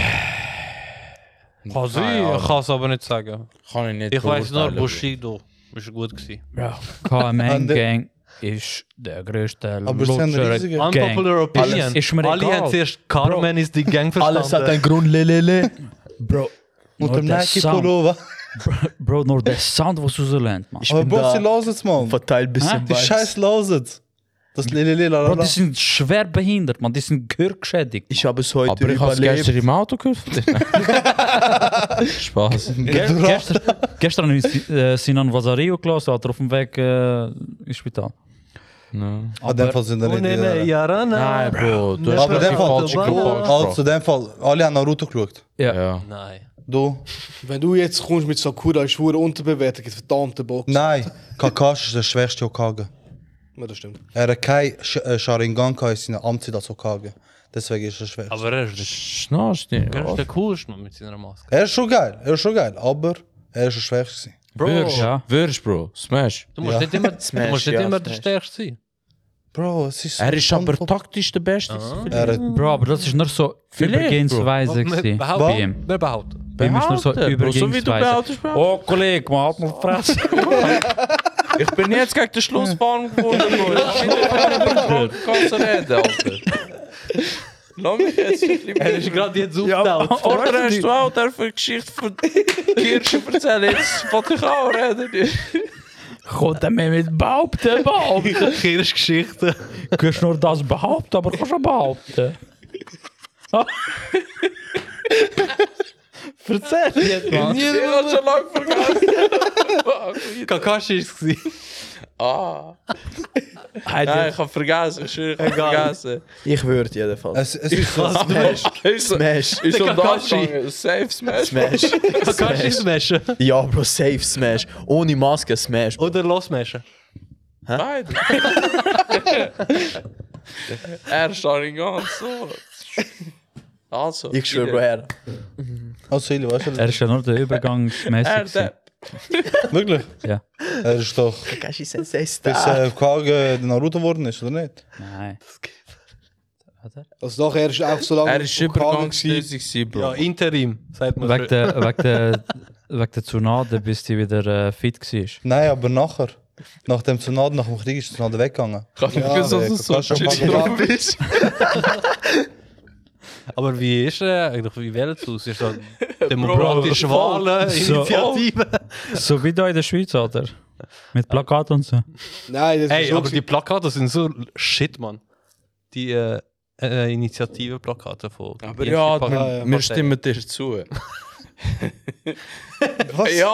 Kann sein, Ah, ich kann es aber nicht sagen. Kann ich nicht Ich weiß nur, beurteilen, Bro. Bushido ist gut gewesen. Ja. Ander- KMN-Gang ist der größte Aber sie haben Lutscher- riesige- Gang. Unpopular Opinion. Alles ist mir Alle egal. haben zuerst Carmen ist die Gang verstanden. einen Grund, lelele. Bro. Und Nur dem der Nike Sound. Pullover. Bro, nur der Sound, was rauslernt, man. Aber bin Bro, da. sie hören es, Mann. Verteilt bisschen Die Vibes. Scheiß hören es. Das lelele, Bro, lalala. die sind schwer behindert, man. Die sind gehörgeschädigt. Ich habe es heute Aber ich habe es überlebt. gestern im Auto gehört. Spaß. Ge- gestern, gestern habe ich Si- äh, Sinan Vazario gelassen, hat er auf dem Weg äh, ins Spital. Nein, Aber in dem Fall oh, sind da nicht Unene die- Yarana. Bro. Du Aber in hast dem mich Fall, falsch geparkt, Bro. also in dem Fall, alle haben Naruto geschaut. Ja. Ja. Nein. Du? Wenn du jetzt kommst mit Sakura, ist schwur unterbewertet, gibt verdammte Box. Nein, Kakashi ist der schwerste Hokage. Ja, das stimmt. Er hat kein Sch äh, Sharingan gehabt in seiner Amtszeit als Hokage. Deswegen ist er schwer. Aber er ist der- Schnarchst nicht. er ist was? der coolste Mann mit seiner Maske. Er ist schon geil, er ist schon geil, aber er ist der Schwächste. gewesen. Bro, Würsch, Ja. Würsch, Bro. Smash. du musst nicht immer, du musst nicht ja, immer der Smash. Stärkste sein. Bro, es ist. Er ist aber unpop- taktisch der Beste. Er hat Bro, aber das ist nur so Vielleicht, Übergehensweise. gewesen. Bei ihm. Wer behauptet? Bei ihm ist nur so Bro, so wie du Übergehensweise. behauptest, Bro. Oh, Kollege, man hat noch Fresse. *laughs* Ich bin jetzt gegen den Schluss warm geworden, Bro. Ich bin nicht mehr kannst reden, Alter. Lass mich jetzt ein bisschen Er ist gerade jetzt auf Oder hast du auch dafür eine Geschichte von Kirschen erzählen? Jetzt wollte ich auch reden. Gott, der Mann mit behaupten, behaupten. Kirschgeschichte. Du kannst nur das behaupten, aber kannst auch behaupten. Verzähl jetzt, man. Ich hab schon lange vergessen. *laughs* Kakashi ist es. Ah. Nein, ich hab vergessen. Ich schwöre, ich hab vergessen. Ich würde jedenfalls. Es, es ist so, Smash, Ist *laughs* so- Smash, ist um das Kakashi. gegangen. Safe Smash. Smash. Kakashi smashen. Ja, Bro, safe Smash. Ohne Maske Smash. Bro. Oder los smashen. Beide. er Sharingan, so. Also. Ich schwöre, Bro, wieder. her. also, Ili, weißt Er du, ist ja nur der Er Übergangsmäßig. Depp. wirklich? Ja. Er ist doch, Kakashi Sensei bis Star. äh, Hokage Naruto geworden ist, oder nicht? Nein. Also doch, er ist auch so lange. Er ist Hokage gewesen. übergangslösig, gewesen, Bro. Ja, Interim, sagt man. Wegen der, wegen der, wegen der Tsunade, bis die wieder äh, fit war. Nein, aber nachher. Nach dem Tsunade, nach dem Krieg ist Tsunade weggegangen. Ich hab nicht Ja, gewusst, dass ey, du so Kakashi shit Hokage. drauf bist. Aber wie ist er eigentlich? Wie wählt es aus? Ist das demokratische Bro, Wahlen, so- Initiative? So wie da in der Schweiz, oder? Mit Plakat und so. Nein, das ist Ey, so aber die gewesen. Plakate sind so shit, Mann. Die äh, äh, Initiative-Plakate von. Aber die ja, erste Partei. wir stimmen dir zu. Was? Ja,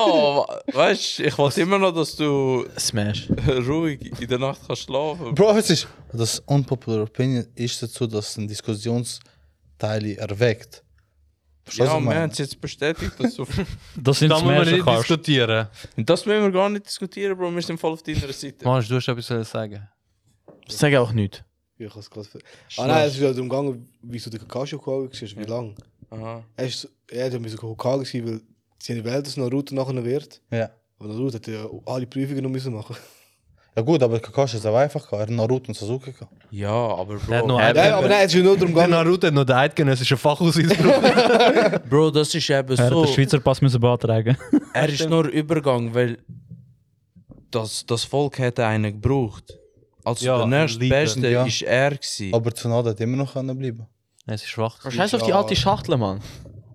weißt du, ich wollte immer noch, dass du Smash. ruhig in der Nacht kannst schlafen. Bro, es ist. Das Unpopular Opinion ist dazu, dass ein Diskussionsteile erweckt. Verstehst du, was ich Ja, wir haben meine? es jetzt bestätigt, dass du. Das sind Da muss man Smash nicht Cards. diskutieren. Das müssen wir gar nicht diskutieren, Bro. Wir sind voll auf deiner Seite. Mann, du hast etwas zu sagen. Sag auch nichts. Ich hab's gerade ver- Ah nein, es ist ja darum gegangen, wieso der Kakashi Hokage war, wie lange. Aha. Er ist, er hat ja müssen Hokage sein, weil seine Welt aus Naruto eh, nachher wird. Ja. Aber Naruto hat ja alle Prüfungen noch müssen machen. Ja gut, aber Kakashi ist auch einfach. gehabt. Er hat Naruto und Sasuke. gehabt. Ja, aber Bro, Der hat noch eben- Nein, aber nein, es ist nur darum Der gegangen. Naruto hat noch den *laughs* eidgenössischen Fachausweis. Bro, das ist eben Er hat so. den Schweizer Pass müssen beantragen. Er ist nur Übergang, weil das, das Volk hätte einen gebraucht. Also Ja, der nächste Leader. Beste Ja. ist er gewesen. Aber Tsunade hat immer noch können bleiben. es ist schwach. Scheiß auf die alte Schachtel, Mann.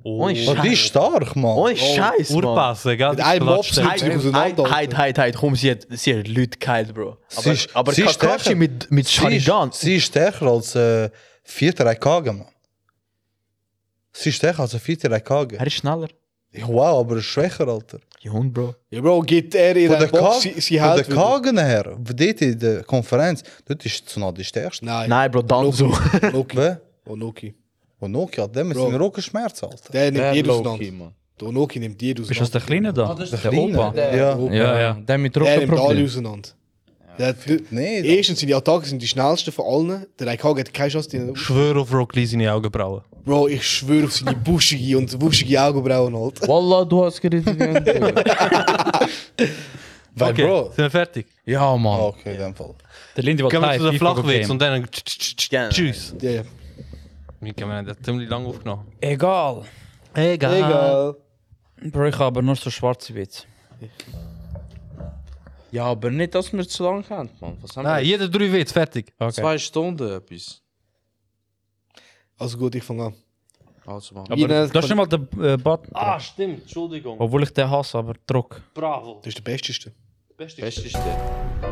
Ohne Oh, die ist Scheiß. stark, Mann. Ohne Scheiß, Mann. Urpassen, gell? Mit einem Mob Klatschen. sind sie auseinander. Heid, heid, heid, komm, sie hat, sie hat Leute geheilt, Bro. Aber, ist- aber sie ist Kakashi stärker. mit, mit Sie ist, Sharingan. sie ist stärker als äh, vierter Raikage, Mann. Sie ist stärker als der vierte Raikage. Er ist schneller. Ja, Wow, aber er ist schwächer, Alter. Ja, Hund, Bro. Ja, Bro, gibt er in Von der der Box, sie, sie hält wieder. Kagen her, dort in der Konferenz, dort ist Tsunade die stärkste. Nein, Nein, Bro, Oh, Danzo. Noki. Wer? Onoki. Und Nokia, der mit Bro. seinem Rockenschmerz, Alter. Der nimmt Der jeden Loki, auseinander. Mann. Der Onoki nimmt jeden Ist das auseinander. der Kleine da? Der Der Kleine. Opa. Ja. Ja, ja. Der mit Der nimmt alle Rockenproblem. auseinander. Der, Nee, der- erstens, seine Attacken sind die schnellsten von allen. Der Raikage hat keine Chance. Die, Schwör auf Rock Lee seine Augenbrauen. Bro, ich schwöre auf seine buschige und wuschige Augenbrauen, Alter. Wallah, du hast geredet. wie ein Tier. Weil, Okay, Bro. sind wir fertig? *laughs* ja, Ah, Mann. okay, in dem Fall. Der Lindy war Gehen wir zu den FIFA Flachwitz Game. und dann tsch, tsch, tsch, Gerne. tschüss. Ja, ja. Wir haben das ziemlich lang aufgenommen. Egal. Egal. Bro, ich habe aber nur so schwarze Witze. Ja, aber nicht, dass wir zu lang haben, Mann. Was haben Nein, wir? jeder drei Witz, fertig. Okay. Zwei Stunden etwas. Also gut, ich fange an. Also, Mann. Aber Wie nennt- das ist nicht mal der äh, Button. Ah, stimmt, Entschuldigung. Obwohl ich den hasse, aber Druck. Bravo. Das ist der besteste. Beste Beste ist der.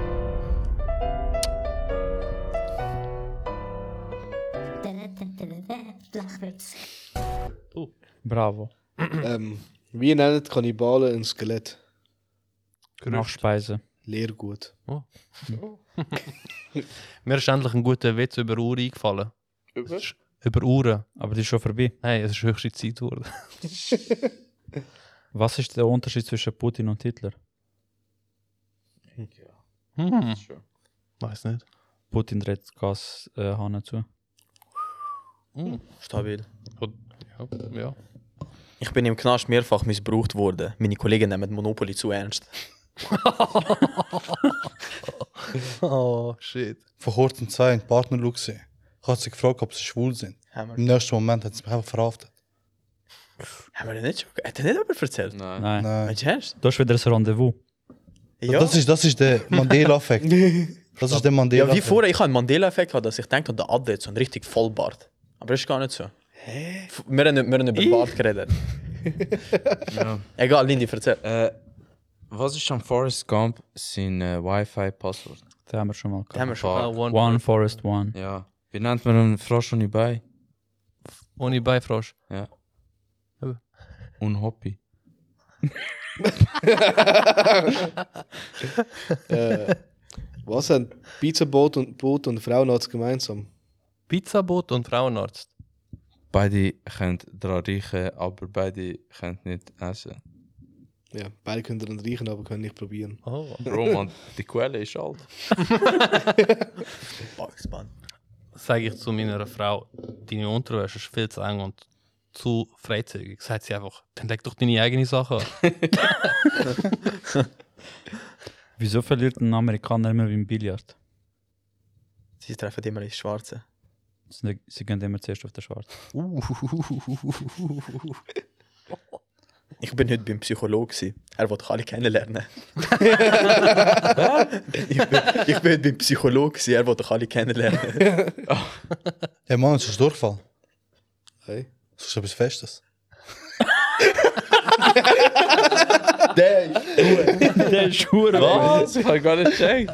Flachwitz. Bravo. Hm. ähm, wie nennen die Kannibalen ein Skelett? Nachspeise. Leergut. Mir ist endlich ein guter Witz über Uhren eingefallen. Über? Über Uhren. Aber die ist schon vorbei. Nein, es ist höchste Zeit geworden. Was ist der Unterschied zwischen Putin und Hitler? Hm. Weiß nicht. Putin dreht Gashahn äh, zu. Stabil. Ja, ja. Ich bin im Knast mehrfach missbraucht worden. Meine Kollegen nehmen Monopoly zu ernst. Oh, shit. Vor kurzem zwei in Partnerlook gesehen. Ich habe sie gefragt, ob sie schwul sind. Haben Im wir, nächsten Moment hat sie mich einfach verhaftet. haben wir das nicht schon? Hat er nicht aber erzählt? Nein. Nein. Nein. Meinst du ernst? Das ist wieder ein Rendezvous. Ja. Das, ist, das ist der Mandela-Effekt. Das ist der ja, wie Mandela-Effekt. vorher, ich habe einen Mandela-Effekt gehabt, dass ich denke, der Ade hat so einen richtig Vollbart. Aber das ist gar nicht so. Hä? Wir haben, wir haben über Bart geredet. Ja. Egal, Lindy, erzähl. Äh, was ist am Forest Gump sein äh, Wi-Fi-Passwort? Den haben wir schon mal Da haben gehabt. wir schon. Ah, one. One Forest One. Ja. Wie nennt man einen Frosch ohne Bein? Ohne Beifrosch. Ja. Und Hobby. äh, was haben Pizzaboot und Boot und Frauenarzt gemeinsam? Pizzabot und Frauenarzt. Beide können daran riechen, aber beide können nicht essen. Ja, beide können daran riechen, aber können nicht probieren. Oh. Bro, man, die Quelle ist alt. Bugs Bunny. Sage ich zu meiner Frau, deine Unterwäsche ist viel zu eng und zu freizügig. Sagt sie einfach, dann leg doch deine eigene Sache an. Wieso verliert ein Amerikaner immer wie im Billard? Sie treffen immer ins Schwarze. Sie, sie gehen immer zuerst auf den Schwarz. Ich bin heute beim Psychologen. gewesen. Er wollte alle kennenlernen. ich, bin, ich bin heute beim Psychologen. gewesen. Er wollte alle kennenlernen. Hey Mann, es ist Durchfall. Hey. Es ist etwas Festes. Der ist hure. Was? Ich hab gar nicht gecheckt.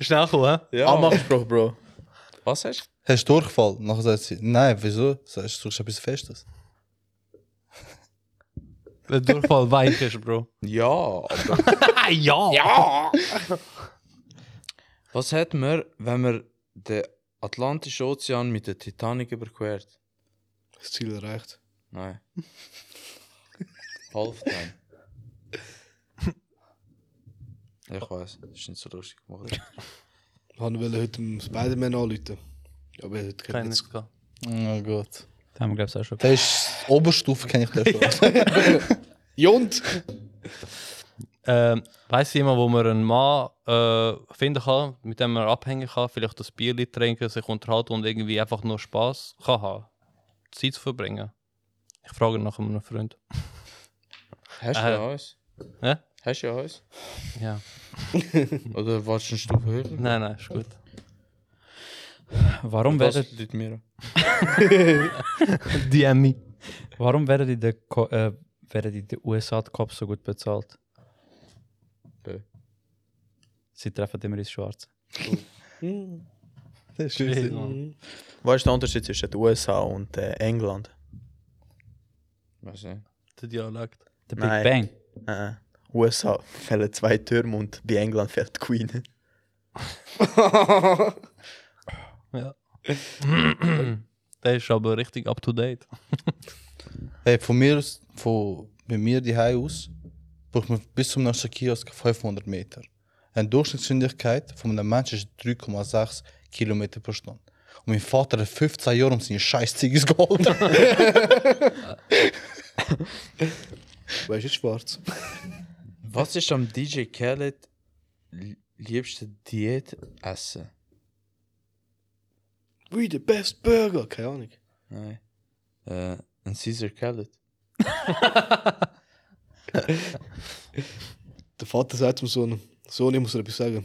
Schnell kommen, hä? Ja. Anmachspruch, Bro. Was hast du? Hast du Durchfall? Nachher sagt sie, nein, wieso? Sagst du, du suchst etwas Festes. Wenn der Durchfall weich ist, Bro. Ja, aber. Ah, ja! Was hätten wir, wenn wir den Atlantischen Ozean mit der Titanic überquert? Das Ziel erreicht. Nein. Halftime. Ich weiß, das ist nicht so lustig gemacht. Wir wollten heute dem Spider-Man anrufen. Aber heute geht Keine nicht. Ahnung. Oh Gott. Den haben wir, glaube ich, auch schon Der ist Oberstufe, kenne ich den *laughs* schon. Jund! Ähm, weiss jemand, wo wir einen Mann äh, finden kann, mit dem man abhängen kann, vielleicht das Bier trinken, sich unterhalten und irgendwie einfach nur Spaß kann haben. Zeit zu verbringen. Ich frage nach einem Freund. Hast du Äh. ein Haus? Hä? Hast du ein Haus? Ja. Oder willst du eine Stufe höher? Nein, nein, ist gut. Warum Was werdet, liegt mir? DM me. warum werden in den Ko- äh, werden in den USA die Cops so gut bezahlt? Bö. Sie treffen immer ins Schwarze. Das ist schön. Was ist der Unterschied zwischen den USA und äh, England? Weiß nicht. Der Dialekt. Der Big Nein. Bang. Äh, USA fällen zwei Türme und bei England fällt die Queen. Der ist aber richtig up to date. Hey, von mir aus, von bei mir die aus, braucht man bis zum nächsten Kiosk 500 Meter. Eine Durchschnittsgeschwindigkeit von einem Menschen ist 3,6 Kilometer pro Stunde. Und mein Vater hat 15 Jahre um seine scheiß Ziggis *laughs* geholt. Weißt du, schwarz. Was ist am DJ Khaled li- liebste Diät essen? We the best burger. Keine Ahnung. Nein. Äh, ein Caesar Khaled. Der Vater sagt zum Sohn, Sohn, ich muss dir etwas sagen.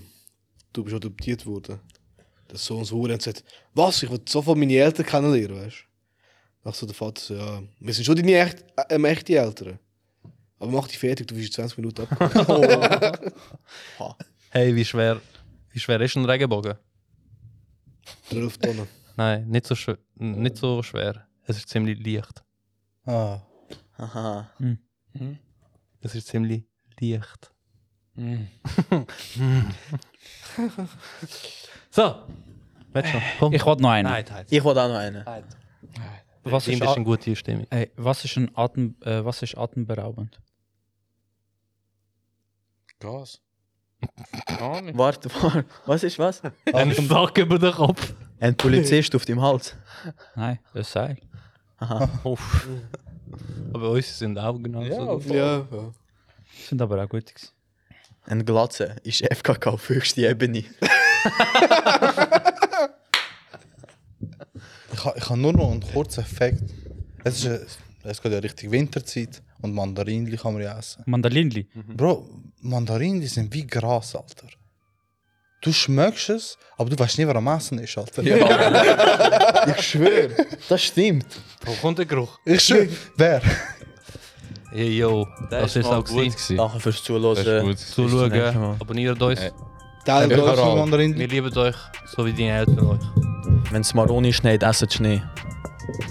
Du bist adoptiert worden. Der Sohn so und sagt, was, ich will sofort meine Eltern kennenlernen, weißt du? Dann so der Vater so, ja, wir sind schon deine echt, ähm, echte Eltern. Aber mach dich fertig, du bist in 20 Minuten ab. Hey, wie schwer, wie schwer ist ein Regenbogen? 12 Tonnen. Nein, nicht so, schw- n- nicht so schwer. Es ist ziemlich leicht. ah, Aha. Es ist ziemlich leicht. Mm. *laughs* so. Willst du noch? Komm. Ich wollte noch einen. Nein, nein. Ich will auch noch einen. Was Was ist ist, eine a- gute Stimmung? ey, was, ist ein Atem, äh, was ist atemberaubend? Gas. Gar nicht. Warte, warte. Was ist was? *laughs* Ein Stock über den Kopf. Ein Polizist auf dem Hals. Nein, ein Seil. Uff. Aber uns sind auch genau so. gut. Ja, ja. Das sind aber auch gut. gewesen. Ein Glatze ist FKK auf höchste Ebene. Ich, ha- ich habe nur noch einen kurzen Effekt. Es, ist, äh, es geht ja richtig Winterzeit und Mandarinli kann man ja essen. Mandalinli. Bro, Mandarinli sind wie Gras, Alter. Du schmeckst es, aber du weißt nicht, wer am Essen ist, Alter. Ich schwöre, das stimmt. Wo kommt der Geruch? Ich schwöre, wer? Hey, yo. das ist auch gut. gewesen. gewesen. Danke Das fürs ist Zuhören. gut. Zu Bis zum schauen. nächsten Mal. Abonniert uns. Teil überall. Mandarinli. Wir lieben euch, so wie deine Eltern euch. Wenn es Maroni schneit, esset Schnee.